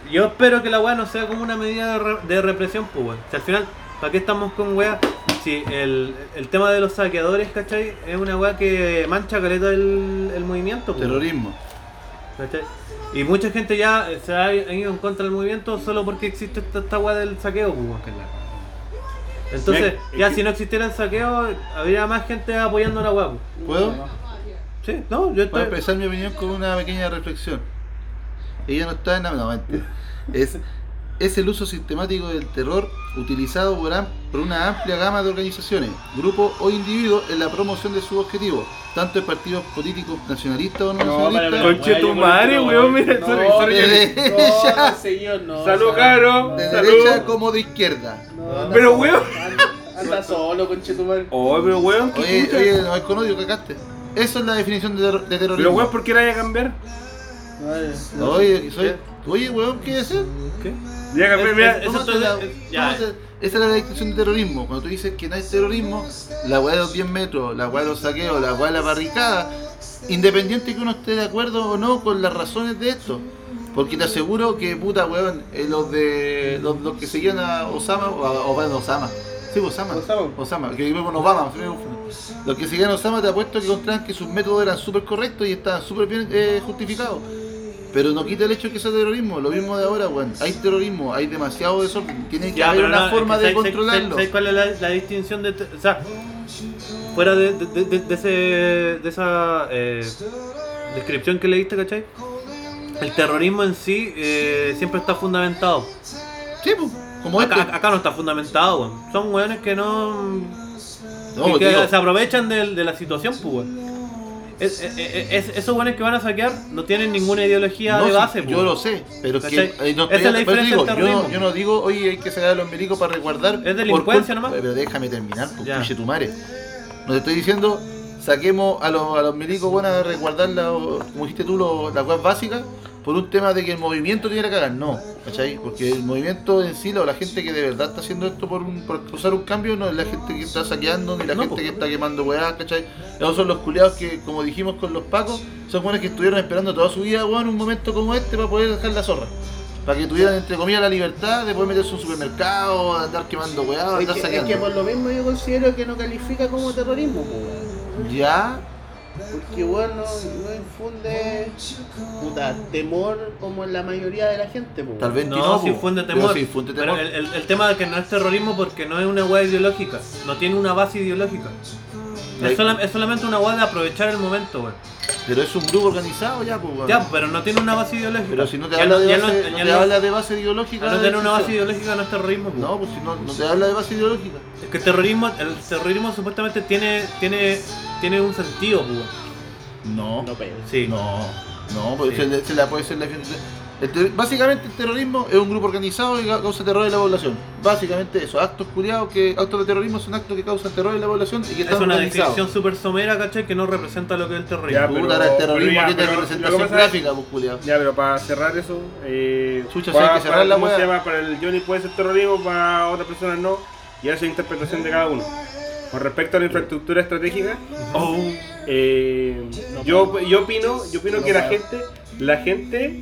Speaker 4: Yo espero que la weá no sea como una medida de, re- de represión, pues, weón. Si al final, ¿para qué estamos con weá? Si el, el tema de los saqueadores, ¿cachai? Es una weá que mancha caleta el, el movimiento, pues. weón.
Speaker 3: Terrorismo.
Speaker 4: ¿Cachai? Y mucha gente ya eh, se ha ha ido en contra del movimiento solo porque existe esta, esta weá del saqueo, pues, weón, ¿cachai? Entonces,
Speaker 1: Mira, es
Speaker 4: ya
Speaker 1: que-
Speaker 4: si no existiera el saqueo, habría más gente apoyando la weá. pues.
Speaker 3: ¿Puedo?
Speaker 4: Sí, no, yo
Speaker 3: Para
Speaker 4: estoy.
Speaker 3: empezar mi opinión con una pequeña reflexión. Ella no está en la no, mentira. es, es el uso sistemático del terror utilizado por, am- por una amplia gama de organizaciones, grupos o individuos en la promoción de sus objetivos, tanto en partidos políticos nacionalistas o no, nacionalistas.
Speaker 4: pero- Conche tu madre, weón, mira, sorry,
Speaker 3: sorry,
Speaker 2: [LAUGHS] No,
Speaker 4: [LAUGHS]
Speaker 2: no, señor, no.
Speaker 1: Salud,
Speaker 2: no,
Speaker 1: Caro.
Speaker 2: no,
Speaker 3: de
Speaker 1: Salud.
Speaker 3: derecha como de izquierda.
Speaker 2: no, anda
Speaker 1: Pero,
Speaker 2: solo,
Speaker 1: weón.
Speaker 2: anda- Anda solo, conchetumar.
Speaker 1: Oh, pero weón, ¿qué
Speaker 3: Oye,
Speaker 1: chucha?
Speaker 3: oye, no es con odio, cagaste. Esa es la definición de, terro- de
Speaker 1: Pero
Speaker 3: terrorismo.
Speaker 1: weón, ¿por qué la vaya a cambiar?
Speaker 3: Oye, soy- oye, weón, ¿qué es eso?
Speaker 4: ¿Qué?
Speaker 1: Ya cambié,
Speaker 4: Es-
Speaker 1: mira.
Speaker 4: es-
Speaker 3: ¿Cómo
Speaker 4: Eso
Speaker 3: te la-
Speaker 4: es-
Speaker 3: cómo
Speaker 4: ya.
Speaker 3: te- esa es la descripción de terrorismo. Cuando tú dices que no hay terrorismo, la weá de los 10 metros, la weá de los saqueos, la weá de la barricada, independiente que uno esté de acuerdo o no con las razones de esto. Porque te aseguro que, puta weón, eh, los de los, los que seguían a Osama, o, a- o bueno, Osama, sí, Osama,
Speaker 2: Osama.
Speaker 3: Osama, que vive con Obama, se me confunde. los que seguían a Osama te apuesto que encontraban que sus métodos eran súper correctos y estaban súper bien eh, justificados. Pero no quita el hecho que sea terrorismo, lo mismo de ahora, weón. Hay terrorismo, hay demasiado desorden. Tiene que
Speaker 4: Ya,
Speaker 3: haber
Speaker 4: pero
Speaker 3: una
Speaker 4: no,
Speaker 3: forma
Speaker 4: es
Speaker 3: de
Speaker 4: que ¿sabes-
Speaker 3: controlarlo.
Speaker 4: ¿Sabes sabes cuál es la, la distinción de.? te- O sea, fuera de, de, de- de ese, de esa eh, descripción que leíste, ¿cachai? El terrorismo en sí eh, siempre está fundamentado.
Speaker 3: Sí, pues, como este.
Speaker 4: Acá, acá no está fundamentado, weón. Son weones que no.
Speaker 3: No,
Speaker 4: que, que
Speaker 3: digo,
Speaker 4: se aprovechan del- de, la situación, pues, weón. Es- es- es- esos buenos que van a saquear no tienen ninguna ideología
Speaker 3: no,
Speaker 4: de
Speaker 3: sí,
Speaker 4: base.
Speaker 3: yo
Speaker 4: pues.
Speaker 3: lo sé, pero que
Speaker 4: ¿Cachai?
Speaker 3: eh, no
Speaker 4: Esa
Speaker 3: estoy- por
Speaker 4: es la
Speaker 3: eso digo,
Speaker 4: diferencia del
Speaker 3: yo, no,
Speaker 4: terrorismo.
Speaker 3: yo no digo, oye, hay que sacar a los milicos para resguardar. por
Speaker 4: delincuencia
Speaker 3: culpa-".
Speaker 4: nomás.
Speaker 3: Pero déjame terminar, pues,
Speaker 4: Ya.
Speaker 3: pinche tu madre. No te estoy diciendo, saquemos a los, a los milicos, bueno, a resguardar, la, como dijiste tú, lo- las weas básicas. por un tema de que el movimiento tiene que cagar, no, ¿cachai? Porque el movimiento en sí, o la gente que de verdad está haciendo esto por, un, por causar un cambio, no es la gente que está saqueando, ni la
Speaker 4: No,
Speaker 3: gente
Speaker 4: po.
Speaker 3: que está quemando weá, ¿cachai? Esos son los culiados que, como dijimos con los pacos, son buenos que estuvieron esperando toda su vida, weón, un momento como este para poder dejar la zorra. Para que tuvieran, entre comillas, la libertad de poder meterse a un supermercado, andar quemando weá,
Speaker 2: Es
Speaker 3: andar
Speaker 2: que, es
Speaker 3: saqueando.
Speaker 2: que por lo mismo yo considero que no califica como terrorismo, po, weón.
Speaker 3: Ya,
Speaker 2: Porque bueno, no infunde puta, temor como en la mayoría de la gente, po, weón.
Speaker 3: tal vez
Speaker 4: No,
Speaker 3: no,
Speaker 4: sí
Speaker 3: po,
Speaker 4: infunde
Speaker 3: pero
Speaker 4: temor.
Speaker 3: sí infunde
Speaker 4: Pero
Speaker 3: temor.
Speaker 4: el, el- el tema de que no es terrorismo porque no es una hueá ideológica, no tiene una base ideológica.
Speaker 3: Ahí-
Speaker 4: Es, sola- es solamente una hueá de aprovechar el momento, weón.
Speaker 3: Pero es un grupo organizado ya, pues, weón.
Speaker 4: Ya, pero no tiene una base ideológica.
Speaker 3: Pero si no te
Speaker 4: Ya
Speaker 3: habla
Speaker 4: no-
Speaker 3: de
Speaker 4: ya
Speaker 3: base,
Speaker 4: no-
Speaker 3: no
Speaker 4: ya
Speaker 3: te
Speaker 4: no-
Speaker 3: habla de base ideológica.
Speaker 4: al no tener una base
Speaker 3: decisión.
Speaker 4: ideológica no es terrorismo, weón.
Speaker 3: No, pues si no, no te habla de base ideológica.
Speaker 4: Es que el terrorismo, el terrorismo supuestamente tiene, tiene, tiene un sentido, pues, weón.
Speaker 3: No,
Speaker 2: No, pero.
Speaker 4: Sí.
Speaker 3: no, no, pues
Speaker 4: Sí.
Speaker 3: se, le- se la puede ser la el ter- Básicamente el terrorismo es un grupo organizado que ca- causa terror en la población. Básicamente eso, actos curiados que actos de terrorismo son actos que causan terror en la población y que
Speaker 4: Es
Speaker 3: están
Speaker 4: una
Speaker 3: organizados.
Speaker 4: descripción súper somera, ¿cachai? Que no representa lo que es el
Speaker 1: Ya,
Speaker 4: terrorismo.
Speaker 3: Puta,
Speaker 1: pero-
Speaker 3: ahora el terrorismo
Speaker 1: pero ya,
Speaker 3: tiene
Speaker 1: pero lo que
Speaker 3: representación
Speaker 1: pasa es-
Speaker 3: gráfica, pues culiao.
Speaker 1: Ya, pero para cerrar eso, eh,
Speaker 3: Chucha,
Speaker 1: para,
Speaker 3: si hay que cerrar
Speaker 1: para-
Speaker 3: la
Speaker 1: ¿cómo
Speaker 3: wea.
Speaker 1: se llama? Para el Johnny puede ser terrorismo, para otras personas no, y ahora es la interpretación de cada uno. Con respecto a la infraestructura estratégica,
Speaker 4: Oh,
Speaker 1: eh, yo, yo opino, yo opino
Speaker 2: No
Speaker 1: que la
Speaker 2: puedo.
Speaker 1: gente, la gente,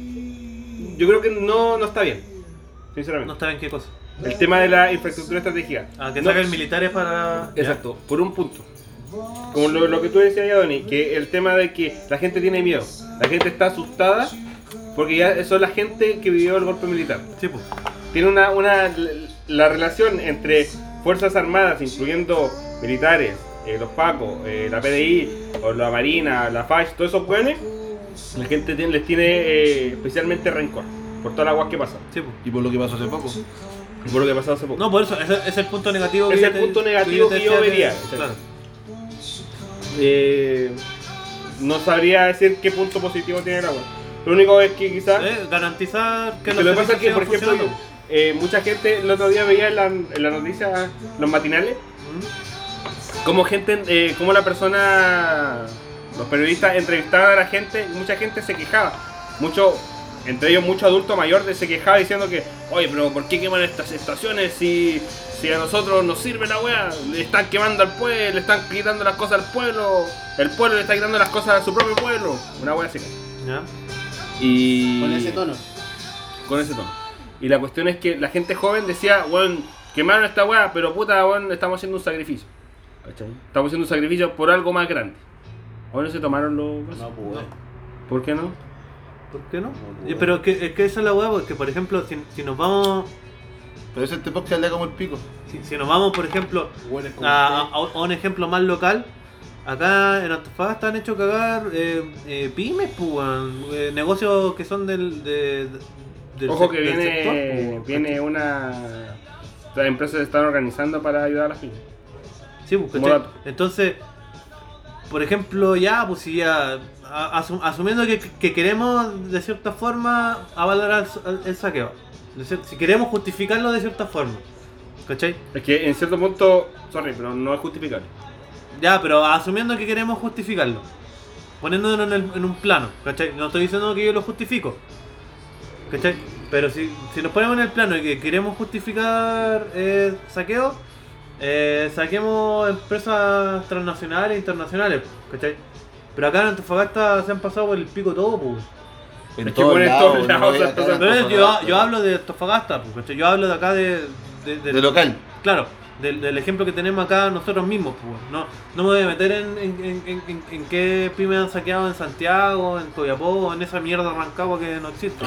Speaker 1: yo creo que no, no está bien,
Speaker 4: No
Speaker 1: sinceramente.
Speaker 4: saben qué cosa.
Speaker 1: El tema de la infraestructura estratégica.
Speaker 4: Ah, que
Speaker 1: No-
Speaker 4: sacan militares para.
Speaker 1: Exacto, por un punto. Como lo, lo que tú decías, ya, Donny, que el tema de que la gente tiene miedo, la gente está asustada, porque ya son la gente que vivió el golpe militar.
Speaker 4: Ya. Sí, pues.
Speaker 1: Tiene una, una la relación entre Fuerzas Armadas, incluyendo militares, eh, los Pacos, eh, la PDI, o la Marina, la FASH, todos esos buenos, la gente tiene- les tiene eh, especialmente rencor por toda la agua que pasa,
Speaker 4: Sí, pues.
Speaker 3: Y por lo que pasó hace poco.
Speaker 1: y por lo que pasó hace poco.
Speaker 4: No, por eso, ese ese es el punto negativo
Speaker 1: Es
Speaker 4: yo
Speaker 1: el
Speaker 4: te-
Speaker 1: punto
Speaker 4: que
Speaker 1: negativo
Speaker 4: te
Speaker 1: que yo
Speaker 4: decía
Speaker 1: vería,
Speaker 4: Claro.
Speaker 1: exacto. Eh, no sabría decir qué punto positivo tiene el agua. Lo único es que quizás...
Speaker 4: Eh, garantizar que
Speaker 1: Lo que
Speaker 4: los
Speaker 1: pasa es que,
Speaker 4: servicios
Speaker 1: por
Speaker 4: sigan
Speaker 1: ejemplo,
Speaker 4: funcionando.
Speaker 1: eh, mucha gente el otro día veía en la, en la noticia, los matinales,
Speaker 4: Mm.
Speaker 1: como gente, eh, como la persona, los periodistas entrevistaban a la gente, y mucha gente se quejaba, mucho, entre ellos mucho adulto mayor de- se quejaba diciendo que, oye, pero ¿por qué queman estas estaciones si, si a nosotros nos sirve la wea? Le están quemando al pueblo, le están quitando las cosas al pueblo, el pueblo le está quitando las cosas a su propio pueblo, una wea así.
Speaker 4: Ya.
Speaker 1: Y
Speaker 2: Con ese tono.
Speaker 1: con ese tono. Y la cuestión es que la gente joven decía, weón, quemaron esta weá, pero puta, weón, estamos haciendo un sacrificio. ¿Cachai? Estamos haciendo un sacrificio por algo más grande. Ahora se tomaron los... vasos.
Speaker 2: No, po, weón.
Speaker 1: ¿Por qué no?
Speaker 4: ¿Por qué no?
Speaker 2: No,
Speaker 4: Y- Pero que, es que esa es la hueá, porque por ejemplo, si, si nos vamos.
Speaker 3: Pero ese este podcast le da como el pico.
Speaker 4: Si, si nos vamos, por ejemplo,
Speaker 2: Weón, es como
Speaker 4: a, a- a un ejemplo más local, acá en Antofagasta han hecho cagar eh, eh, pymes, pues, weón. Eh, negocios que son del. de- de- del
Speaker 1: Ojo
Speaker 4: sec-
Speaker 1: que
Speaker 4: del
Speaker 1: viene,
Speaker 4: sector, pues,
Speaker 1: viene
Speaker 4: ¿cachai?
Speaker 1: una... Las empresas se están organizando para ayudar a las pymes.
Speaker 4: Sí, pues,
Speaker 1: como
Speaker 4: ¿cachai?
Speaker 1: dato.
Speaker 4: Entonces, por ejemplo, ya, pues si ya, a- asu- asumiendo que, que queremos de cierta forma avalar el, el saqueo, de cier- si queremos justificarlo de cierta forma, ¿cachai?
Speaker 1: Es que en cierto punto, sorry, pero no es justificable.
Speaker 4: Ya, pero asumiendo que queremos justificarlo, poniéndonos en, el- en un plano, ¿cachai? No estoy diciendo que yo lo justifico, ¿cachai? Pero si, si nos ponemos en el plano y que queremos justificar eh, saqueo, eh, saquemos empresas transnacionales e internacionales, ¿cachai? Pero acá en Antofagasta se han pasado por el pico todo, pues.
Speaker 3: En
Speaker 1: Es que por en todos
Speaker 3: no
Speaker 1: lados,
Speaker 3: voy a
Speaker 1: o sea,
Speaker 3: cagar en
Speaker 4: Pero
Speaker 3: todos
Speaker 4: yo,
Speaker 3: lados.
Speaker 4: yo hablo de Antofagasta, pues, ¿cachai? Yo hablo de acá de- de- de,
Speaker 3: De local.
Speaker 4: Claro, del, del ejemplo que tenemos acá nosotros mismos, pues, weón. no, no me voy a meter en, en, en- en- en- en qué pymes han saqueado en Santiago, en Coyapó, en esa mierda de Rancagua que no existe.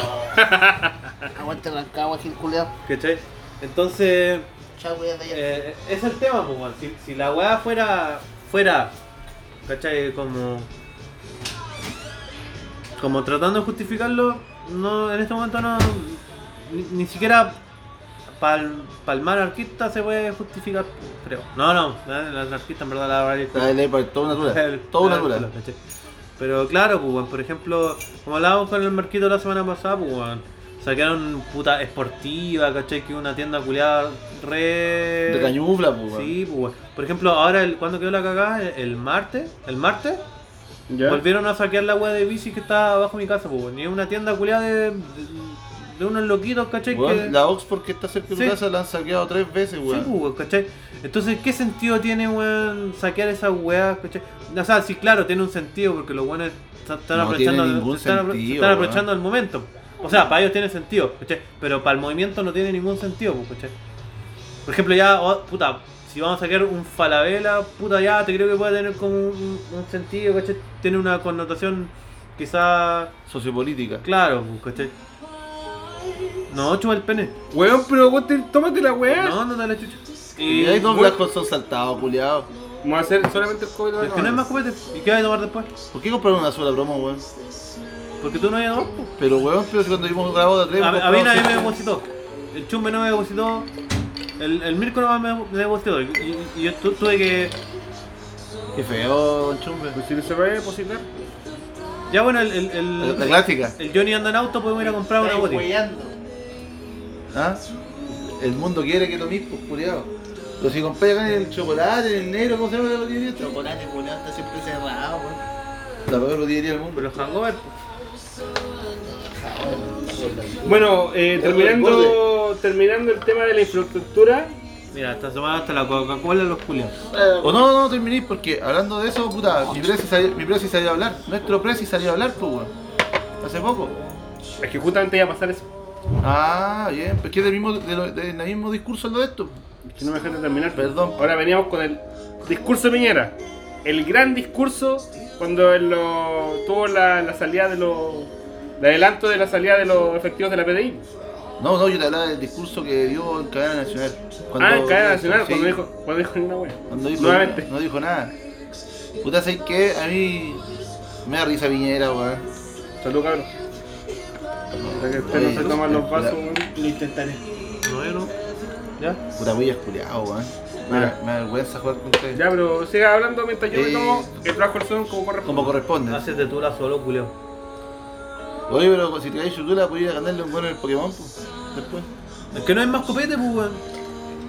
Speaker 2: Aguante Rancagua, Gil culeado.
Speaker 4: ¿Cachai? Entonces,
Speaker 2: Chao, weón, de allá.
Speaker 4: eh, ese es el tema, pues, weón. si, si la weá fuera, fuera, ¿cachai? Como, como tratando de justificarlo, no, en este momento no, ni, ni siquiera pal, palmar artista se puede justificar, creo. No, no, la, la- la artista en verdad la verdad es que- [LAUGHS]
Speaker 3: Dale, pues, todo natural.
Speaker 4: El-
Speaker 3: Todo
Speaker 4: el-
Speaker 3: natural.
Speaker 4: el- ¿cachai? Pero claro, pues, weón, por ejemplo, como hablábamos con el Marquito la semana pasada, pues, weón, sacaron puta esportiva, ¿cachai? Que una tienda culiada re...
Speaker 3: De cañufla, pues. weón.
Speaker 4: Sí, pues, weón. Por ejemplo, ahora, el, cuando quedó la cagada? El, el martes, el martes,
Speaker 1: ¿Ya?
Speaker 4: Volvieron a saquear la weá de bici que está abajo de mi casa, pues, weón. Y es una tienda culiada de, de, de unos loquitos, ¿cachai?
Speaker 3: Weón,
Speaker 4: que...
Speaker 3: La Oxford que está cerca de
Speaker 4: Sí.
Speaker 3: mi casa la han saqueado tres veces,
Speaker 4: Sí,
Speaker 3: weón.
Speaker 4: pues, weón, ¿cachai? Entonces, ¿qué sentido tiene, weón, saquear esas weas, cachai? O sea, sí, claro, tiene un sentido porque los weones se- están
Speaker 3: No
Speaker 4: aprovechando,
Speaker 3: tiene
Speaker 4: el-
Speaker 3: ningún
Speaker 4: se están, apro- se
Speaker 3: sentido,
Speaker 4: están
Speaker 3: weón.
Speaker 4: aprovechando el momento. O sea, para ellos tiene sentido, ¿cachai? Pero para el movimiento no tiene ningún sentido, pues, ¿cachai? Por ejemplo, ya, oh, puta, si vamos a sacar un falabela, puta, ya, te creo que puede tener como un, un sentido, ¿cachai? Tiene una connotación quizá,
Speaker 1: pues.
Speaker 3: Sociopolítica.
Speaker 4: claro, pues, ¿cachai? No, chupa el pene.
Speaker 1: Weón, pero vos te- tómate la weá.
Speaker 4: No, no da la chucha.
Speaker 3: Y ahí dos
Speaker 1: weón.
Speaker 3: blancos son saltados, culiados.
Speaker 1: Vamos a hacer solamente el COVID.
Speaker 4: Pero es que no hay más copete. ¿Y qué vas a tomar después?
Speaker 3: ¿Por qué compraron una sola promo, weón?
Speaker 4: Porque tú no habías tomado. po.
Speaker 3: Pero weón, pero si cuando vimos grabado de tres,
Speaker 4: A, a mí
Speaker 3: compramos
Speaker 4: nadie me
Speaker 3: cinco.
Speaker 4: depositó. El chumbe no me depositó. El, el Mirko no me me depositó. Y, y- y yo tu- tuve que.
Speaker 3: Qué feo el chumbe.
Speaker 1: Pues si no se va a depositar.
Speaker 4: Ya bueno, el, el,
Speaker 3: La, la
Speaker 4: el,
Speaker 3: clásica.
Speaker 4: el Johnny anda en auto, podemos ir a comprar una
Speaker 2: Estáis
Speaker 4: botella.
Speaker 2: hueando.
Speaker 3: ¿Ah? El mundo quiere que toméis, pues culiado. Pero si compré acá en el chocolate, en el negro, ¿cómo se llama la botillería? esta?
Speaker 2: Chocolate, culiao, está siempre cerrado, weón.
Speaker 3: La peor botillería del mundo.
Speaker 4: Pero los hangover. po.
Speaker 1: Bueno, eh, terminando, terminando el tema de la infraestructura.
Speaker 4: Mira, esta semana hasta la Coca-Cola los culiados.
Speaker 3: O no, no, no terminéis porque hablando de eso, puta, mi presi salió, mi presi salió a hablar. Nuestro presi salió a hablar, pues weón. Hace poco.
Speaker 1: Es que justamente iba a pasar eso.
Speaker 3: Ah, bien, pues que es del mismo, de lo- del mismo discurso lo de esto.
Speaker 1: Es que no me dejaste terminar.
Speaker 3: Perdón.
Speaker 1: Ahora veníamos con el discurso de Piñera. El gran discurso cuando él lo- tuvo la, la salida de los. El adelanto de la salida de los efectivos de la PDI.
Speaker 3: No, no, yo te hablaba del discurso que dio en cadena nacional. Cuando-
Speaker 1: ah, en cadena nacional,
Speaker 3: sí,
Speaker 1: cuando dijo, cuando dijo una wea.
Speaker 3: cuando dijo-
Speaker 1: Nuevamente.
Speaker 3: no dijo nada. Puta, ¿sabes qué? A mí me da risa Piñera, weón.
Speaker 1: Salud, cabrón. Para que usted
Speaker 3: Oye,
Speaker 1: no se toma los vasos,
Speaker 3: espera.
Speaker 1: weón.
Speaker 2: Lo intentaré.
Speaker 4: No, yo no. ¿Ya?
Speaker 3: Puta, voy a culiado, weón. Me, da- me da vergüenza jugar con ustedes.
Speaker 1: Ah. Ya, pero siga hablando mientras yo me
Speaker 3: Eh,
Speaker 1: tomo el trabajo el son como corresponde.
Speaker 3: Como corresponde.
Speaker 1: Ah.
Speaker 4: Haces de tula solo, culiao.
Speaker 3: Oye, pero si te caes Yutula, podías ganarle un bueno en el Pokémon, pues. Después.
Speaker 4: Es que no hay más copete, pues, weón.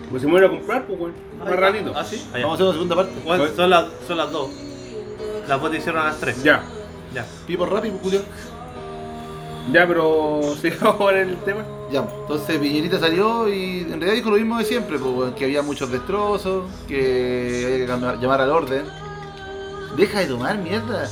Speaker 1: Pues si me voy a comprar, pues, weón. Más rarito.
Speaker 4: Ah, sí. Ah, ya.
Speaker 3: Vamos a hacer una segunda parte.
Speaker 4: Weón, son, las, son las dos. Las botas hicieron a las tres.
Speaker 1: Ya.
Speaker 4: Ya.
Speaker 3: Pipo rápido, Julio.
Speaker 1: Ya, pero sigamos con el tema.
Speaker 3: Ya, entonces Piñerita salió y en realidad dijo lo mismo de siempre, pues, weón, que había muchos destrozos, que había que cam- llamar al orden. Deja de tomar mierda.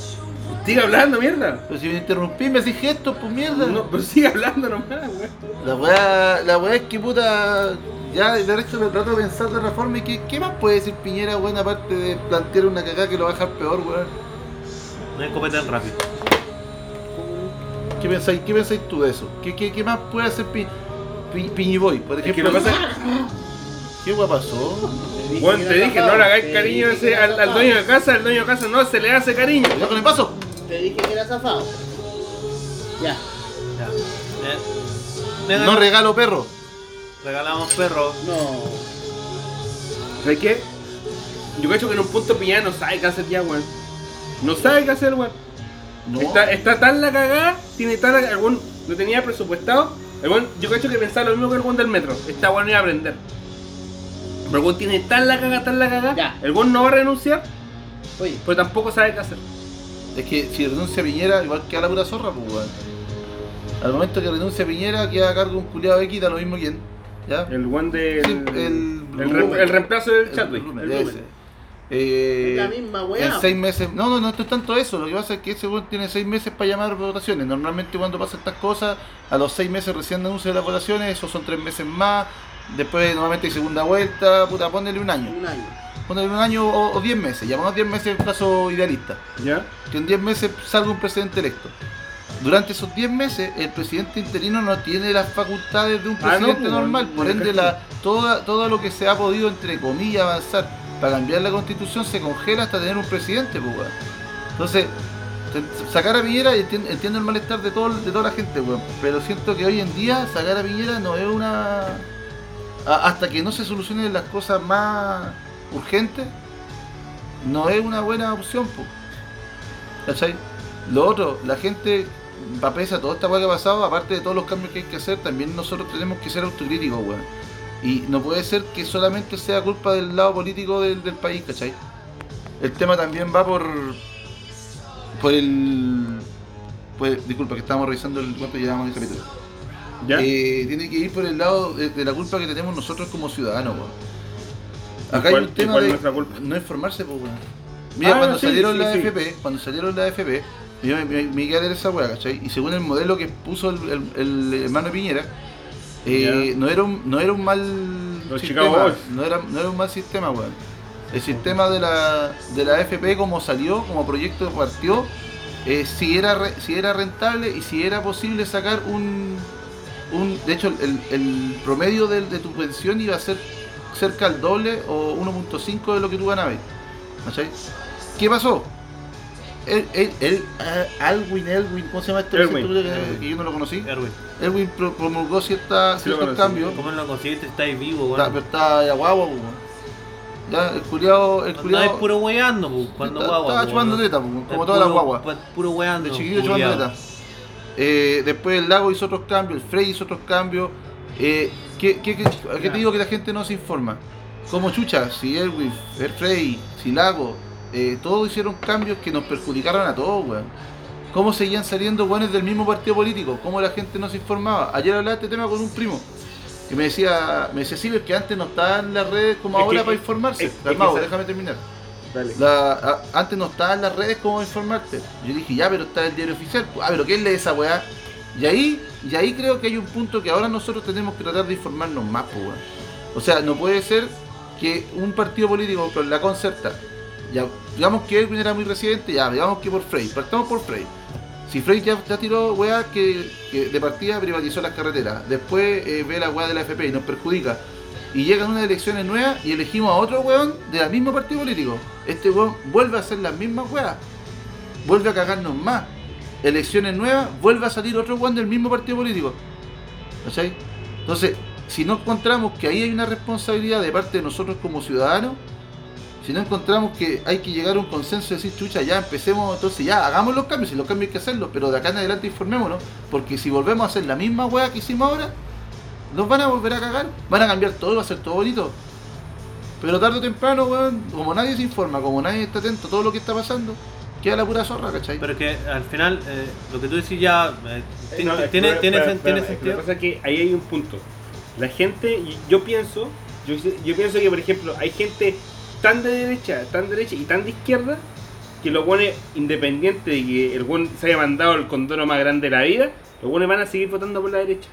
Speaker 1: Siga hablando, mierda.
Speaker 3: Pero si me interrumpí, me haces gestos, pues mierda.
Speaker 1: No, pero siga hablando nomás, weón.
Speaker 3: La weá, la weá es que puta. Ya de resto lo trato de pensar de otra forma y que ¿qué más puede decir Piñera, weón, aparte de plantear una cagada que lo va a dejar peor, weón?
Speaker 4: No hay copete en rápido.
Speaker 3: ¿Qué pensáis, qué pensáis tú de eso? ¿Qué, qué, qué más puede hacer Pi, Pi- Piñiboy? Por
Speaker 1: Es que
Speaker 3: ejemplo,
Speaker 1: lo que pasa es
Speaker 3: ¿qué weá pasó?
Speaker 1: que, weón, te dije, no le hagáis cariño ese- al, al dueño de casa, al dueño de casa no se le hace cariño.
Speaker 3: ¿Ya con el paso?
Speaker 2: Te dije que era zafado. Ya.
Speaker 4: Ya. Eh,
Speaker 3: No regalo perro.
Speaker 4: Regalamos perros.
Speaker 2: No.
Speaker 1: ¿Sabes qué? Yo cacho que en un punto Piñera no sabe qué hacer ya, weón. No sabe qué hacer, weón.
Speaker 3: No.
Speaker 1: Está, está tan la cagada, tiene tan la algún no tenía presupuestado. El weón- yo cacho que pensaba lo mismo que el weón del metro. Está bueno iba a aprender. Pero el weón tiene tan la cagada, tan la cagada.
Speaker 2: Ya.
Speaker 1: El weón no va a renunciar,
Speaker 2: Oye,
Speaker 1: pero tampoco sabe qué hacer.
Speaker 3: Es que si renuncia Piñera, igual queda la pura zorra, pues weón. Al momento que renuncia Piñera, queda a cargo un culiado X, da lo mismo quién. ¿Ya?
Speaker 1: El weón del.
Speaker 3: Sí,
Speaker 1: el,
Speaker 3: el-
Speaker 1: re- el reemplazo del
Speaker 3: El
Speaker 1: Chadwick.
Speaker 3: Blumen,
Speaker 1: el
Speaker 3: ese.
Speaker 1: Blumen.
Speaker 3: Eh,
Speaker 2: es la misma
Speaker 3: En
Speaker 2: weá.
Speaker 3: seis meses. No, no, no esto es tanto eso. Lo que pasa es que ese weón tiene seis meses para llamar votaciones. Normalmente cuando pasan estas cosas, a los seis meses recién anuncia las votaciones, esos son tres meses más. Después normalmente hay segunda vuelta, puta, ponele un año.
Speaker 2: Un año.
Speaker 3: Ponele un año o, o diez meses. Llamamos diez meses el caso idealista.
Speaker 1: ¿Ya?
Speaker 3: Que en diez meses salga un presidente electo. Durante esos 10 meses, el presidente interino no tiene las facultades de un
Speaker 1: Ah, no,
Speaker 3: presidente
Speaker 1: pues,
Speaker 3: normal,
Speaker 1: no,
Speaker 3: por
Speaker 1: no,
Speaker 3: ende,
Speaker 1: cacho.
Speaker 3: la, toda, todo lo que se ha podido, entre comillas, avanzar para cambiar la constitución se congela hasta tener un presidente. Pues, weón. Entonces, te- sacar a Piñera, y entien- entiendo, el malestar de, todo, de toda la gente, weón, pero siento que hoy en día sacar a Piñera no es una. a- hasta que no se solucionen las cosas más urgentes, no es una buena opción. Pues. ¿Cachai? Lo otro, la gente, a pesar de toda esta weá que ha pasado, aparte de todos los cambios que hay que hacer, también nosotros tenemos que ser autocríticos, weón. Y no puede ser que solamente sea culpa del lado político del, del país, ¿cachai? El tema también va por, por por el. Por, el- disculpa, que estábamos revisando el cuánto llevamos en el capítulo.
Speaker 1: ¿Ya?
Speaker 3: Eh, tiene que ir por el lado de, de la culpa que tenemos nosotros como ciudadanos, weón. Acá
Speaker 1: cuál-
Speaker 3: hay un
Speaker 1: y
Speaker 3: tema
Speaker 1: cuál es
Speaker 3: de
Speaker 1: nuestra culpa?
Speaker 3: no informarse, pues, weón. Mira,
Speaker 1: Ah,
Speaker 3: cuando
Speaker 1: sí,
Speaker 3: salieron
Speaker 1: sí,
Speaker 3: la
Speaker 1: sí.
Speaker 3: FP, cuando salieron la FP, yo me, me, me quedé a leer esa weá, ¿cachai? Y según el modelo que puso el, el- el hermano de Piñera, eh, no, era un, no era un mal
Speaker 1: Los Chicago
Speaker 3: sistema,
Speaker 1: Bulls.
Speaker 3: no era, no era un mal sistema, weón. El sistema de la, de la FP como salió, como proyecto partió, eh, si, era re- si era rentable y si era posible sacar un... un de hecho, el, el promedio del- de, tu pensión iba a ser cerca al doble o 1.5 de lo que tú ganabas. ¿Cachai? ¿Qué pasó? El, el, el- ah, Alwin, Elwin, ¿cómo se llama este?
Speaker 1: Elwin.
Speaker 3: sujeto que, que yo no lo conocí?
Speaker 4: Erwin,
Speaker 3: Elwin pro- promulgó cierta,
Speaker 1: Sí, lo conocí.
Speaker 3: ciertos cambios.
Speaker 4: ¿cómo no lo conseguiste? Estáis vivo,
Speaker 3: Está-
Speaker 4: weón.
Speaker 3: Pero está ya guagua, pues, weón. Ya, el culiao, el
Speaker 4: Cuando es
Speaker 3: culiao.
Speaker 4: puro weando, pu, cuando
Speaker 3: está-
Speaker 4: guagua.
Speaker 3: Estaba
Speaker 4: pu,
Speaker 3: chupando
Speaker 4: weón.
Speaker 3: teta, pues, como
Speaker 4: Es
Speaker 3: todas las
Speaker 4: puro-
Speaker 3: guaguas.
Speaker 4: pu- Puro weando.
Speaker 3: De chiquillo chupando
Speaker 4: culiao.
Speaker 3: teta. Eh, después el lago hizo otros cambios, el Frey hizo otros cambios. Eh, ¿qué, qué- qué- a qué te digo que la gente no se informa? Como Chucha, si Elwin, el Frey, si Lago, eh, todos hicieron cambios que nos perjudicaron a todos, weón. ¿Cómo seguían saliendo weones del mismo partido político? ¿Cómo la gente no se informaba? Ayer hablaba de este tema con un primo. Y me decía, me decía, sí, pero es que antes no estaban las redes como
Speaker 1: Es
Speaker 3: ahora
Speaker 1: que-
Speaker 3: para informarse.
Speaker 1: Eh, es- es que
Speaker 3: Calmao,
Speaker 1: esa-
Speaker 3: déjame terminar.
Speaker 1: Dale.
Speaker 3: La- a- antes no estaban las redes como informarte. Yo dije, ya, pero está el diario oficial. pues. Ah, pero ¿qué lee esa weá? Y ahí, y ahí creo que hay un punto que ahora nosotros tenemos que tratar de informarnos más, pues, weón. O sea, no puede ser que un partido político con la concerta, ya, digamos que Edwin era muy residente, ya, digamos que por Frey, partamos por Frey. Si Frey ya, ya tiró weá que, que de partida privatizó las carreteras, después eh, ve la weá de la FP y nos perjudica, y llegan unas elecciones nuevas y elegimos a otro weón del mismo partido político. Este weón vuelve a hacer las mismas weas, vuelve a cagarnos más. Elecciones nuevas, vuelve a salir otro weón del mismo partido político. ¿Cachai? Entonces, si no encontramos que ahí hay una responsabilidad de parte de nosotros como ciudadanos, si no encontramos que hay que llegar a un consenso y decir, chucha, ya empecemos, entonces ya hagamos los cambios, si los cambios hay que hacerlos, pero de acá en adelante informémonos, porque si volvemos a hacer la misma weá que hicimos ahora, nos van a volver a cagar, van a cambiar todo, va a ser todo bonito. Pero tarde o temprano, weón, como nadie se informa, como nadie está atento a todo lo que está pasando, queda la pura zorra, ¿cachai?
Speaker 4: Pero es que al final, eh, lo que tú decís ya. eh, ti-
Speaker 1: No,
Speaker 4: tiene
Speaker 1: es- pero-
Speaker 4: tiene,
Speaker 1: pero-
Speaker 4: sen- tiene
Speaker 1: pero- Lo
Speaker 4: sentido.
Speaker 1: que pasa es que ahí hay un punto. La gente, y yo pienso, yo, yo pienso que por ejemplo hay gente tan de derecha, tan derecha y tan de izquierda que lo pone independiente de que el buen se haya mandado el condono más grande de la vida, los buenos van a seguir votando por la derecha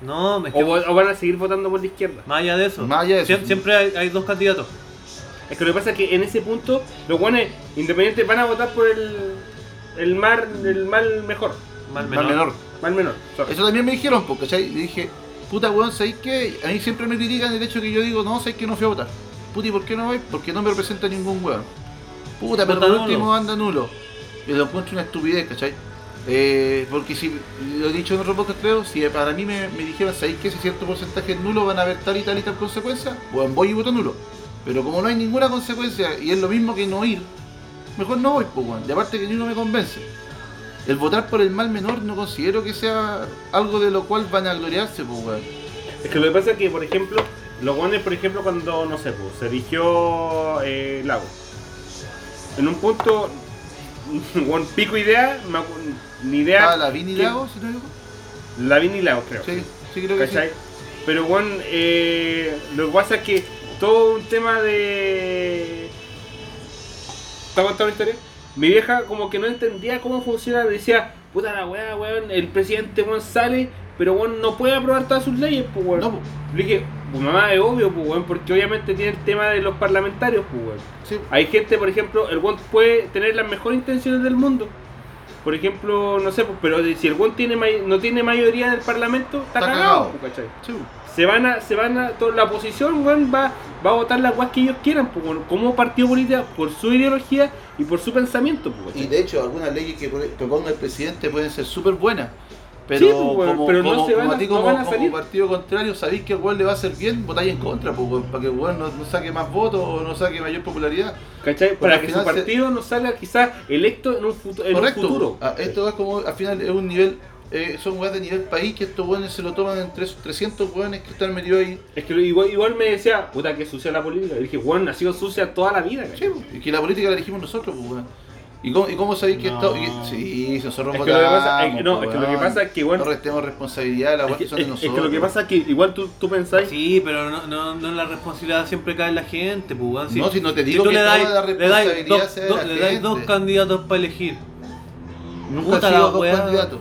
Speaker 4: No, me
Speaker 1: o, vo- o van a seguir votando por la izquierda.
Speaker 4: Más allá de eso.
Speaker 3: Más allá de eso,
Speaker 4: siem-
Speaker 3: sí.
Speaker 4: Siempre hay, hay dos candidatos.
Speaker 1: Es que lo que pasa es que en ese punto los buenos independientes van a votar por el, el mar, el mal mejor,
Speaker 4: Mal
Speaker 3: Más
Speaker 4: menor.
Speaker 3: menor.
Speaker 1: mal menor. sorry.
Speaker 3: Eso también me dijeron, porque ¿cachai? Le dije, puta weón, ¿sabéis qué? A mí siempre me critican el hecho que yo digo, no, ¿sabéis que no fui a votar? Puta, ¿y por qué no voy? Porque no me representa ningún weón. Puta, pero
Speaker 4: Vota
Speaker 3: por
Speaker 4: nulo.
Speaker 3: último anda nulo. Y lo encuentro una estupidez, ¿cachai? Eh, porque si, lo he dicho en otro podcast creo, si para mí me, me dijeran, ¿sabéis que si cierto porcentaje es nulo van a haber tal y tal y tal consecuencias? Bueno, voy y voto nulo. Pero como no hay ninguna consecuencia y es lo mismo que no ir, mejor no voy, pues, weón. Y aparte que ni uno me convence. El votar por el mal menor no considero que sea algo de lo cual van a gloriarse, pues, weón.
Speaker 1: Es que lo que pasa es que, por ejemplo, los guanes, por ejemplo, cuando, no sé, pues, se eligió eh, Lago. En un punto, [LAUGHS] un pico idea, me acu- ni idea,
Speaker 3: Ah, la Vini
Speaker 1: ¿Quién?
Speaker 3: Lago, si no me equivoco.
Speaker 1: la vi ni Lago, creo.
Speaker 3: Sí, sí creo que sí.
Speaker 1: ¿Cachai? Pero bueno, lo que pasa es que todo un tema de... ¿Te ha contado una historia? Mi vieja como que no entendía cómo funciona, decía, puta la weá, weón, el presidente weón sale, pero weón no puede aprobar todas sus leyes, pues weón.
Speaker 3: No, pues,
Speaker 1: Le dije, pues mamá, es obvio, pues weón, porque obviamente tiene el tema de los parlamentarios, pues weón.
Speaker 3: sí.
Speaker 1: Hay gente, por ejemplo, el weón puede tener las mejores intenciones del mundo. Por ejemplo, no sé, pues, pero si el weón tiene may- no tiene mayoría en el parlamento, está,
Speaker 3: Está
Speaker 1: cagado,
Speaker 3: cagado.
Speaker 1: pues, ¿cachai?
Speaker 3: sí.
Speaker 1: Se van a, se van a, toda la oposición, weón, va, va a votar las weas que ellos quieran, pues weón, como partido político, por su ideología y por su pensamiento, pues, ¿cachai?
Speaker 3: Y de hecho, algunas leyes que pro- proponga el presidente pueden ser súper buenas. Pero,
Speaker 1: Sí, pues, weón,
Speaker 3: como,
Speaker 1: pero no
Speaker 3: como,
Speaker 1: se van
Speaker 3: como
Speaker 1: a-
Speaker 3: a ti,
Speaker 1: no
Speaker 3: como,
Speaker 1: van a
Speaker 3: como
Speaker 1: salir.
Speaker 3: partido contrario, sabéis que el weón le va a hacer bien, votáis en contra, pues, weón, para que el weón no, no saque más votos o no saque mayor popularidad.
Speaker 1: ¿Cachai?
Speaker 3: Porque
Speaker 1: Para
Speaker 3: al
Speaker 1: que su
Speaker 3: final se-
Speaker 1: partido no salga quizás electo en un, futu- en un
Speaker 3: Correcto.
Speaker 1: futuro.
Speaker 3: Ah, esto es como, al final, es un nivel. eh, son weas de nivel país que estos weones se lo toman entre esos 300 weones que están metidos ahí.
Speaker 1: Es que igual, igual me decía, puta que sucia la política. Le dije, weón, ha sido sucia toda la vida,
Speaker 3: Sí,
Speaker 1: ¿cachai?
Speaker 3: pues, y que la política la elegimos nosotros, pues, weón. ¿Y cómo, y cómo sabéis que
Speaker 2: No.
Speaker 3: esto.? y- sí, nosotros pues,
Speaker 1: Es que lo que pasa- es que- no, es que lo que
Speaker 3: weón.
Speaker 1: pasa es que, bueno-
Speaker 3: No restemos responsabilidad a la
Speaker 1: Es
Speaker 3: weá
Speaker 1: que,
Speaker 3: que son de
Speaker 1: es- es
Speaker 3: nosotros.
Speaker 1: que lo que pasa es que igual tú, tú pensáis.
Speaker 4: Sí, pero no, no, no la responsabilidad siempre cae en la gente, pues, weón.
Speaker 3: No, si no te digo
Speaker 4: tú
Speaker 3: que
Speaker 4: le
Speaker 3: toda
Speaker 4: dais-
Speaker 3: la
Speaker 4: le dais
Speaker 3: responsabilidad
Speaker 4: dos-
Speaker 3: sea de
Speaker 4: dos-
Speaker 3: la
Speaker 4: le dais dos
Speaker 3: gente.
Speaker 4: candidatos para elegir.
Speaker 3: Nunca
Speaker 4: Puta
Speaker 3: han
Speaker 4: la
Speaker 3: sido dos
Speaker 4: weá.
Speaker 3: candidatos.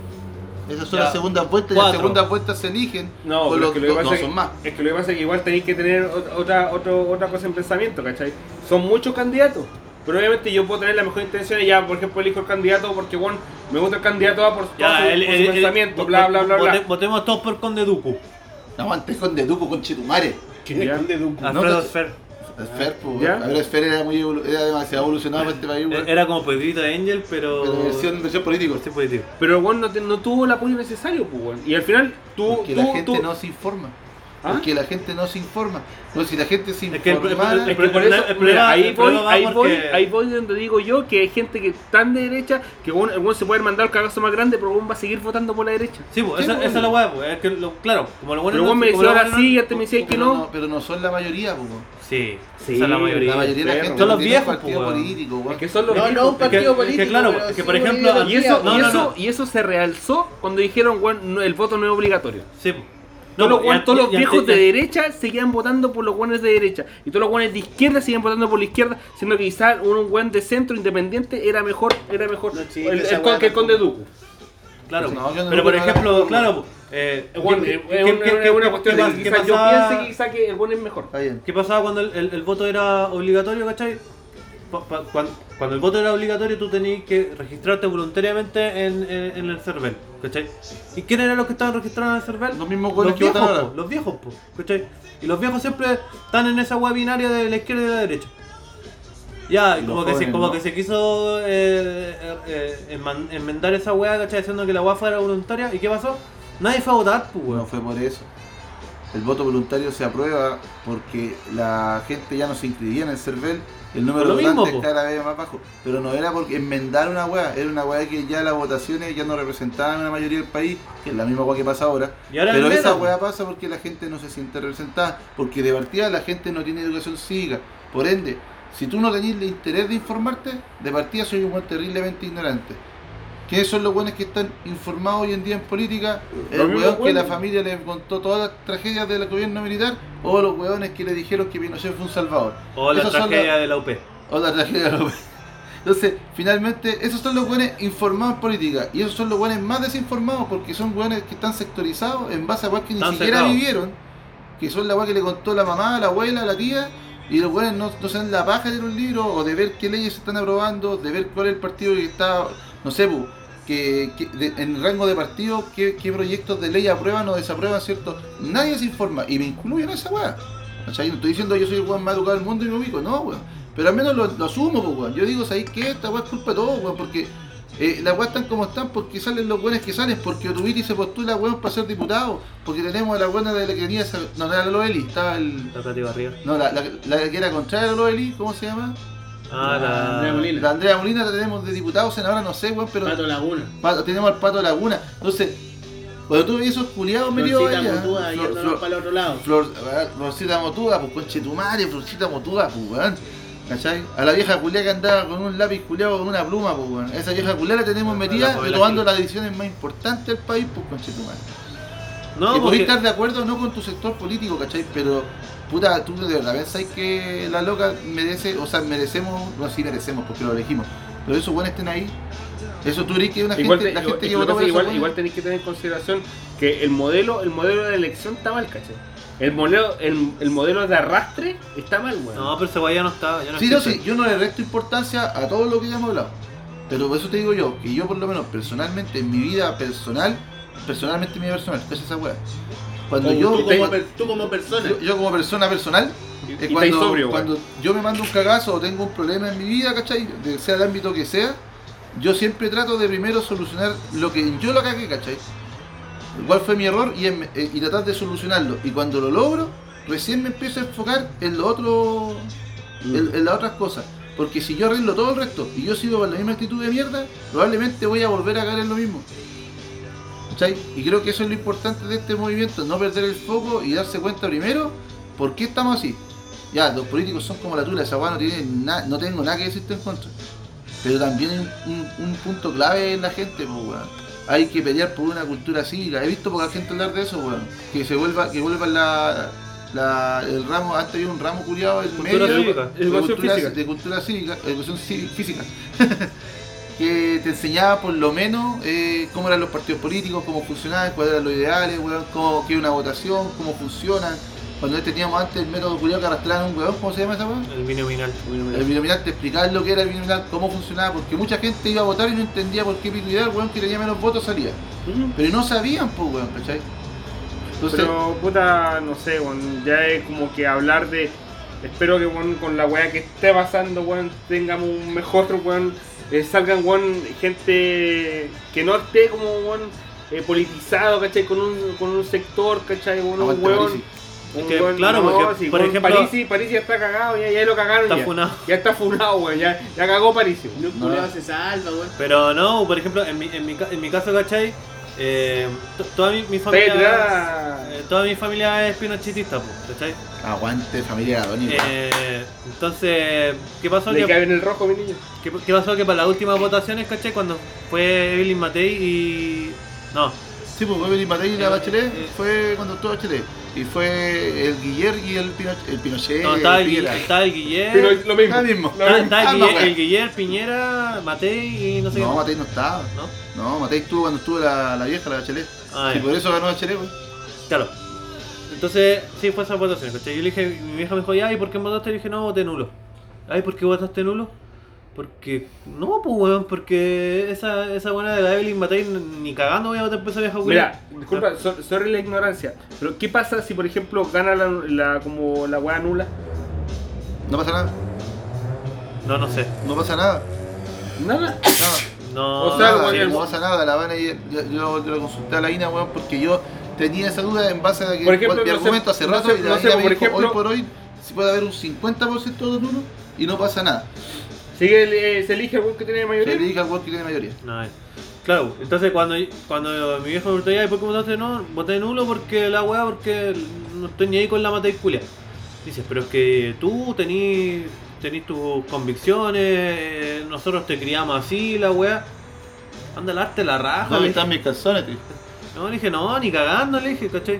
Speaker 3: Esas son
Speaker 4: Ya.
Speaker 3: las segundas vueltas y
Speaker 4: Cuatro.
Speaker 3: las segundas vueltas se eligen.
Speaker 1: No,
Speaker 3: por
Speaker 1: pero
Speaker 3: los
Speaker 1: es que lo que
Speaker 3: dos-
Speaker 1: pasa
Speaker 3: no
Speaker 1: es que-
Speaker 3: son más.
Speaker 1: es que lo que pasa es que igual tenéis que tener ot- otra, otro- otra cosa en pensamiento, ¿cachai? Son muchos candidatos. Pero obviamente yo puedo tener la mejor intención y ya, por ejemplo, elijo el candidato porque, bueno, me gusta el candidato A por, por su,
Speaker 4: el-
Speaker 1: por su
Speaker 4: el- el-
Speaker 1: pensamiento,
Speaker 4: vote-
Speaker 1: bla, bla, bla, bla.
Speaker 4: vote- Votemos todos por Conde Duku.
Speaker 3: No, antes con Deduco, con Chitumare.
Speaker 2: ¿Quién
Speaker 1: Ya.
Speaker 2: esconde de un cu-
Speaker 4: Alfredo
Speaker 3: no,
Speaker 4: Sfer.
Speaker 3: Esfer, pues,
Speaker 1: ¿Ya?
Speaker 3: weón. A ver, Esfer era, muy evolu- era demasiado evolucionado para este país,
Speaker 4: Eh,
Speaker 3: weón.
Speaker 4: Era como Pedrito Angel, pero.
Speaker 3: Pero versión, versión político.
Speaker 4: Sí, Pedrito.
Speaker 1: Pero, bueno, no, te- no tuvo el apoyo necesario, pues, weón. Y al final, tú.
Speaker 3: Porque
Speaker 1: tú,
Speaker 3: la gente
Speaker 1: tú-
Speaker 3: no se informa.
Speaker 1: ¿Ah?
Speaker 3: Porque la gente no se informa. No, si la gente se
Speaker 4: Es que el-
Speaker 3: informara.
Speaker 1: Es que por
Speaker 4: El
Speaker 1: eso,
Speaker 4: problema-
Speaker 1: mira, ahí,
Speaker 4: el
Speaker 1: voy,
Speaker 4: problema va
Speaker 1: ahí, voy,
Speaker 4: porque-
Speaker 1: ahí voy donde digo yo que hay gente que tan de derecha que bueno, el weón se puede mandar el cagazo más grande, pero el weón va a seguir votando por la derecha.
Speaker 4: Sí, pues, esa,
Speaker 3: bueno.
Speaker 4: esa es la weá, pues. Es que, lo- claro, como lo bueno
Speaker 1: pero vos me decís ahora sí y antes me decís
Speaker 3: pero
Speaker 1: que no.
Speaker 3: pero no son la mayoría, pues. weón.
Speaker 4: Sí,
Speaker 1: Sí,
Speaker 4: esa es la
Speaker 1: Sí,
Speaker 4: mayoría.
Speaker 3: La mayoría de la
Speaker 1: pero-
Speaker 3: gente
Speaker 4: Son
Speaker 3: no
Speaker 4: los
Speaker 3: tiene
Speaker 4: viejos,
Speaker 3: partido
Speaker 4: pues, weón.
Speaker 3: políticos, weón.
Speaker 1: Es que son los
Speaker 2: No,
Speaker 1: ricos,
Speaker 2: no, un
Speaker 1: pues.
Speaker 2: partido
Speaker 4: que- es que
Speaker 2: político.
Speaker 4: claro,
Speaker 2: pero
Speaker 4: es que,
Speaker 2: sí
Speaker 4: por
Speaker 2: una
Speaker 4: ejemplo,
Speaker 2: ideología.
Speaker 1: y eso,
Speaker 4: No,
Speaker 1: y,
Speaker 4: no,
Speaker 1: eso,
Speaker 4: no.
Speaker 1: y eso se realzó cuando dijeron bueno, no, el voto no es obligatorio.
Speaker 4: Sí, pues.
Speaker 1: Todos los,
Speaker 4: pues,
Speaker 1: guan-
Speaker 4: y
Speaker 1: todos los
Speaker 4: antes- y
Speaker 1: viejos
Speaker 4: antes-
Speaker 1: de derecha seguían votando por los guanes de derecha. Y todos los guanes de izquierda seguían votando por la izquierda, siendo que quizás un, un guan de centro independiente era mejor, era mejor
Speaker 2: No existe
Speaker 1: el,
Speaker 2: esa
Speaker 1: el con-
Speaker 2: weá
Speaker 1: que el
Speaker 2: tampoco.
Speaker 1: conde Duque.
Speaker 4: Claro,
Speaker 3: Pues No, yo no
Speaker 4: pero
Speaker 3: lo
Speaker 4: por
Speaker 3: veo nada
Speaker 4: ejemplo,
Speaker 3: como-
Speaker 4: claro, pues, eh,
Speaker 1: Bueno,
Speaker 4: ¿qué-
Speaker 1: es
Speaker 4: qué-
Speaker 1: una-
Speaker 4: qué-
Speaker 1: es una
Speaker 4: qué-
Speaker 1: cuestión
Speaker 4: qué
Speaker 1: de
Speaker 4: pas-
Speaker 1: que
Speaker 4: qué
Speaker 1: quizás yo
Speaker 4: pasaba-
Speaker 1: piense que quizás que el buen es mejor.
Speaker 3: Está bien.
Speaker 4: ¿Qué pasaba cuando el, el- el voto era obligatorio, cachai? Pa- pa- cuan- cuando el voto era obligatorio, tú tenías que registrarte voluntariamente en, en- en el CERVEL, ¿cachai? ¿Y quiénes eran los que estaban registrados en el CERVEL?
Speaker 3: Los mismos güeyes que
Speaker 4: viejos,
Speaker 3: votan ahora.
Speaker 4: po, Los viejos, po, ¿cachai? Y los viejos siempre están en esa hueá binaria de la izquierda y de la derecha. Ya,
Speaker 3: Y los
Speaker 4: como, que se,
Speaker 3: jóvenes,
Speaker 4: como
Speaker 3: ¿no?
Speaker 4: que se quiso eh, eh, eh, enman- enmendar esa hueá, ¿cachai? Diciendo que la hueá fuera voluntaria. ¿Y qué pasó? Nadie fue a votar, pues,
Speaker 3: Bueno,
Speaker 4: weón.
Speaker 3: fue por eso. El voto voluntario se aprueba porque la gente ya no se inscribía en el CERVEL, el número
Speaker 4: Por lo
Speaker 3: de
Speaker 4: mismo,
Speaker 3: votantes
Speaker 4: po.
Speaker 3: cada vez más bajo. Pero no era porque enmendar una weá, era una weá que ya las votaciones ya no representaban a la mayoría del país, que es la misma weá que pasa ahora.
Speaker 4: Y ahora
Speaker 3: Pero
Speaker 4: es
Speaker 3: esa
Speaker 4: menos, po.
Speaker 3: weá pasa porque la gente no se siente representada, porque de partida la gente no tiene educación cívica. Por ende, si tú no tenés el interés de informarte, de partida soy un weón terriblemente ignorante. ¿Quiénes son los buenos que están informados hoy en día en política?
Speaker 1: Los
Speaker 3: ¿El
Speaker 1: mismos
Speaker 3: weón que la
Speaker 1: hueones.
Speaker 3: familia les contó todas las tragedias del gobierno militar? ¿O los weones que le dijeron que Pinochet fue un salvador?
Speaker 4: O la
Speaker 3: Esas son
Speaker 4: tragedia
Speaker 3: las-
Speaker 4: de la UP.
Speaker 3: O la tragedia de los- Entonces, finalmente, esos son los buenos informados en política. Y esos son los buenos más desinformados porque son buenos que están sectorizados en base a weas que ni
Speaker 4: Están
Speaker 3: siquiera
Speaker 4: cerrados.
Speaker 3: vivieron. Que son la wea que le contó la mamá, la abuela, la tía. Y los buenos no, no se dan la paja de leer un libro o de ver qué leyes se están aprobando, de ver cuál es el partido que está, no sé, pu, que, que de- en rango de partido, qué, qué proyectos de ley aprueban o desaprueban, ¿cierto? Nadie se informa y me incluyen a esa weá. ¿Cachai? No estoy diciendo yo soy el weón más educado del mundo y me ubico, no, weón. Pero al menos lo, lo asumo, pues, weón. Yo digo, ¿sabéis qué? Esta weá es culpa de todos, weón, porque eh, las weas están como están porque salen los weones que salen, porque Otubiti se postula, weón, para ser diputado, porque tenemos a la buena de la que tenía, esa- no, no era Loeli, estaba el...
Speaker 4: La Tati Barriga.
Speaker 3: No, la, la, la que era contraria a Loeli, ¿cómo se llama?
Speaker 4: Ah, la.
Speaker 2: Andrea Molina.
Speaker 3: La Andrea Molina la tenemos de diputado, senadora, no sé, weón, pero
Speaker 2: Pato Laguna.
Speaker 3: Pato- tenemos al Pato Laguna. Entonces, cuando tú ves esos culiados medio
Speaker 2: Florcita
Speaker 3: allá,
Speaker 2: Motúa
Speaker 3: Flor-
Speaker 2: yéndonos
Speaker 3: Flor-
Speaker 2: para el otro lado.
Speaker 3: Flor, ah, Florcita Motuga, pues conche tu madre, Florcita Motuga, pues weón. ¿Cachai? A la vieja culia que andaba con un lápiz culiado con una pluma, pues weón. Esa vieja culia la tenemos
Speaker 4: La
Speaker 3: metida
Speaker 4: Fabiola
Speaker 3: tomando
Speaker 4: Gil.
Speaker 3: las decisiones más importantes del país, pues conche tu madre.
Speaker 4: No,
Speaker 3: y podés
Speaker 4: porque-
Speaker 3: estar de acuerdo o no con tu sector político, ¿cachai? Pero, puta, tú de verdad pensáis que la loca merece, o sea, merecemos, no, sí merecemos, porque lo elegimos. Pero esos weones estén ahí. Eso tú crees que una
Speaker 1: Igual,
Speaker 3: gente,
Speaker 1: te-
Speaker 3: la
Speaker 1: igual-
Speaker 3: gente
Speaker 1: es
Speaker 3: que
Speaker 1: que lo
Speaker 3: votó
Speaker 1: que
Speaker 3: por
Speaker 1: pasa,
Speaker 3: esos
Speaker 1: igual,
Speaker 3: weones-
Speaker 1: igual tenéis que tener en consideración que el modelo, el modelo de la elección está mal, ¿cachai? El modelo, el, el modelo de arrastre está mal, weón.
Speaker 4: No, pero esa weá ya no está. Ya no
Speaker 3: Sí, no,
Speaker 4: existe.
Speaker 3: sí, yo no le resto importancia a todo lo que ya hemos hablado. Pero por eso te digo yo, que yo por lo menos personalmente, en mi vida personal, personalmente en mi vida personal, es esa weá.
Speaker 1: Oh,
Speaker 3: Cuando
Speaker 2: Como
Speaker 3: yo,
Speaker 2: tú, como,
Speaker 3: cuando-
Speaker 2: per- tú como persona.
Speaker 3: yo, yo como persona personal,
Speaker 1: Y- y
Speaker 3: es
Speaker 1: estáis
Speaker 3: cuando,
Speaker 1: sobrio, weón.
Speaker 3: cuando yo me mando un cagazo o tengo un problema en mi vida, ¿cachai? De- sea el ámbito que sea, yo siempre trato de primero solucionar lo que yo lo cagué, ¿cachai? ¿Cuál fue mi error? Y, en- eh, y tratar de solucionarlo. Y cuando lo logro, recién me empiezo a enfocar en lo otro,
Speaker 1: Mm.
Speaker 3: en, en las otras cosas. Porque si yo arreglo todo el resto y yo sigo con la misma actitud de mierda, probablemente voy a volver a caer en lo mismo. ¿Cachai? Y creo que eso es lo importante de este movimiento, no perder el foco y darse cuenta primero por qué estamos así. Ya, los políticos son como la tula, esa weá no tiene na- no tengo nada que decirte en contra. Pero también hay un, un- un punto clave en la gente, pues, weón. Hay que pelear por una cultura cívica. He visto poca gente hablar de eso, weón. Que se vuelva, que vuelva la, la- el ramo, antes había un ramo curiado en
Speaker 4: Cultura
Speaker 3: medio
Speaker 4: cívica.
Speaker 3: de
Speaker 1: Educación
Speaker 3: cultura-
Speaker 1: física.
Speaker 3: de cultura cívica, educación cí- física. que te enseñaba por lo menos eh, cómo eran los partidos políticos, cómo funcionaban, cuáles eran los ideales, weón, cómo qué es una votación, cómo funcionan. Cuando teníamos antes el método curiado que arrastraban un weón, ¿cómo se llama esa weón?
Speaker 4: El mini minal.
Speaker 3: El binominal, te explicar lo que era el binominal, cómo funcionaba, porque mucha gente iba a votar y no entendía por qué pico el weón que tenía menos votos salía.
Speaker 1: Ujú.
Speaker 3: Pero no sabían, pues, weón, ¿cachai? Entonces,
Speaker 1: Pero puta, no sé, weón, ya es como que hablar de. Espero que weón, con la weá que esté pasando, weón, tengamos un mejor, weón, eh, salgan, weón, gente que no esté como, weón, eh, politizado, ¿cachai? Con un, con un sector, ¿cachai? Weón, un
Speaker 3: aguante,
Speaker 1: weón.
Speaker 3: Parisi.
Speaker 1: un
Speaker 4: Es que, claro, porque, por
Speaker 1: weón,
Speaker 4: ejemplo-
Speaker 1: Parisi, Parisi ya está cagado, ya, ya lo cagaron.
Speaker 4: Está
Speaker 1: ya.
Speaker 4: funado.
Speaker 1: Ya está funado, weón, ya, ya cagó Parisi. weón.
Speaker 2: No,
Speaker 3: No.
Speaker 4: Ah.
Speaker 2: culiao se salva, weón.
Speaker 4: Pero no, por ejemplo, en mi, en mi, ca- en mi caso, ¿cachai? Eh, to- toda mi, mi
Speaker 1: Está
Speaker 4: familia.
Speaker 1: detrás.
Speaker 4: eh, toda mi familia es pinochetista, pues, ¿cachai?
Speaker 3: Aguante, familia Gadoni.
Speaker 4: Eh, entonces, ¿qué pasó?
Speaker 1: Le
Speaker 4: Que- Eh,
Speaker 1: cae en el rojo, mi niño.
Speaker 4: ¿Qué, qué pasó? Que para las últimas votaciones, ¿cachai? Cuando fue Evelyn Matei y. No,
Speaker 3: Sí, pues Evelyn Matei y la
Speaker 4: Eh,
Speaker 3: Bachelet
Speaker 4: eh.
Speaker 3: fue cuando estuvo Bachelet. Y fue el Guiller y el, Pino- el Pinochet.
Speaker 4: no estaba, el,
Speaker 3: Eh, Piñera.
Speaker 4: Guille- estaba el Guillermo.
Speaker 1: Pero lo mismo.
Speaker 3: Lo mismo.
Speaker 1: Lo mismo.
Speaker 4: Estaba, estaba el,
Speaker 3: Ah,
Speaker 4: Guille-
Speaker 3: no, güey.
Speaker 4: el Guillermo, Piñera, Matei y no sé
Speaker 3: No,
Speaker 4: qué.
Speaker 3: Matei no estaba.
Speaker 4: ¿No?
Speaker 3: No, Matei estuvo cuando estuvo la, la vieja, la Bachelet.
Speaker 4: Ah,
Speaker 3: y
Speaker 4: ya.
Speaker 3: por eso ganó Bachelet, pues. weón.
Speaker 4: Claro. Entonces, sí, fue esa votación, ¿cachai? Yo le dije, mi vieja me dijo, ya, ¿y por qué votaste? Le dije, no, voté nulo. Ay, ¿por qué votaste nulo? Porque, no, pues, weón, porque esa, esa buena de la Evelyn Matei ni cagando voy a votar por esa vieja,
Speaker 1: Mira,
Speaker 4: culiá.
Speaker 1: disculpa, so- sorry la ignorancia, pero ¿qué pasa si por ejemplo gana la, la- como la weá nula?
Speaker 3: No pasa nada,
Speaker 4: No, no sé.
Speaker 3: no pasa nada.
Speaker 1: Nada.
Speaker 3: nada.
Speaker 4: No,
Speaker 1: O sea,
Speaker 4: no,
Speaker 1: güey,
Speaker 4: sí,
Speaker 3: Nada,
Speaker 1: el-
Speaker 3: no pasa nada, la van a ir- yo, yo, yo lo consulté a la INA, weón, porque yo tenía esa duda en base a que
Speaker 1: Por ejemplo,
Speaker 3: mi
Speaker 1: no sé-
Speaker 3: argumento hace
Speaker 1: no
Speaker 3: rato
Speaker 1: sé-
Speaker 3: y
Speaker 1: no
Speaker 3: la
Speaker 1: sé,
Speaker 3: INA me
Speaker 1: por
Speaker 3: dijo,
Speaker 1: ejemplo-
Speaker 3: hoy por hoy si puede haber un 50% de turno y no pasa nada.
Speaker 1: Sigue, el- eh, se elige el weón que tiene mayoría.
Speaker 3: Se le dije al weón que tiene mayoría.
Speaker 4: No, eh. Claro, entonces cuando, cuando mi viejo me preguntó, ya, ¿y por qué votaste no? Voté nulo porque la weá, porque no estoy ni ahí con la matrícula. Dices, pero es que tú tenís tenís tus convicciones, eh, nosotros te criamos así, la weá. Anda al arte la raja. le dije.
Speaker 3: mis calzones, tío?
Speaker 4: No, le dije, no, ni cagando, le dije, ¿cachai?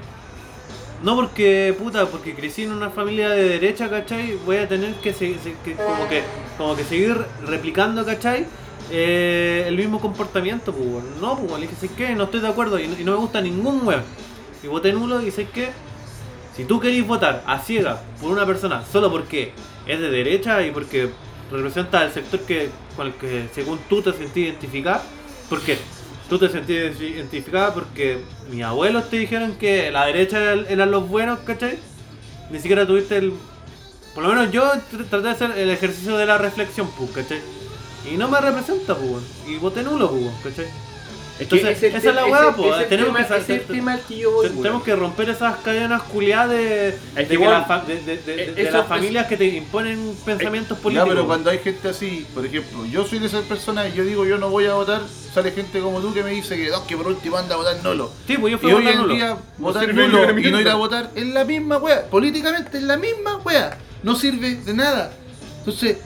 Speaker 4: No porque, puta, porque crecí en una familia de derecha, ¿cachai? Voy a tener que, se- se- que- como que como que seguir replicando, ¿cachai? Eh, el mismo comportamiento, pues, weón. no, pues, weón, le dije, ¿sabes qué? No estoy de acuerdo y no, y no me gusta ningún weón. Y voté nulo y ¿sabes qué? Si tú querís votar a ciega por una persona solo porque es de derecha y porque representa el sector que, con el que según tú te sentís identificado, porque tú te sentís identi- identificada porque mis abuelos te dijeron que la derecha era- eran los buenos, ¿cachai? Ni siquiera tuviste el... Por lo menos yo tr- traté de hacer el ejercicio de la reflexión, pues, ¿cachai? Y no me representa, pues, weón. y voté nulo, pues, weón, ¿cachai? Entonces,
Speaker 1: ese
Speaker 4: esa es la
Speaker 1: te-
Speaker 4: weá,
Speaker 1: ese-
Speaker 4: po,
Speaker 1: ese
Speaker 4: tenemos
Speaker 1: tema-
Speaker 4: que sacar-
Speaker 1: ese es el tema al que yo voy,
Speaker 4: Te-
Speaker 1: weón.
Speaker 4: Tenemos que romper esas cadenas culiadas de,
Speaker 1: que,
Speaker 4: de que
Speaker 1: weón,
Speaker 4: la fa- de- de- de-
Speaker 1: eh,
Speaker 4: de
Speaker 1: eso- Eh,
Speaker 4: las familias que te imponen pensamientos
Speaker 3: Ya,
Speaker 4: políticos.
Speaker 3: pero
Speaker 4: weón.
Speaker 3: cuando hay gente así, por ejemplo, yo soy de esas personas y yo digo yo no voy a votar, sale gente como tú que me dice que no, que por último anda a votar nulo.
Speaker 4: Sí, pues yo fui
Speaker 3: Y
Speaker 4: a
Speaker 3: hoy
Speaker 4: votar
Speaker 3: en
Speaker 4: nulo.
Speaker 3: día votar
Speaker 1: sirve ni
Speaker 3: nulo
Speaker 1: una
Speaker 3: y no ir
Speaker 1: mierda.
Speaker 3: a votar es la misma wea. Políticamente es la misma wea. No sirve de nada. Entonces,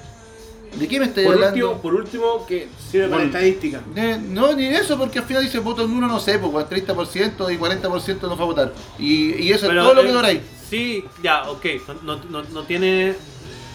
Speaker 3: ¿de qué me estáis
Speaker 1: por
Speaker 3: hablando?
Speaker 1: último, por último que
Speaker 2: Sirve para
Speaker 1: Bueno.
Speaker 2: estadística.
Speaker 3: Eh, no, ni eso, porque al final dice voto nulo, no sé, pues weón, 30% y 40% no fue a votar. Y, y eso
Speaker 4: Pero,
Speaker 3: es todo lo que
Speaker 4: eh,
Speaker 3: lográis.
Speaker 4: Sí, ya, ok. No, no- no- no tiene,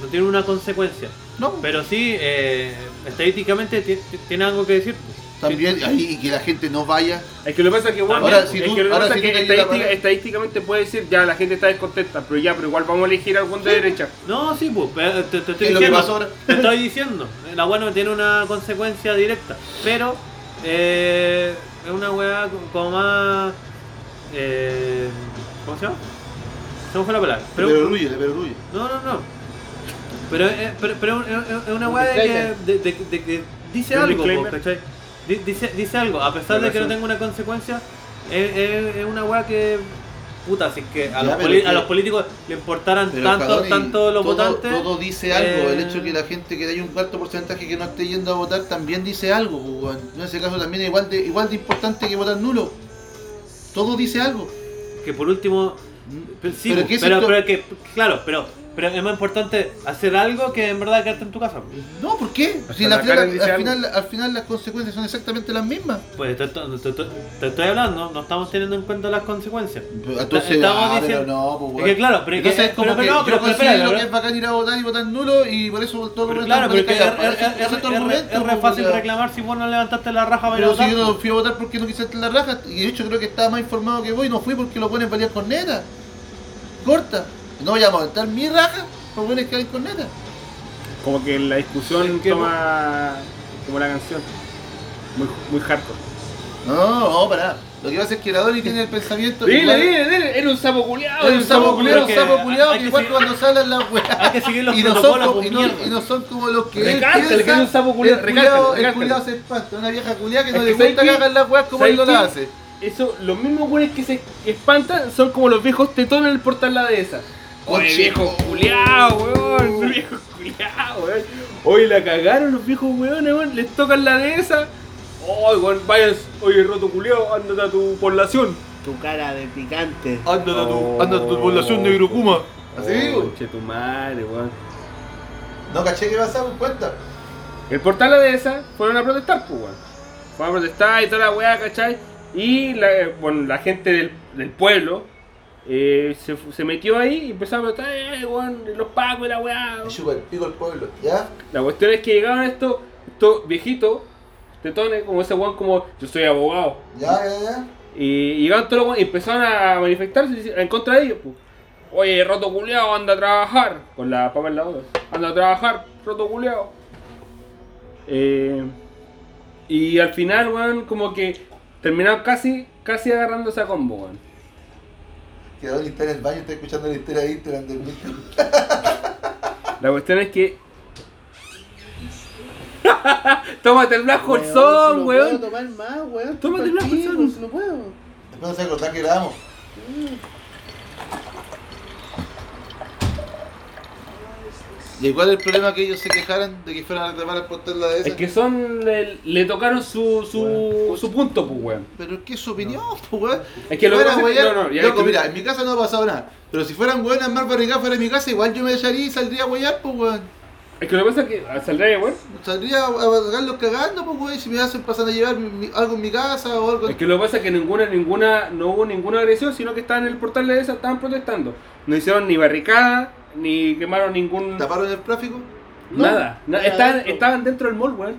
Speaker 4: no tiene una consecuencia.
Speaker 3: No,
Speaker 4: Pero sí, eh, estadísticamente ti- ti- tiene algo que decir.
Speaker 3: también ahí que la gente no vaya.
Speaker 1: es que lo que pasa es que weón,
Speaker 3: Ahora,
Speaker 1: es
Speaker 3: si
Speaker 1: que
Speaker 3: tú-
Speaker 1: lo que
Speaker 3: ahora
Speaker 1: pasa
Speaker 3: si
Speaker 1: es que
Speaker 3: tú te ayudas
Speaker 1: estadística-
Speaker 3: para-
Speaker 1: estadísticamente puede decir ya la gente está descontenta, pero ya, pero igual vamos a elegir algún de derecha.
Speaker 4: No, sí, pues, pero te, te estoy
Speaker 3: Es lo que
Speaker 4: diciendo.
Speaker 3: pasó ahora.
Speaker 4: Te estoy diciendo. La weá no tiene una consecuencia directa. Pero eh, es una weá co- como más. eh, ¿Cómo se llama? Se me fue la palabra. Pero-
Speaker 3: Pero ruye, pero ruye.
Speaker 4: No, no, no. Pero, eh, pero, pero es- es una
Speaker 2: Un
Speaker 4: weá de
Speaker 2: disclaimer.
Speaker 4: que de- de- de que dice
Speaker 1: Un
Speaker 4: algo, po,
Speaker 1: disclaimer.
Speaker 4: ¿cachai? Di- Dice, dice algo, a pesar de que no
Speaker 1: Relación.
Speaker 4: tenga una consecuencia, es, es- es una weá que. Puta, si es que
Speaker 3: Ya,
Speaker 4: a, los,
Speaker 3: pero
Speaker 4: poli-
Speaker 3: que-
Speaker 4: a los políticos le importaran
Speaker 3: Pero,
Speaker 4: tanto,
Speaker 3: Jadoni,
Speaker 4: tanto los
Speaker 3: todo-
Speaker 4: votantes.
Speaker 3: Todo dice algo.
Speaker 4: eh,
Speaker 3: El hecho que la gente que hay un cuarto porcentaje que no esté yendo a votar también dice algo. pues, weón. En ese caso también es igual de, igual de importante que votar nulo. Todo dice algo.
Speaker 4: Que por último.
Speaker 3: Mm.
Speaker 4: Pero, sí,
Speaker 3: Pero
Speaker 4: po,
Speaker 3: que eso
Speaker 4: pero-
Speaker 3: es to-
Speaker 4: pero que- claro, pero Pero es más importante hacer algo que en verdad quedarte en tu casa.
Speaker 3: No, ¿por qué?
Speaker 1: Hasta
Speaker 3: Si la
Speaker 1: la
Speaker 3: final-
Speaker 1: Karen dice
Speaker 3: al,
Speaker 1: algo.
Speaker 3: final, al final las consecuencias son exactamente las mismas.
Speaker 4: Pues te, te- te- te- te estoy hablando, no estamos teniendo en cuenta las consecuencias.
Speaker 3: Entonces,
Speaker 4: estamos
Speaker 3: ah,
Speaker 4: diciendo-
Speaker 3: pero no, pues,
Speaker 4: Es
Speaker 3: weón.
Speaker 4: que claro, pero,
Speaker 3: Entonces es como
Speaker 4: pero- pero
Speaker 3: que
Speaker 4: no, pero
Speaker 3: yo
Speaker 4: espera,
Speaker 3: considero
Speaker 4: pero-
Speaker 3: que es bacán ir a votar y votar nulo y por eso todo
Speaker 4: pero
Speaker 3: el
Speaker 4: claro, pero es que es, es- es-
Speaker 3: Ese es tu
Speaker 4: es-
Speaker 3: argumento,
Speaker 4: es re
Speaker 3: pues,
Speaker 4: fácil
Speaker 3: weón.
Speaker 4: reclamar si vos no levantaste la raja para ir a
Speaker 3: Pero si
Speaker 4: votar,
Speaker 3: yo
Speaker 4: pues.
Speaker 3: no fui a votar porque no quise hacer la raja, y de hecho creo que estaba más informado que voy, no fui porque lo ponen valían corneta. Corta. No voy a montar mi raja por buenas que hay corneta.
Speaker 1: Como que la discusión
Speaker 3: Es que-
Speaker 1: toma como la canción. Muy, muy hardcore.
Speaker 3: No, no, no, pará. Lo que pasa es que el Adoli tiene el pensamiento.
Speaker 1: Dile,
Speaker 3: igual-
Speaker 1: dile, dile. Era un sapo culiado.
Speaker 3: Es un sapo culiado, un
Speaker 4: que-
Speaker 3: sapo culiado
Speaker 4: hay
Speaker 3: que
Speaker 4: que
Speaker 3: igual
Speaker 4: seguir-
Speaker 3: cuando salen las weas.
Speaker 4: [LAUGHS] Hay que seguir los
Speaker 3: y no, son
Speaker 4: protocolos,
Speaker 3: como,
Speaker 4: pues,
Speaker 3: y, no,
Speaker 4: mierda.
Speaker 3: y no son como los que. él
Speaker 1: Recártale,
Speaker 3: piensa,
Speaker 1: que es un sapo culiao,
Speaker 3: El culiao- el
Speaker 1: recártale,
Speaker 3: culiao
Speaker 1: recártale.
Speaker 3: se espanta. Una vieja culiada que no
Speaker 1: Es
Speaker 3: le
Speaker 1: que ¿sabes
Speaker 3: gusta que
Speaker 1: qué?
Speaker 3: hagan las weas como él
Speaker 1: ¿Sabes
Speaker 3: no las
Speaker 1: qué?
Speaker 3: hace.
Speaker 1: Eso, los mismos güeyes que se espantan son como los viejos tetones del portal la de esa. Oye,
Speaker 3: Oye,
Speaker 1: viejo culiao, weón. [LAUGHS] Viejo culiao, weón. Hoy la cagaron los viejos weones, weón. Les tocan la de esa. Oh, weón, vayas. Oye, roto culiao, ándate a tu población.
Speaker 2: Tu cara de picante.
Speaker 3: Ándate a tu, ándate a tu población de Irukuma. Así digo.
Speaker 1: Che, tu madre, weón.
Speaker 3: No caché que pasaba un cuenta.
Speaker 1: El portal la de esa fueron a protestar, pues, weón. Fueron a protestar y toda la weá, ¿cachai? Y la, bueno, la gente del, del pueblo eh, se, fu- se metió ahí y empezaron a protestar, eh, weón, los pacos y la weá.
Speaker 3: Me chupa el pico el pueblo, ¿ya?
Speaker 1: La cuestión es que llegaron estos, estos viejitos, tetones, como ese weón, como yo soy abogado.
Speaker 3: Ya, ya, ya.
Speaker 1: Y llegaron todos los weones y empezaron a manifestarse en contra de ellos, pues. Oye, roto culeado, anda a trabajar. Con la papa en la boca. Anda a trabajar, roto culeado. Eh, y al final, weón, como que terminaron casi, casi agarrando esa combo, weón.
Speaker 3: Que Adoli está en el baño, está escuchando la historia de Instagram del micro.
Speaker 1: La cuestión es que. [LAUGHS] Tómate el Black
Speaker 2: Weón, si
Speaker 1: Horson,
Speaker 2: no
Speaker 1: weón.
Speaker 2: puedo tomar más, weón.
Speaker 1: Tómate
Speaker 2: Estoy
Speaker 1: más,
Speaker 2: pa'l pico,
Speaker 1: Wilson.
Speaker 2: si no puedo.
Speaker 3: Después no se acordar que grabamos. Y igual el problema que ellos se quejaran de que fueran a reclamar al portal la de
Speaker 1: Es que son. Le, le tocaron su, su, su punto, pues, weón.
Speaker 3: Pero es que es su opinión, pues, weón.
Speaker 1: Es que
Speaker 3: Si
Speaker 1: lo que
Speaker 3: fueran
Speaker 1: pasa es que-
Speaker 3: weón-
Speaker 1: no, no, ya
Speaker 3: Loco,
Speaker 1: que-
Speaker 3: mira, en mi casa no ha pasado nada. Pero si fueran weonas más barrigadas fuera de mi casa, igual yo me echaría y saldría a huear, pues, weón.
Speaker 1: Es que lo que pasa es que al salir, weón.
Speaker 3: Saldría a a dejarlos cagando, pues, weón. y Si me hacen pasar a llevar mi- mi- algo en mi casa o algo.
Speaker 1: Es que lo que pasa es que ninguna, ninguna, no hubo ninguna agresión, sino que estaban en el portal de esa, estaban protestando. No hicieron ni barricada, ni quemaron ningún.
Speaker 3: ¿Taparon el tráfico?
Speaker 1: nada.
Speaker 2: no,
Speaker 1: Na-
Speaker 2: era
Speaker 1: estaban,
Speaker 2: adentro.
Speaker 1: estaban dentro del mall, weón.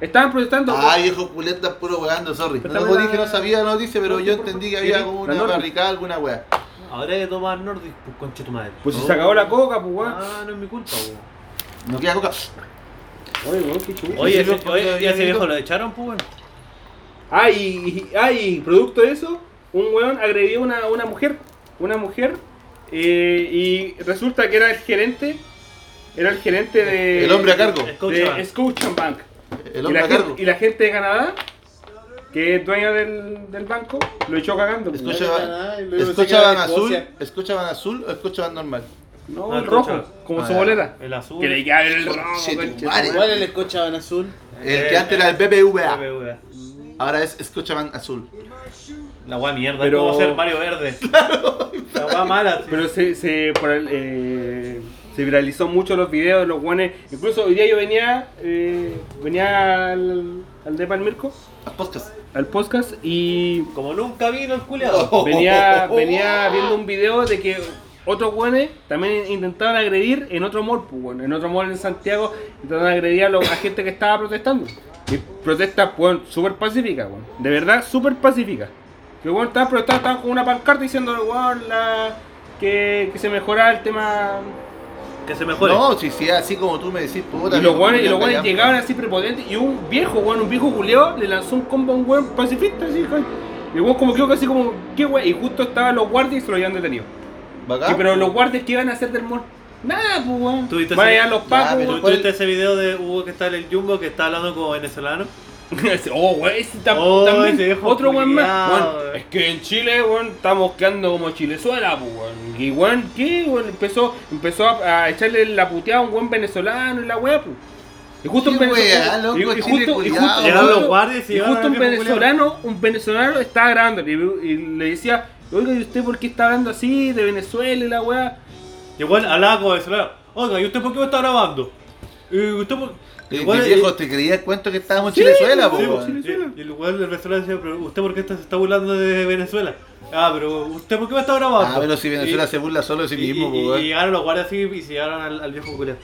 Speaker 1: Estaban protestando.
Speaker 3: Ah, viejo culeta, puro weando, sorry.
Speaker 1: Pero
Speaker 3: No
Speaker 1: también
Speaker 3: lo
Speaker 1: la-
Speaker 3: dije, no sabía la noticia, pero yo entendí que
Speaker 1: Sí,
Speaker 3: había
Speaker 1: la
Speaker 3: una
Speaker 1: norma.
Speaker 3: barricada, alguna wea.
Speaker 4: Ahora hay que tomar Nordic, pues conche tu madre.
Speaker 1: Pues si se acabó la coca, pues weón.
Speaker 4: Ah, no es mi culpa, weón.
Speaker 3: No queda coca.
Speaker 1: Oye, weón, qué chulo.
Speaker 4: Oye,
Speaker 3: sí,
Speaker 4: ese-
Speaker 3: sí,
Speaker 4: oye,
Speaker 3: sí,
Speaker 4: y a
Speaker 3: sí,
Speaker 4: ese viejo
Speaker 3: sí.
Speaker 4: lo echaron, pues weón.
Speaker 1: Ah, y, y- ah, y producto de eso, un weón agredió a una, una mujer. Una mujer. eh, y resulta que era el gerente. Era el gerente de.
Speaker 3: El hombre a cargo.
Speaker 1: De
Speaker 4: Scotiabank.
Speaker 1: Scotiabank Bank.
Speaker 3: El
Speaker 1: y,
Speaker 3: hombre
Speaker 1: la
Speaker 3: a cargo.
Speaker 1: gente, y la gente de Canadá, que es dueño del, del banco, lo echó cagando. pues.
Speaker 3: Escucha,
Speaker 2: Canadá, y luego se queda
Speaker 3: ¿Escuchaban
Speaker 2: en
Speaker 3: azul?
Speaker 2: Escocia.
Speaker 3: ¿Escuchaban azul o escuchaban normal?
Speaker 1: no,
Speaker 4: No,
Speaker 1: el rojo,
Speaker 4: escucha.
Speaker 1: como
Speaker 3: Ah,
Speaker 1: su
Speaker 3: ya.
Speaker 1: bolera.
Speaker 4: El azul.
Speaker 1: Que le queda el rojo,
Speaker 3: Conche tu
Speaker 1: conche tu
Speaker 3: madre.
Speaker 1: madre.
Speaker 2: ¿Cuál es el escochaban azul?
Speaker 1: Eh,
Speaker 3: El que antes era el BBVA,
Speaker 4: BBVA.
Speaker 3: ahora es escuchaban azul.
Speaker 4: La weá mierda,
Speaker 1: Pero-
Speaker 4: ¿cómo va a ser Mario Verde? La weá mala, sí.
Speaker 1: Pero se, se, por el, eh, se viralizó mucho los videos de los guanes. Incluso hoy día yo venía, eh, venía al, al Depa al Mirko,
Speaker 3: A podcast.
Speaker 1: al podcast, y
Speaker 4: Como nunca vino el culiado.
Speaker 3: [LAUGHS] Oh,
Speaker 1: venía, venía viendo un video de que otros guanes también intentaban agredir en otro mall, pues, bueno, en otro mall en Santiago, intentaban agredir a, los- a gente que estaba protestando. Y protestas, pues, súper pacíficas, weón. de verdad, súper pacíficas. Que bueno, estaban protestando, estaban con una pancarta diciendo, weón, la- que, que se mejorara el tema
Speaker 4: Que se mejore.
Speaker 3: No, si si es así como tú me decís, puta.
Speaker 1: Y los
Speaker 3: viejo
Speaker 1: guanes, y los
Speaker 3: culiao,
Speaker 1: guanes
Speaker 3: callan.
Speaker 1: llegaban así prepotentes y un viejo, weón, un viejo culeo le lanzó un combo a un weón pacifista así, weón. Y el weón como quedó casi como, qué weón, y justo estaban los guardias y se lo habían detenido.
Speaker 3: ¿Bacán?
Speaker 1: Y pero los guardias que iban a hacer del mall, nada, pues weón.
Speaker 4: Tuviste
Speaker 1: Van a
Speaker 4: ese-
Speaker 1: llegar los
Speaker 3: Ya,
Speaker 1: pacos,
Speaker 3: pero
Speaker 4: ¿Tú
Speaker 1: weón.
Speaker 3: ¿cuál-
Speaker 4: viste ese video de Hugo que está en el Jumbo que está hablando como venezolano?
Speaker 1: oh, weón, [LAUGHS] ese tam-
Speaker 4: Oh,
Speaker 1: también
Speaker 4: ese viejo
Speaker 1: otro weón más.
Speaker 4: culiao,
Speaker 1: Weón,
Speaker 4: weón.
Speaker 1: es que en Chile, weón, estamos quedando como chilezuela, pues weón. Y weón, ¿qué? Weón, empezó, empezó a, a echarle la puteada a un weón venezolano y la weá, pues. Y justo
Speaker 3: Sí,
Speaker 1: un venezolano.
Speaker 3: weá, loco,
Speaker 1: y- y
Speaker 3: Chile
Speaker 1: justo- y
Speaker 3: culiao.
Speaker 1: justo-
Speaker 4: Llegaron
Speaker 1: justo-
Speaker 4: los guardias y
Speaker 1: y
Speaker 4: llegaron
Speaker 1: justo
Speaker 4: al
Speaker 1: un
Speaker 4: viejo
Speaker 1: venezolano, un venezolano estaba grabando y, y le decía, oiga, ¿y usted por qué está hablando así de Venezuela y la weá?
Speaker 4: Igual hablaba como venezolano. Oiga, ¿y usted por qué me está grabando? ¿Y usted por
Speaker 3: Y
Speaker 4: Igual
Speaker 3: mi
Speaker 4: el-
Speaker 1: eh,
Speaker 3: viejo, ¿te creía el cuento que estábamos en
Speaker 4: Sí,
Speaker 3: Chilezuela, po,
Speaker 4: sí,
Speaker 3: weón?
Speaker 4: sí, Y el lugar del venezolano decía, pero ¿usted por qué está- se está burlando de Venezuela? Ah, pero ¿usted por qué me está grabando?
Speaker 3: Ah, pero si Venezuela
Speaker 4: Y-
Speaker 3: se burla solo de sí
Speaker 4: y-
Speaker 3: mismo,
Speaker 4: y,
Speaker 3: po,
Speaker 4: y
Speaker 3: weón.
Speaker 4: llegaron los guardias así y se llegaron al, al viejo culiao.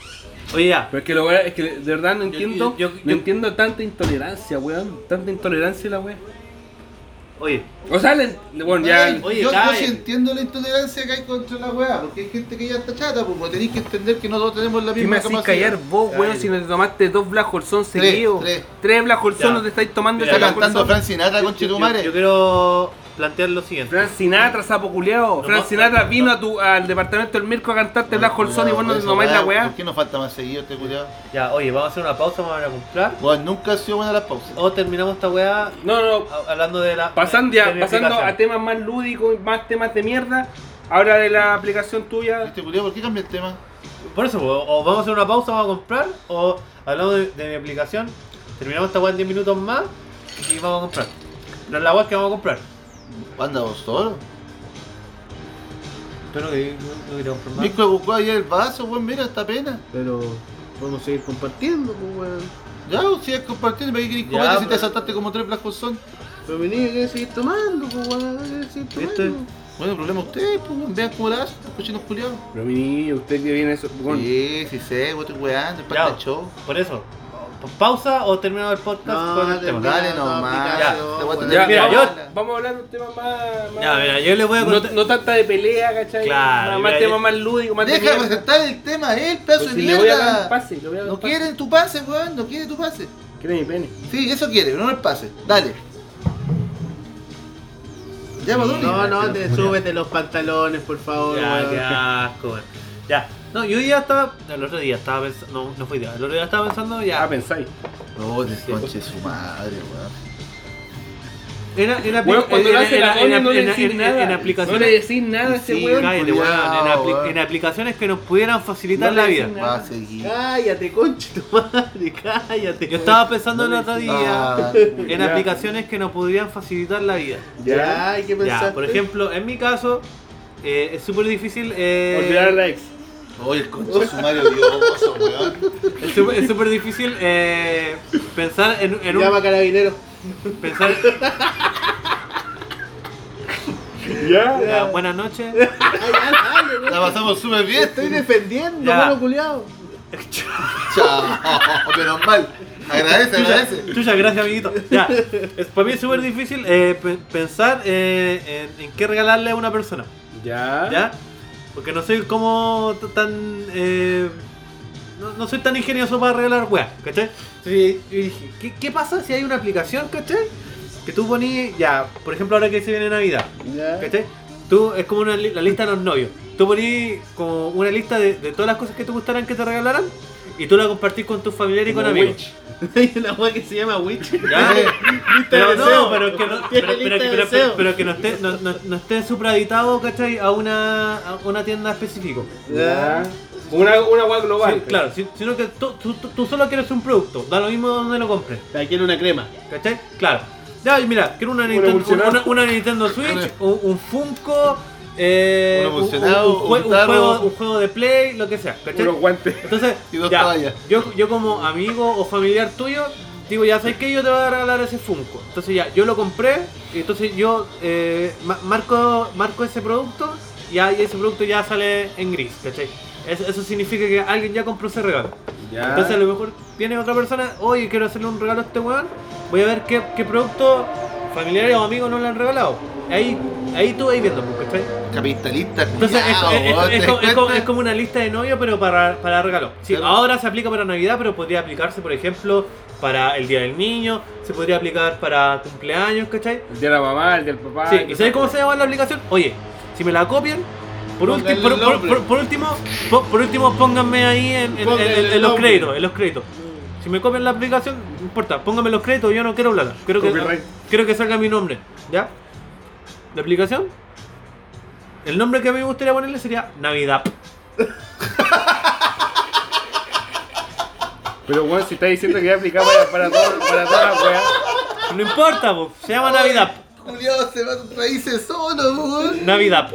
Speaker 4: Oye, ya.
Speaker 1: Pero es que, lo, weón, es que de verdad no entiendo,
Speaker 4: yo- yo-
Speaker 1: no
Speaker 4: yo-
Speaker 1: entiendo tanta intolerancia, weón. Tanta intolerancia la weón.
Speaker 4: Oye.
Speaker 1: O sea, le- le- bueno, ya.
Speaker 4: Oye,
Speaker 3: yo, yo
Speaker 4: cállate.
Speaker 3: sí entiendo la intolerancia que hay contra la weá, porque hay gente que ya está chata, po, pues tenéis que entender que no todos tenemos la
Speaker 1: Si me
Speaker 3: misma
Speaker 1: hacís
Speaker 3: capacidad.
Speaker 1: callar vos, weón,
Speaker 4: Ay.
Speaker 1: si no te tomaste dos Black Hole Son
Speaker 3: Tres,
Speaker 1: seguidos.
Speaker 3: tres.
Speaker 1: Tres, Black Hole Son
Speaker 4: Ya.
Speaker 1: no te estáis tomando
Speaker 4: Mira,
Speaker 3: Está
Speaker 1: esa Black
Speaker 3: cantando
Speaker 1: Hole Son.
Speaker 3: Frank Sinatra, conche tu
Speaker 4: yo,
Speaker 3: madre.
Speaker 4: yo quiero plantear lo siguiente.
Speaker 1: Fran Sinatra, sapo culeado.
Speaker 4: No,
Speaker 1: Fran
Speaker 4: no,
Speaker 1: Sinatra
Speaker 4: no,
Speaker 1: vino
Speaker 4: no.
Speaker 1: a tu, al departamento del Mirko a cantarte Black Hole Son y vos no te
Speaker 3: Esa
Speaker 1: tomáis la weá.
Speaker 3: ¿Por qué nos falta más seguido este culiado?
Speaker 4: Ya, oye, vamos a hacer una pausa, vamos a ir a comprar.
Speaker 3: Weón, nunca ha sido buena las pausas.
Speaker 4: O terminamos esta weá
Speaker 1: No, no,
Speaker 4: ha- hablando de la.
Speaker 1: Pasando, ya-
Speaker 4: de mi
Speaker 1: pasando
Speaker 4: aplicación.
Speaker 1: a temas más lúdicos, más temas de mierda, habla de la aplicación tuya.
Speaker 3: Este culiado, ¿por qué cambia el tema?
Speaker 4: Por eso, o o vamos a hacer una pausa, vamos a comprar, o hablamos de, de mi aplicación, terminamos esta weá en 10 minutos más y vamos a comprar. Pero la weá que vamos a comprar.
Speaker 3: Anda vos solo.
Speaker 4: Yo no, quería- no quería comprar más.
Speaker 3: Nico buscó ayer el vaso, weón, mira esta pena.
Speaker 2: Pero podemos seguir compartiendo, pues, weón.
Speaker 3: Ya, si es compartir, me querés
Speaker 4: Ya,
Speaker 3: comer si te
Speaker 4: pero-
Speaker 3: saltaste como tres blancos son.
Speaker 2: Pero mi niño quiere seguir tomando, pues, weón. Quiere seguir
Speaker 4: ¿Viste?
Speaker 2: tomando.
Speaker 3: Bueno, problema usted, pues, weón, vean cómo la hacen, estos cochinos culiados.
Speaker 1: Pero mi niño, usted que viene eso. weón.
Speaker 3: Sí, sí sé, vos te weando, es
Speaker 4: Ya.
Speaker 3: parte del show.
Speaker 4: Por eso, pa- pausa o terminamos el podcast
Speaker 2: No,
Speaker 4: con el
Speaker 2: te-
Speaker 4: tema.
Speaker 2: Ya,
Speaker 3: Dale
Speaker 2: no,
Speaker 3: nomás,
Speaker 4: ya.
Speaker 3: te voy a tener
Speaker 1: Ya,
Speaker 3: que
Speaker 1: mira,
Speaker 3: dar
Speaker 1: yo-
Speaker 3: bala.
Speaker 1: Vamos a hablar de un tema más. más-
Speaker 4: Ya, mira, yo les voy a
Speaker 1: no,
Speaker 4: contar.
Speaker 1: no tanta de pelea, ¿cachai?
Speaker 4: Claro,
Speaker 1: Más- más
Speaker 4: mira,
Speaker 1: temas
Speaker 4: yo-
Speaker 1: más lúdicos, más de
Speaker 3: Deja
Speaker 1: mierda.
Speaker 3: presentar el tema, él,
Speaker 1: Pero
Speaker 3: pedazo de
Speaker 1: si le voy a dar
Speaker 3: mierda.
Speaker 1: un pase, le voy a dar
Speaker 3: No
Speaker 1: un pase.
Speaker 3: quieren tu pase, weón, no quiere tu pase.
Speaker 1: Quiere mi pene.
Speaker 3: Sí, eso quiere, pero no el pase. Dale. Ya, Baduni.
Speaker 2: pues, No, no, te
Speaker 4: Culiao.
Speaker 2: súbete los pantalones, por favor,
Speaker 4: Ya,
Speaker 2: weón.
Speaker 4: qué asco, weón. Ya. No, yo hoy día estaba. El otro día estaba pensando. No, no fue hoy día. El otro día estaba pensando
Speaker 1: Ah,
Speaker 4: ya.
Speaker 1: pensáis.
Speaker 3: No, de conche su madre, weón.
Speaker 4: Era, era
Speaker 1: Weón, cuando
Speaker 4: en-
Speaker 1: lo hace
Speaker 4: en-
Speaker 1: la
Speaker 4: en-
Speaker 1: doña no le
Speaker 4: en-
Speaker 1: decís
Speaker 4: en-
Speaker 1: nada.
Speaker 4: en
Speaker 1: No
Speaker 4: aplicaciones.
Speaker 1: le decís nada a ese
Speaker 4: Sí,
Speaker 1: weón.
Speaker 4: cállate, weón, en,
Speaker 3: culiao,
Speaker 4: apli-
Speaker 3: weón.
Speaker 4: en aplicaciones que nos pudieran facilitar
Speaker 1: No le
Speaker 4: la
Speaker 1: decís
Speaker 4: vida.
Speaker 1: nada.
Speaker 3: Va a seguir.
Speaker 2: Cállate, conche tu madre, cállate.
Speaker 4: Yo estaba pensando el otro día
Speaker 3: Ah,
Speaker 4: en
Speaker 1: Ya.
Speaker 4: aplicaciones que nos pudieran facilitar la vida.
Speaker 2: Ya, hay que pensar.
Speaker 4: Ya, por ejemplo, en mi caso, eh, es súper difícil. eh,
Speaker 1: Olvidar a la ex.
Speaker 3: Oye, el conche su madre odioso, weón.
Speaker 4: es súper- es súper difícil eh, pensar en, en
Speaker 2: Llama
Speaker 4: un.
Speaker 2: a carabinero.
Speaker 4: Pensar,
Speaker 1: Ya.
Speaker 4: ya, buenas noches.
Speaker 2: Ay, ya, dale, weón.
Speaker 3: La pasamos súper bien.
Speaker 2: Estoy defendiendo,
Speaker 4: Ya.
Speaker 2: mono culiao.
Speaker 3: Chao, menos mal. Agradece, agradece.
Speaker 4: Chucha, gracias, amiguito. Ya, es- para mí es súper difícil eh, pe- pensar eh, en, en qué regalarle a una persona.
Speaker 1: Ya.
Speaker 4: ¿Ya? Porque no soy como t- tan. eh, no, no soy tan ingenioso para regalar weas, ¿cachai? Entonces, yo dije, ¿qué, qué pasa si hay una aplicación, cachai? Que tú poní, ya, por ejemplo, ahora que se viene Navidad,
Speaker 2: Ya.
Speaker 4: ¿cachai? Tú, es como una li- la lista de los novios. Tú poní como una lista de, de todas las cosas que te gustaran que te regalaran y tú la compartís con tus familiares y con
Speaker 1: Como
Speaker 4: amigos.
Speaker 2: [LAUGHS] Hay una weá que se llama Witch. [LAUGHS]
Speaker 4: ¿Ya? Pero
Speaker 2: de
Speaker 4: no,
Speaker 2: deseo.
Speaker 4: pero que no,
Speaker 2: Tiene
Speaker 4: pero, pero-
Speaker 2: lista de
Speaker 4: pero-
Speaker 2: deseo.
Speaker 4: pero que no esté, no, no- no esté supraditado, ¿cachai? A una, a una tienda específica.
Speaker 1: Ya. Una, una weá global.
Speaker 4: Sí, claro, si- sino que tú, tú- tú- tú solo quieres un producto, da lo mismo donde lo compres,
Speaker 2: Aquí quiero una crema.
Speaker 4: ¿cachai? Claro. Ya, y mira, quiero una Nintendo,
Speaker 1: emulsionado.
Speaker 4: una, una Nintendo
Speaker 3: [LAUGHS]
Speaker 4: Switch, un, un Funko, eh,
Speaker 3: Un
Speaker 4: un, un- un
Speaker 3: emulsionado,
Speaker 4: jue-
Speaker 3: un
Speaker 4: un
Speaker 3: tarro.
Speaker 4: juego, un juego de Play, lo que sea, ¿cachai?
Speaker 1: Unos guantes.
Speaker 4: Entonces,
Speaker 3: Y dos
Speaker 4: ya,
Speaker 3: toallas.
Speaker 4: yo, yo como amigo o familiar tuyo, digo, ya sabes que yo te voy a regalar ese Funko. Entonces ya, yo lo compré, y entonces yo eh, ma- marco, marco ese producto y ahí ese producto ya sale en gris, ¿cachai? Eso, eso significa que alguien ya compró ese regalo.
Speaker 1: Ya.
Speaker 4: Entonces a lo mejor viene otra persona, oye, quiero hacerle un regalo a este weón, voy a ver qué, qué producto familiares o amigos no le han regalado. Ahí, ahí tú vais viendo, pues, ¿cachai?
Speaker 3: Capitalista,
Speaker 4: Entonces es-
Speaker 3: culiao,
Speaker 4: es, es-
Speaker 3: weón,
Speaker 4: es
Speaker 3: ¿te
Speaker 4: como- es
Speaker 3: das
Speaker 4: como,
Speaker 3: cuenta?
Speaker 4: es como una lista de novio, pero para, para regalo. Sí,
Speaker 3: Claro.
Speaker 4: Ahora se aplica para Navidad, pero podría aplicarse, por ejemplo, para el Día del Niño, se podría aplicar para cumpleaños, ¿cachai?
Speaker 1: El de la mamá, el del papá.
Speaker 4: Sí,
Speaker 1: el
Speaker 4: ¿y
Speaker 1: del
Speaker 4: sabes
Speaker 1: papá.
Speaker 4: cómo se llama la aplicación? Oye, si me la copian, por,
Speaker 2: Pónganle
Speaker 4: ulti- por,
Speaker 2: el
Speaker 4: por-
Speaker 2: nombre.
Speaker 4: por- por último, po- por último, pónganme ahí en, en- en-
Speaker 2: Pónganle
Speaker 4: en- en
Speaker 2: el
Speaker 4: los
Speaker 2: nombre.
Speaker 4: créditos, en los créditos. Si me copian la aplicación, no importa, pónganme los créditos, yo no quiero plata. Quiero que,
Speaker 1: Copyright.
Speaker 4: quiero que salga mi nombre, ¿ya? ¿La aplicación? El nombre que a mí me gustaría ponerle sería Navidad.
Speaker 1: Pero bueno, si está diciendo que ya aplicaba para, para, todo- para todas las weas.
Speaker 4: No importa, po, se llama Navidad.
Speaker 3: Culiao se va a traerse solo, weón.
Speaker 4: Navidad.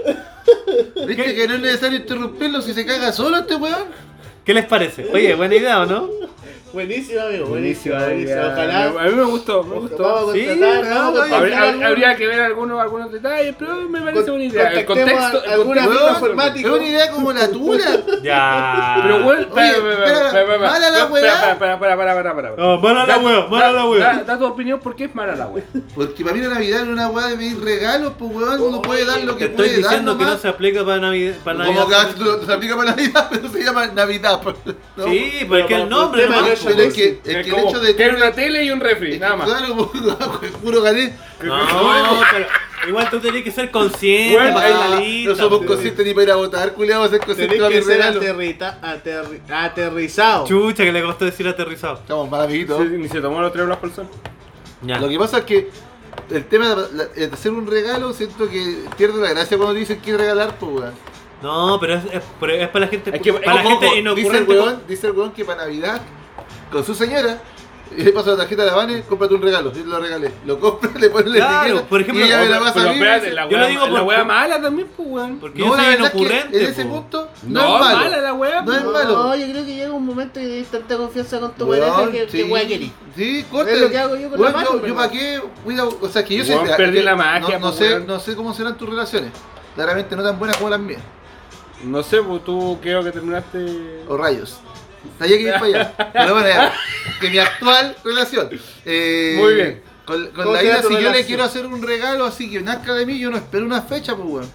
Speaker 3: ¿Viste que no es necesario interrumpirlo si se caga solo este weón?
Speaker 4: ¿Qué les parece? Oye, buena idea, ¿o no?
Speaker 2: Buenísimo, amigo, buenísimo,
Speaker 1: Buenísima
Speaker 2: buenísimo.
Speaker 1: idea.
Speaker 2: Ojalá.
Speaker 1: A mí me gustó, me gustó.
Speaker 2: Vamos a
Speaker 4: Sí,
Speaker 2: contratar,
Speaker 4: no,
Speaker 2: vamos a
Speaker 4: oye,
Speaker 2: contratar
Speaker 1: Habría,
Speaker 2: algún-
Speaker 1: habría que ver algunos, algunos detalles, pero me parece buena idea. El
Speaker 2: Contactemos
Speaker 1: contexto.
Speaker 2: a
Speaker 1: el
Speaker 2: alguna
Speaker 1: contexto-
Speaker 2: amiga
Speaker 3: Weón,
Speaker 2: informático.
Speaker 3: Es una idea como la tuya.
Speaker 4: Ya.
Speaker 1: Pero weón, espera,
Speaker 3: Oye,
Speaker 1: espera,
Speaker 3: espera,
Speaker 1: espera, espera,
Speaker 3: mala la
Speaker 1: espera,
Speaker 3: weá.
Speaker 1: espera, espera, espera, espera, espera, espera, espera.
Speaker 4: No, Oh, mala la
Speaker 1: Da-
Speaker 4: wea, mala
Speaker 1: da-
Speaker 4: la wea.
Speaker 1: Da, da tu opinión por qué es mala la wea.
Speaker 3: Porque para mí la Navidad era una weá de pedir regalos, pues weón, uno puede dar lo
Speaker 4: Te
Speaker 3: que
Speaker 4: estoy
Speaker 3: puede dar
Speaker 4: diciendo que no
Speaker 3: nomás.
Speaker 4: se aplica para Navidad. Para
Speaker 3: Como que
Speaker 4: Navidad.
Speaker 3: ah, se aplica para Navidad, [LAUGHS] pero se llama Navidad. pues, ¿no?
Speaker 4: Sí,
Speaker 2: Pero
Speaker 4: porque el
Speaker 2: para-
Speaker 4: nombre
Speaker 2: el tema
Speaker 4: nomás,
Speaker 2: es-
Speaker 4: po,
Speaker 3: Pero es
Speaker 4: weón.
Speaker 3: que, es que el
Speaker 1: como
Speaker 3: hecho de
Speaker 1: tener una tele y un refri, nada más.
Speaker 3: Claro, como- [LAUGHS] puro gané.
Speaker 4: No, pero igual tú tenés que ser consciente
Speaker 1: Bueno,
Speaker 4: para la
Speaker 3: Ah,
Speaker 4: lista,
Speaker 3: no somos
Speaker 4: po.
Speaker 3: conscientes ni para ir a votar, culiado, vamos a ser conscientes
Speaker 2: Tenés
Speaker 3: para mi
Speaker 2: que ser
Speaker 3: regalo.
Speaker 2: aterrita, aterri- aterrizado.
Speaker 4: Chucha, que le costó decir aterrizado.
Speaker 3: Estamos mal, amiguitos.
Speaker 1: Sí, Ni se tomó los tres blancos por sol.
Speaker 4: Ya.
Speaker 3: Lo que pasa es que el tema de la- de hacer un regalo, siento que pierde la gracia cuando dicen que regalar, pues, weón.
Speaker 4: No, pero es, es- pero es para la gente.
Speaker 1: Es que-
Speaker 4: para la
Speaker 1: ojo,
Speaker 4: gente
Speaker 1: ojo,
Speaker 3: Dice el,
Speaker 4: inocurrente.
Speaker 3: weón, dice el weón que para Navidad, con su señora, [LAUGHS] le pasa la tarjeta a la Vane, cómprate un regalo. Yo lo regalé. Lo compra, [LAUGHS] le pones la
Speaker 4: Claro,
Speaker 3: etiqueta
Speaker 4: por ejemplo,
Speaker 3: y ella me la
Speaker 1: Pero
Speaker 3: pasa a mí.
Speaker 1: espérate, la
Speaker 4: Yo lo
Speaker 1: wea,
Speaker 4: digo
Speaker 1: la
Speaker 4: por-
Speaker 1: wea mala también, pues weón.
Speaker 4: Porque
Speaker 3: No, la
Speaker 4: yo soy
Speaker 3: verdad es que
Speaker 4: inocurrente.
Speaker 3: en ese
Speaker 4: po.
Speaker 3: punto no,
Speaker 1: No,
Speaker 3: es malo.
Speaker 1: mala la pues. wea.
Speaker 3: No es
Speaker 1: po.
Speaker 3: malo.
Speaker 2: No, yo creo que llega un momento que tenés tanta confianza con tu
Speaker 3: Weón,
Speaker 2: pareja que,
Speaker 3: sí.
Speaker 2: que wea querís.
Speaker 3: Sí, corta.
Speaker 2: Es lo que hago yo con
Speaker 3: Weón,
Speaker 2: la mano,
Speaker 3: Yo, yo
Speaker 2: pero-
Speaker 3: pa' qué, cuidado, o sea, que yo
Speaker 1: Weón,
Speaker 3: sé,
Speaker 1: perdí
Speaker 3: que-
Speaker 1: la magia,
Speaker 3: no, no
Speaker 1: pues,
Speaker 3: sé,
Speaker 1: weón.
Speaker 3: no sé cómo serán tus relaciones. Claramente no tan buenas como las mías.
Speaker 1: No sé, pues tú creo que terminaste.
Speaker 3: O rayos. Sabía que iba
Speaker 1: [LAUGHS]
Speaker 3: para allá. Pero bueno, ya. Que mi actual relación. eh,
Speaker 1: Muy bien.
Speaker 3: Con, con
Speaker 2: ¿Cómo
Speaker 3: la
Speaker 2: será
Speaker 3: idea, si
Speaker 2: tu
Speaker 3: yo le
Speaker 2: relación?
Speaker 3: quiero hacer un regalo así que nazca de mí, yo no espero una fecha, pues weón.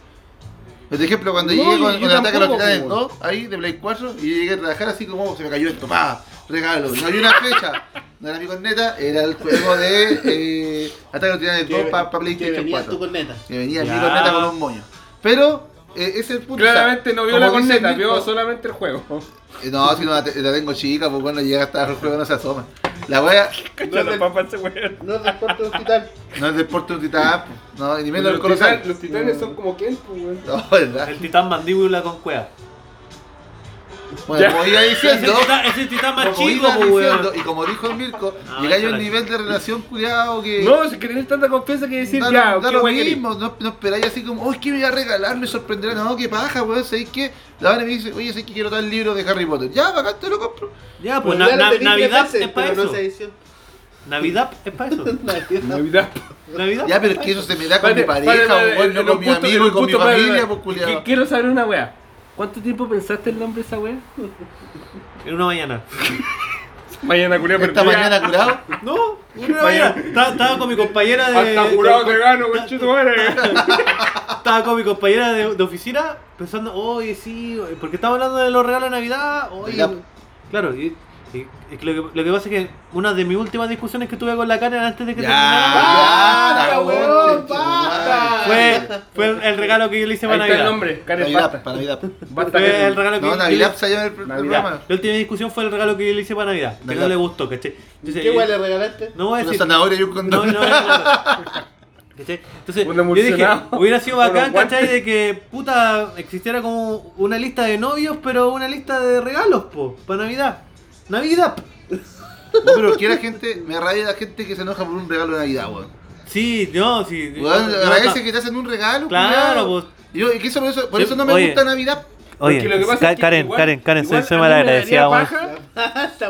Speaker 3: Por ejemplo, cuando
Speaker 1: No,
Speaker 3: llegué
Speaker 1: yo-
Speaker 3: con,
Speaker 1: yo
Speaker 3: con el ataque a los
Speaker 1: tampoco,
Speaker 3: titanes
Speaker 1: pues,
Speaker 3: 2, ahí de Play 4, y yo llegué a trabajar así como "Oh, se me cayó esto, pa, regalo. No había una fecha. No era mi corneta, era el juego de eh, ataque a los titanes 2 para pa
Speaker 2: Que
Speaker 3: PlayStation
Speaker 2: venías
Speaker 3: 4.
Speaker 2: tú con neta.
Speaker 3: Que venía mi
Speaker 4: Ya.
Speaker 3: corneta con un moño. Pero, eh, ese es el punto. o sea,
Speaker 1: Claramente no vio
Speaker 3: como
Speaker 1: la
Speaker 3: dice el
Speaker 1: corneta, vio
Speaker 3: mismo-
Speaker 1: solamente el juego.
Speaker 3: eh, No, si no la, te- la tengo chica, pues bueno, llega hasta el juego no se asoma. La wea
Speaker 1: Cacha los papas ese weón.
Speaker 2: No es deporte
Speaker 4: [LAUGHS]
Speaker 2: de hospital.
Speaker 4: Ah,
Speaker 3: no es deporte de un titán, pues, no, ni menos el
Speaker 1: Los titan-
Speaker 3: colosal.
Speaker 1: los titanes son como Ken, pues weón.
Speaker 3: No, verdad.
Speaker 4: El titán mandíbula con cueva.
Speaker 3: Bueno,
Speaker 1: Ya. [LAUGHS]
Speaker 3: como iba
Speaker 4: Ese
Speaker 3: diciendo,
Speaker 4: titán, ese titán más
Speaker 3: como
Speaker 4: chico,
Speaker 3: iba
Speaker 1: pues,
Speaker 4: po,
Speaker 3: diciendo,
Speaker 4: weón.
Speaker 3: y como dijo el Mirko,
Speaker 4: Ah,
Speaker 3: llega a un
Speaker 4: chala.
Speaker 3: nivel de relación cuidado que.
Speaker 1: No, si querés tanta confianza que decir
Speaker 3: da,
Speaker 1: ya,
Speaker 3: da
Speaker 1: qué
Speaker 3: lo
Speaker 1: wea querés.
Speaker 3: mismo, no, no esperáis así como, oh, es que me voy a regalar, me sorprenderá, no, qué paja, weón, ¿sabéis qué? La Vane me dice, oye, sé que quiero tal libro de Harry Potter, ya, bacán, te lo compro.
Speaker 4: Ya, pues
Speaker 2: Ya
Speaker 4: na-
Speaker 2: lo
Speaker 4: na-
Speaker 2: tenés
Speaker 4: Navidad
Speaker 2: tres veces,
Speaker 4: es para
Speaker 2: pero no
Speaker 4: eso.
Speaker 2: se
Speaker 4: [LAUGHS]
Speaker 2: edición.
Speaker 4: Navidad es para
Speaker 3: [LAUGHS]
Speaker 4: eso.
Speaker 1: Navidad.
Speaker 4: Navidad.
Speaker 3: Ya, pero es que eso se me da con mi
Speaker 1: Espérate,
Speaker 3: pareja,
Speaker 1: espérate,
Speaker 3: weón, no
Speaker 1: en
Speaker 3: con
Speaker 1: un
Speaker 3: mi
Speaker 1: punto-
Speaker 3: amigo
Speaker 1: en
Speaker 3: y
Speaker 1: un
Speaker 3: con mi
Speaker 1: punto, espérate,
Speaker 3: familia, pues
Speaker 1: espérate.
Speaker 3: culiado.
Speaker 1: Que- Quiero saber una wea. ¿Cuánto tiempo pensaste el nombre de esa wea?
Speaker 4: En una mañana.
Speaker 1: Mañana culiado,
Speaker 3: Esta mañana
Speaker 4: [LAUGHS]
Speaker 3: curado.
Speaker 4: No, una mañana. Estaba, estaba con mi compañera de.
Speaker 3: eh,
Speaker 1: Hasta curado
Speaker 4: de-
Speaker 1: te gano, conchito madre.
Speaker 3: [LAUGHS]
Speaker 4: Estaba con mi compañera de, de oficina pensando, oye, sí, oye", porque estaba hablando de los regalos de Navidad, oye.
Speaker 3: Ya.
Speaker 4: Claro, y, y- y que lo, que, lo que pasa es que una de mis últimas discusiones que tuve con la Karen antes de que
Speaker 3: Ya,
Speaker 4: terminara
Speaker 2: ¡Basta,
Speaker 3: ya,
Speaker 2: weón,
Speaker 3: conche,
Speaker 2: basta!
Speaker 3: tu madre.
Speaker 4: fue, fue el regalo que yo le hice
Speaker 1: Ahí
Speaker 4: para
Speaker 1: está el
Speaker 4: Navidad.
Speaker 1: nombre, Karen
Speaker 3: Navidad,
Speaker 1: Basta.
Speaker 3: para Navidad.
Speaker 1: Basta
Speaker 2: Eh,
Speaker 4: Fue
Speaker 1: Karen.
Speaker 4: el [LAUGHS] regalo que
Speaker 3: No,
Speaker 4: yo-
Speaker 3: Navidad se llama el pr- el
Speaker 1: Navidad.
Speaker 3: programa.
Speaker 4: La última discusión fue el regalo que yo le hice para Navidad, que
Speaker 3: Navidad.
Speaker 4: no le gustó, ¿cachai? Entonces,
Speaker 2: ¿Qué
Speaker 4: yo-
Speaker 2: wea le regalaste? [LAUGHS]
Speaker 4: No voy a
Speaker 3: Una
Speaker 4: decir.
Speaker 3: zanahoria y un
Speaker 4: No,
Speaker 3: condón.
Speaker 4: no, no. ¿Cachai? Entonces,
Speaker 1: Un
Speaker 4: yo dije,
Speaker 1: emulsionado.
Speaker 4: hubiera sido
Speaker 1: Con
Speaker 4: bacán,
Speaker 1: los guantes.
Speaker 4: ¿cachai? De que, puta, existiera como una lista de novios, pero una lista de regalos, po, para Navidad. Navidad. p-
Speaker 3: [LAUGHS] No, pero que la gente, me raya la gente que se enoja por un regalo de Navidad, weón.
Speaker 4: Sí, no, sí.
Speaker 3: Weón,
Speaker 4: no,
Speaker 3: agradece
Speaker 4: no,
Speaker 3: que te hacen un regalo,
Speaker 4: Claro,
Speaker 3: culiao.
Speaker 4: pues.
Speaker 3: Y Yo, y que eso, por eso, por
Speaker 4: Sí,
Speaker 3: eso no me
Speaker 4: oye.
Speaker 3: gusta Navidad.
Speaker 1: Porque lo que pasa es que igual- igual a mí me daría paja.
Speaker 2: Basta,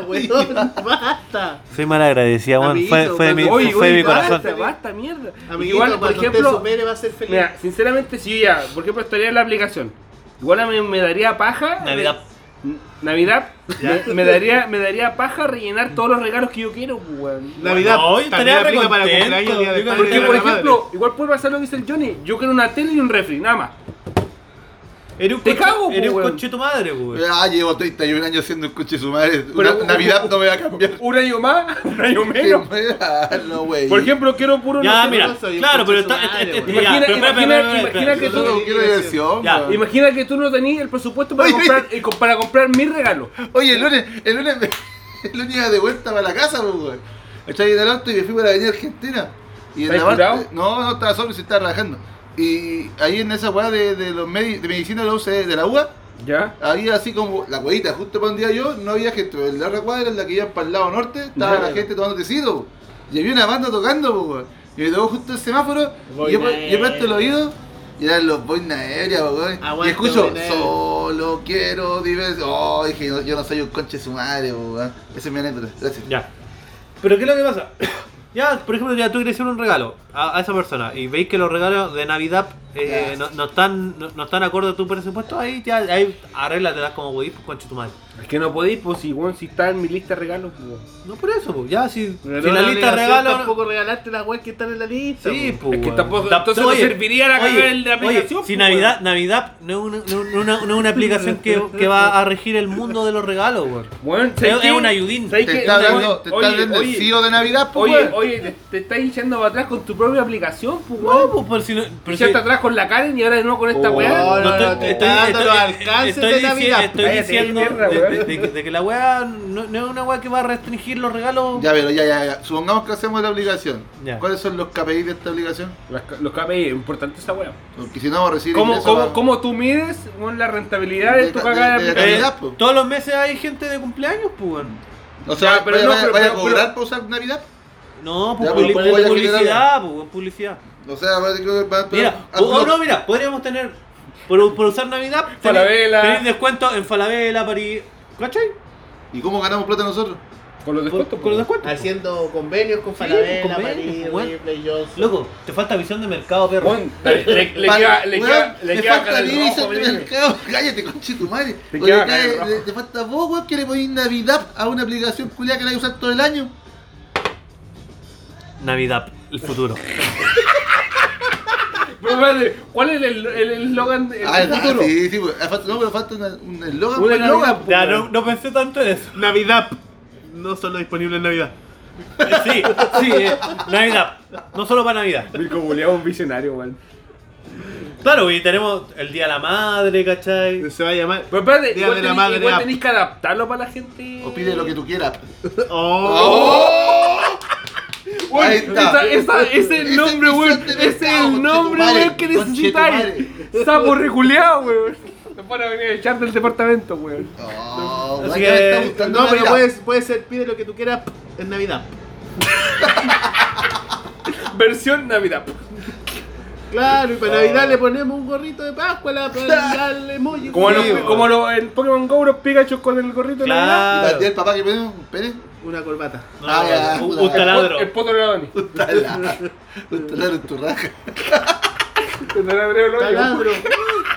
Speaker 4: [LAUGHS]
Speaker 2: weón, basta.
Speaker 4: Soy mal agradecida,
Speaker 2: weón. Amiguito, Fue- fue de mi-
Speaker 1: Oye,
Speaker 2: fue de
Speaker 1: oye,
Speaker 2: mi corazón.
Speaker 1: basta, basta, mierda.
Speaker 2: Amiguito,
Speaker 1: Igual, por
Speaker 2: cuando usted
Speaker 1: ejemplo,
Speaker 2: supere va a ser feliz.
Speaker 1: Mira, sinceramente, si yo ya, por ejemplo, estaría en la aplicación, igual a mí me daría paja.
Speaker 4: Navidad.
Speaker 1: N- Navidad, me, me daría, me daría paja rellenar todos los regalos que yo quiero, pues, weón.
Speaker 2: Navidad
Speaker 4: No, yo
Speaker 2: también
Speaker 4: estaría
Speaker 2: aplica para
Speaker 4: recontento.
Speaker 2: cumpleaños, día
Speaker 4: Yo
Speaker 2: del padre,
Speaker 4: creo
Speaker 1: Porque,
Speaker 2: día
Speaker 4: que,
Speaker 2: de
Speaker 1: por
Speaker 2: la
Speaker 1: ejemplo,
Speaker 2: madre.
Speaker 1: igual puede pasar lo que dice el Johnny. Yo quiero una tele y un refri, nada más.
Speaker 4: Eres un
Speaker 1: Te
Speaker 4: conche-
Speaker 1: cago, po,
Speaker 4: Eres un
Speaker 1: weón.
Speaker 4: conche tu madre, po, weón.
Speaker 3: Ah, llevo 31 años siendo un coche de su madre.
Speaker 1: Pero-
Speaker 3: Una- Navidad no me va a
Speaker 4: [LAUGHS]
Speaker 3: cambiar.
Speaker 1: Un año más, [LAUGHS] un año menos.
Speaker 3: Ah, [LAUGHS] no, wey.
Speaker 1: Por ejemplo, quiero puro. no
Speaker 4: Ya,
Speaker 1: sé,
Speaker 4: mira,
Speaker 2: no soy un
Speaker 4: claro, pero
Speaker 2: conche tu
Speaker 4: está.
Speaker 2: madre,
Speaker 4: eh, eh,
Speaker 1: weón.
Speaker 4: ya,
Speaker 1: Imagina-
Speaker 4: pero espera,
Speaker 1: imagina-
Speaker 4: espera, espera,
Speaker 1: imagina que
Speaker 3: yo
Speaker 1: tú-
Speaker 4: espera.
Speaker 3: solo quiero diversión,
Speaker 4: Ya,
Speaker 3: weón.
Speaker 1: Imagina que tú no tenías el presupuesto para
Speaker 3: Oye.
Speaker 1: comprar, eh, co- para comprar mi regalo.
Speaker 3: Oye, el lunes, el lunes, me- [LAUGHS] el lunes iba de vuelta para la casa, pues, weón. Estaba en el auto y me fui para la avenida Argentina. Y en la
Speaker 1: ¿Estás
Speaker 3: parte,
Speaker 1: curado?
Speaker 3: No, no, estaba solo y se estaba relajando. Y ahí en esa weá de, de los medi- de medicina de la UCE de la UA,
Speaker 1: Ya.
Speaker 3: había así como la huevita, justo para un día yo, no había gente. En la otra cuadra, en la que iban para el lado norte, estaba
Speaker 1: Ya.
Speaker 3: la gente tomando tecido. po. Y había una banda tocando, pues, weón. Y me tocó justo el semáforo,
Speaker 2: Voy
Speaker 3: y yo,
Speaker 2: bien.
Speaker 3: yo presto el oído, Y eran los boina aérea, weón. Y
Speaker 2: Aguante,
Speaker 3: escucho,
Speaker 2: Boina Aérea.
Speaker 3: solo quiero divertirme. Oh, dije, no, yo no soy un conche de su madre, weón. Esa es mi anécdota. Gracias.
Speaker 4: Ya. Pero ¿qué es lo que pasa? [COUGHS] ya, por ejemplo, ya tú quieres hacer un regalo a, a esa persona y veis que los regalos de Navidad eh,
Speaker 3: Ya.
Speaker 4: no, no están no, no están acorde a tu presupuesto, ahí ya ahí das como pudís, concha tu madre.
Speaker 1: Es que no podéis, pues si, weón, si está en mi lista de regalos, pues, weón.
Speaker 4: No por eso, pues, ya si, si
Speaker 1: Pero
Speaker 4: la
Speaker 1: la
Speaker 4: lista de regalos...
Speaker 2: Tampoco regalaste las weas que están en la lista.
Speaker 4: Sí,
Speaker 2: po.
Speaker 4: pues.
Speaker 1: Es que
Speaker 4: weón.
Speaker 1: tampoco- entonces no serviría la cagada de la aplicación,
Speaker 4: oye, si
Speaker 1: pues,
Speaker 4: Navidad, Navidad no es una, no es una- no es una aplicación que, que va a regir el mundo de los regalos, weón.
Speaker 1: Weón,
Speaker 4: Es,
Speaker 1: ¿sabes
Speaker 4: es
Speaker 1: qué?
Speaker 4: un ayudín.
Speaker 1: ¿Sabes
Speaker 3: Te
Speaker 1: qué?
Speaker 3: está
Speaker 1: Oye,
Speaker 3: hablando, te está
Speaker 1: oye,
Speaker 3: hablando el
Speaker 1: oye,
Speaker 3: CEO de Navidad, pues,
Speaker 1: Oye,
Speaker 3: weón.
Speaker 1: oye, te, te estás echando para atrás con tu propia aplicación, pues,
Speaker 4: No,
Speaker 1: weón.
Speaker 4: pues, pero si no- pero si-
Speaker 1: Echaste atrás con la Karen y ahora de nuevo con esta
Speaker 3: Oh,
Speaker 1: weá.
Speaker 2: No, no, no, te está dando los alcances
Speaker 4: estoy
Speaker 2: de
Speaker 4: dici-
Speaker 2: Navidad.
Speaker 4: estoy
Speaker 1: Cállate,
Speaker 4: diciendo
Speaker 1: mierda,
Speaker 4: de,
Speaker 1: weón.
Speaker 4: de- de- de que la weá no, no es una weá que va a restringir los regalos.
Speaker 3: Ya, pero ya, ya, ya. Supongamos que hacemos la obligación.
Speaker 4: Ya.
Speaker 3: ¿Cuáles son los KPI de esta obligación?
Speaker 1: Las- Los KPI, es importante esa weá.
Speaker 3: Porque si no, vamos a recibir
Speaker 1: ¿Cómo,
Speaker 3: ingresos
Speaker 1: cómo,
Speaker 3: a-
Speaker 1: cómo tú mides weón, la rentabilidad de,
Speaker 3: De
Speaker 1: tu
Speaker 3: ca-
Speaker 1: cagada de
Speaker 3: de- de
Speaker 4: Eh,
Speaker 1: aplicación?
Speaker 3: Navidad, po.
Speaker 4: todos los meses hay gente de cumpleaños, pues weón.
Speaker 3: O sea,
Speaker 1: Ya, pero
Speaker 3: vaya,
Speaker 1: no,
Speaker 3: vaya-
Speaker 1: pero-
Speaker 3: vaya a
Speaker 1: pero-
Speaker 3: cobrar
Speaker 1: pero-
Speaker 3: por usar Navidad.
Speaker 4: No, pues
Speaker 3: Ya,
Speaker 4: publi-
Speaker 3: pero ¿cuál es la
Speaker 4: publicidad,
Speaker 3: general?
Speaker 4: pues weón, publicidad.
Speaker 3: O sea, parece que va a
Speaker 4: Mira,
Speaker 3: a-
Speaker 4: o, o no, mira, podríamos tener, por, por usar Navidad, tener-
Speaker 1: Falabella.
Speaker 4: tener descuento en Falabella, París. ¿Cachai?
Speaker 3: ¿Y cómo ganamos plata nosotros?
Speaker 1: Con los
Speaker 4: Por-
Speaker 1: descuentos.
Speaker 4: Con los
Speaker 1: po.
Speaker 4: descuentos.
Speaker 2: Haciendo convenios con Falabella,
Speaker 4: convenios,
Speaker 2: París,
Speaker 4: weón.
Speaker 2: Ripley, Johnson.
Speaker 4: Loco, te falta visión de mercado, perro.
Speaker 1: Weón, le- le-
Speaker 3: [LAUGHS]
Speaker 1: le
Speaker 3: Vale,
Speaker 1: queda- le
Speaker 3: weón,
Speaker 1: queda- le
Speaker 3: te
Speaker 1: queda
Speaker 3: falta
Speaker 1: cara el
Speaker 3: Lisa
Speaker 1: rojo,
Speaker 3: en el
Speaker 1: weón.
Speaker 3: mercado. Cállate, conche tu madre.
Speaker 1: Te
Speaker 3: Oye,
Speaker 1: queda
Speaker 3: te,
Speaker 1: cara el rojo.
Speaker 3: te- te falta vos, weón, que le ponís Navidad a una aplicación culiada que la hay que usar todo el año.
Speaker 4: Navidad, el futuro.
Speaker 1: Pero espérate, ¿cuál es el el- Eh, el eslogan de-
Speaker 3: Ah,
Speaker 1: del futuro?
Speaker 3: sí, sí, weón. Ah, falta- No, pero falta una- un eslogan.
Speaker 1: Un
Speaker 3: pues,
Speaker 1: eslogan,
Speaker 3: Navidad,
Speaker 1: po.
Speaker 4: ya, no, no pensé tanto en eso.
Speaker 2: Navidad. No solo disponible en Navidad.
Speaker 4: Sí, sí, eh, Navidad. No solo para Navidad.
Speaker 1: Mirko Buleado es un visionario, weón.
Speaker 4: Claro, y tenemos el Día de la Madre, ¿cachai?
Speaker 2: Se va a llamar.
Speaker 1: Pero espérate,
Speaker 2: Día
Speaker 1: igual
Speaker 2: de la
Speaker 1: tenés-
Speaker 2: madre,
Speaker 1: igual
Speaker 2: app.
Speaker 1: tenés que adaptarlo para la gente.
Speaker 3: ah. O pide lo que tú quieras.
Speaker 2: Oh.
Speaker 1: Weón,
Speaker 3: Ahí está.
Speaker 1: esa- esa- ese es el
Speaker 3: Ese
Speaker 1: nombre,
Speaker 3: piso
Speaker 1: weón.
Speaker 3: de
Speaker 1: Ese es
Speaker 3: mercado,
Speaker 1: el nombre,
Speaker 3: conchetumare,
Speaker 1: weón, que necesitáis. Sapo reculeado, weón. Te van a venir a echar del departamento, weón.
Speaker 3: Oh,
Speaker 4: Así
Speaker 3: weón,
Speaker 4: que-
Speaker 3: ya me está gustando
Speaker 2: No, pero
Speaker 3: Navidad.
Speaker 2: puede puede ser, pide lo que tú quieras en Navidad.
Speaker 1: Versión Navidad.
Speaker 2: Claro, y para Navidad le ponemos un gorrito de Pascua la-
Speaker 4: [LAUGHS]
Speaker 2: para el emoji.
Speaker 1: Como,
Speaker 2: Sí,
Speaker 1: los-
Speaker 2: weón.
Speaker 1: como los- en Pokémon Go, los Pikachu con el gorrito de Navidad.
Speaker 3: Y la
Speaker 4: Claro.
Speaker 3: tía del papá que pone un pene.
Speaker 2: Una corbata.
Speaker 4: No,
Speaker 3: Ah, ya,
Speaker 4: un,
Speaker 3: puta.
Speaker 4: un taladro.
Speaker 1: El poto de Adoni.
Speaker 3: Un taladro. Un taladro en tu raja.
Speaker 1: El taladro
Speaker 3: [LAUGHS]
Speaker 1: de Adoni.
Speaker 4: [LAUGHS]
Speaker 2: Taladro.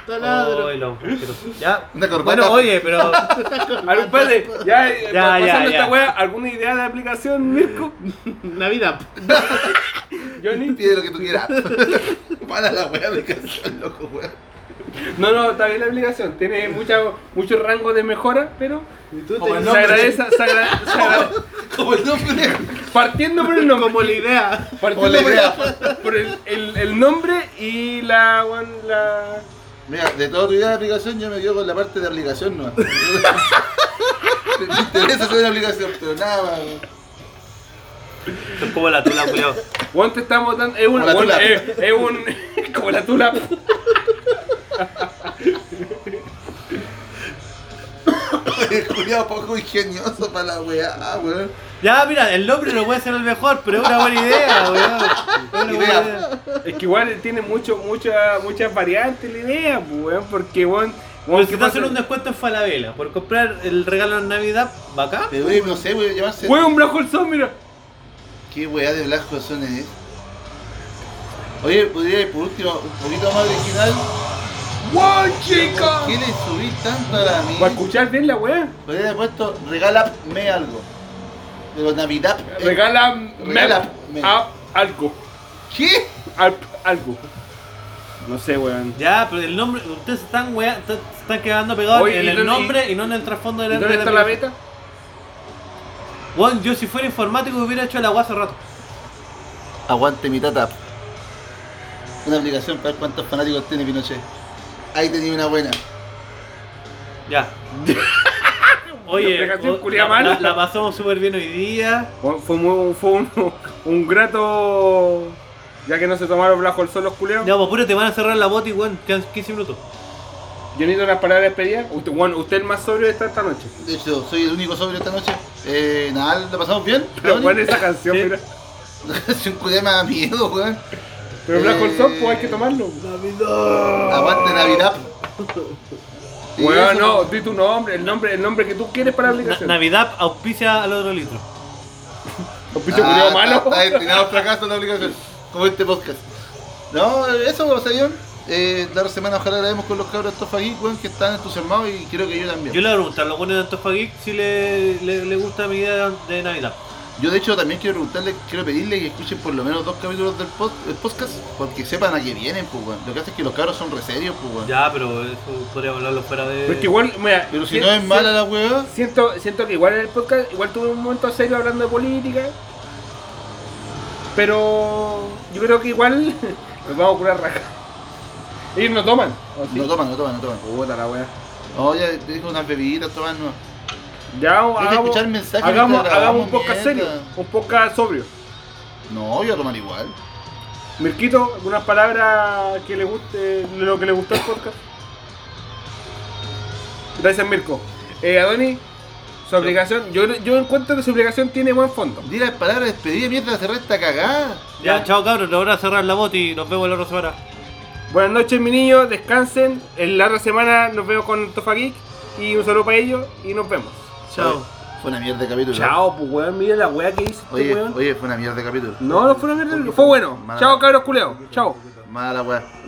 Speaker 2: Taladro.
Speaker 4: Ay, lo- pero- ya.
Speaker 3: Una corbata.
Speaker 4: Bueno, oye, pero.
Speaker 1: Algún espérate, ya, eh,
Speaker 4: [LAUGHS] Ya,
Speaker 1: pa-
Speaker 4: ya,
Speaker 1: pasando
Speaker 4: ya.
Speaker 1: esta weá, ¿alguna idea de aplicación, Mirko?
Speaker 2: Navidad.
Speaker 1: Johnny.
Speaker 3: Pide lo que tú quieras. [LAUGHS] Para la weá de canción, loco, weón.
Speaker 1: No, no, está bien la aplicación. Tiene mucha, mucho rango de mejora, pero
Speaker 2: Y tú
Speaker 3: Como
Speaker 2: te-
Speaker 3: el
Speaker 1: se
Speaker 3: nombre.
Speaker 1: agradece. se agra- se agra-
Speaker 3: Como el nombre.
Speaker 1: partiendo por el nombre.
Speaker 2: Como la idea.
Speaker 1: Partiendo
Speaker 3: Como la
Speaker 1: por-
Speaker 3: idea.
Speaker 1: por el, el- el nombre y la. weón, la...
Speaker 3: Mira, de toda tu idea de aplicación, yo me quedo con la parte de aplicación, [LAUGHS] no. me interesa hacer una aplicación, pero nada más. weón.
Speaker 4: Es como la tula, culiao.
Speaker 1: Weón, te estamos dando. Es un.
Speaker 3: Como la
Speaker 1: weón,
Speaker 3: tula.
Speaker 1: es, es un. [LAUGHS] Como la tula.
Speaker 3: El culiao poco ingenioso para la weá, weón.
Speaker 4: Ya, mira, el nombre no puede ser el mejor, pero es una buena idea, weón. Es una buena
Speaker 3: Idea.
Speaker 4: idea.
Speaker 1: Es que igual tiene mucho, mucha, muchas variantes la idea, pues, weón, porque weón. weón,
Speaker 4: Porque
Speaker 1: ¿qué
Speaker 4: te
Speaker 1: pasa?
Speaker 4: hacen un descuento en Falabella por comprar el regalo en Navidad bacán.
Speaker 3: Pero oye, no sé, weón, llamarse.
Speaker 1: Weón, un brazo al son, mira.
Speaker 3: ¿Qué weá de Black Horizon es? Oye, podría ir por último, un poquito más original.
Speaker 1: ¡Wow,
Speaker 3: ¿Por
Speaker 1: chico!
Speaker 3: qué le subí tanto a la
Speaker 1: Para
Speaker 3: mía?
Speaker 1: escuchar bien la weá.
Speaker 3: Podría haber puesto regálame algo. Pero Navidad. eh,
Speaker 1: Regala,
Speaker 3: regala- me-
Speaker 1: a- algo.
Speaker 3: ¿Qué?
Speaker 1: al- algo. No sé, weón.
Speaker 4: Ya, pero el nombre, ustedes están, wea, t- se están quedando pegados
Speaker 1: Oye,
Speaker 4: en
Speaker 1: ¿y
Speaker 4: el
Speaker 1: dónde-
Speaker 4: nombre y no en el trasfondo
Speaker 1: ¿Y
Speaker 4: de la
Speaker 1: ¿Dónde
Speaker 4: de la
Speaker 1: está la
Speaker 4: película.
Speaker 1: beta?
Speaker 4: Weón, yo si fuera informático hubiera hecho el agua hace rato.
Speaker 3: Aguante mi tata. Una aplicación para ver cuántos fanáticos tiene Pinochet. Ahí tenía una buena.
Speaker 4: Ya. Oye,
Speaker 1: Aplicación
Speaker 4: o-
Speaker 1: culia
Speaker 4: la,
Speaker 1: mala.
Speaker 4: la- la pasamos súper bien hoy día.
Speaker 1: Weón, Fue, muy- fue un, [LAUGHS] un grato. Ya que no se tomaron bajo el sol los culeros.
Speaker 4: Ya, pues puro te van a cerrar la bota y weón, quedan 15 minutos.
Speaker 1: Yo necesito unas palabras de despedida. Usted, weón, usted es el más sobrio de esta, esta noche.
Speaker 3: De hecho, soy el único sobre esta noche. Eh, nada, ¿la pasamos bien?
Speaker 1: [LAUGHS]
Speaker 3: [LAUGHS]
Speaker 1: Pero
Speaker 3: Johnny?
Speaker 1: weón, esa canción,
Speaker 4: Sí.
Speaker 1: mira.
Speaker 3: Es un culiao me da miedo, weón.
Speaker 1: Pero Black Hole
Speaker 3: Eh,
Speaker 1: Sun, pues hay que tomarlo.
Speaker 3: Aguante Navidad. Y
Speaker 1: Oh. Weón,
Speaker 3: eso,
Speaker 1: no, di tu nombre, el nombre, el nombre que tú quieres para la
Speaker 4: Na-
Speaker 1: aplicación.
Speaker 4: Navidad auspicia al otro litro.
Speaker 1: Un pinche
Speaker 3: Ah,
Speaker 1: culiao
Speaker 3: está-
Speaker 1: malo.
Speaker 3: Está destinado al fracaso la obligación. Como este podcast. No, eso, pues, señor. Eh, la otra semana ojalá grabemos con los cabros de Tofa Geek, weón, que están entusiasmados y creo que yo también. Yo,
Speaker 4: Yo le voy a preguntar a los buenos de Antofa Geek si le, le, le gusta mi idea de Navidad.
Speaker 3: de hecho también quiero preguntarle, quiero pedirle que escuchen por lo menos dos capítulos del pod- del podcast, porque sepan a qué vienen, pues weón. Lo que hace es que los cabros son re serios, pues weón.
Speaker 4: Ya, pero eso podríamos hablarlo fuera de.
Speaker 1: Pero es que igual, mira,
Speaker 3: Pero si
Speaker 1: sien-
Speaker 3: no es mala la weá,
Speaker 1: Siento, siento que igual en el podcast, igual tuve un momento serio hablando de política. Pero yo creo que igual [LAUGHS] nos vamos a curar raja. Ellos no toman. ¿o sí?
Speaker 3: no toman, no toman, no toman.
Speaker 1: Puta la wea.
Speaker 3: No, ya tengo unas bebiditas tomando.
Speaker 1: Ya
Speaker 3: que
Speaker 1: hagamos,
Speaker 3: escuchar mensajes
Speaker 1: hagamos,
Speaker 3: mientras
Speaker 1: hagamos un
Speaker 3: grabamos,
Speaker 1: podcast serio,
Speaker 3: mierda.
Speaker 1: un podcast sobrio.
Speaker 3: No, yo voy a tomar igual.
Speaker 1: Mirquito, algunas palabras que le guste, de lo que le gustó el podcast. Gracias Mirko. Eh, Adoni, su obligación, yo, yo encuentro que su obligación tiene buen fondo.
Speaker 3: Di las palabras de despedida mientras cerrar esta cagada.
Speaker 4: Ya, chao cabros, le voy a cerrar la bota y nos vemos la otra semana.
Speaker 1: Buenas noches, mi niño, descansen. En la otra semana nos vemos con Tofa Geek. Y un saludo para ellos y nos vemos.
Speaker 4: Chao.
Speaker 3: Fue una mierda de capítulo.
Speaker 1: Chao, pues weón, mira la weá que hice este
Speaker 3: Oye,
Speaker 1: weón.
Speaker 3: oye, fue una mierda de capítulo.
Speaker 1: No, no fue una mierda, fue bueno.
Speaker 3: Mala-
Speaker 1: Chao, cabros culeos. Chao.
Speaker 3: Mala weá.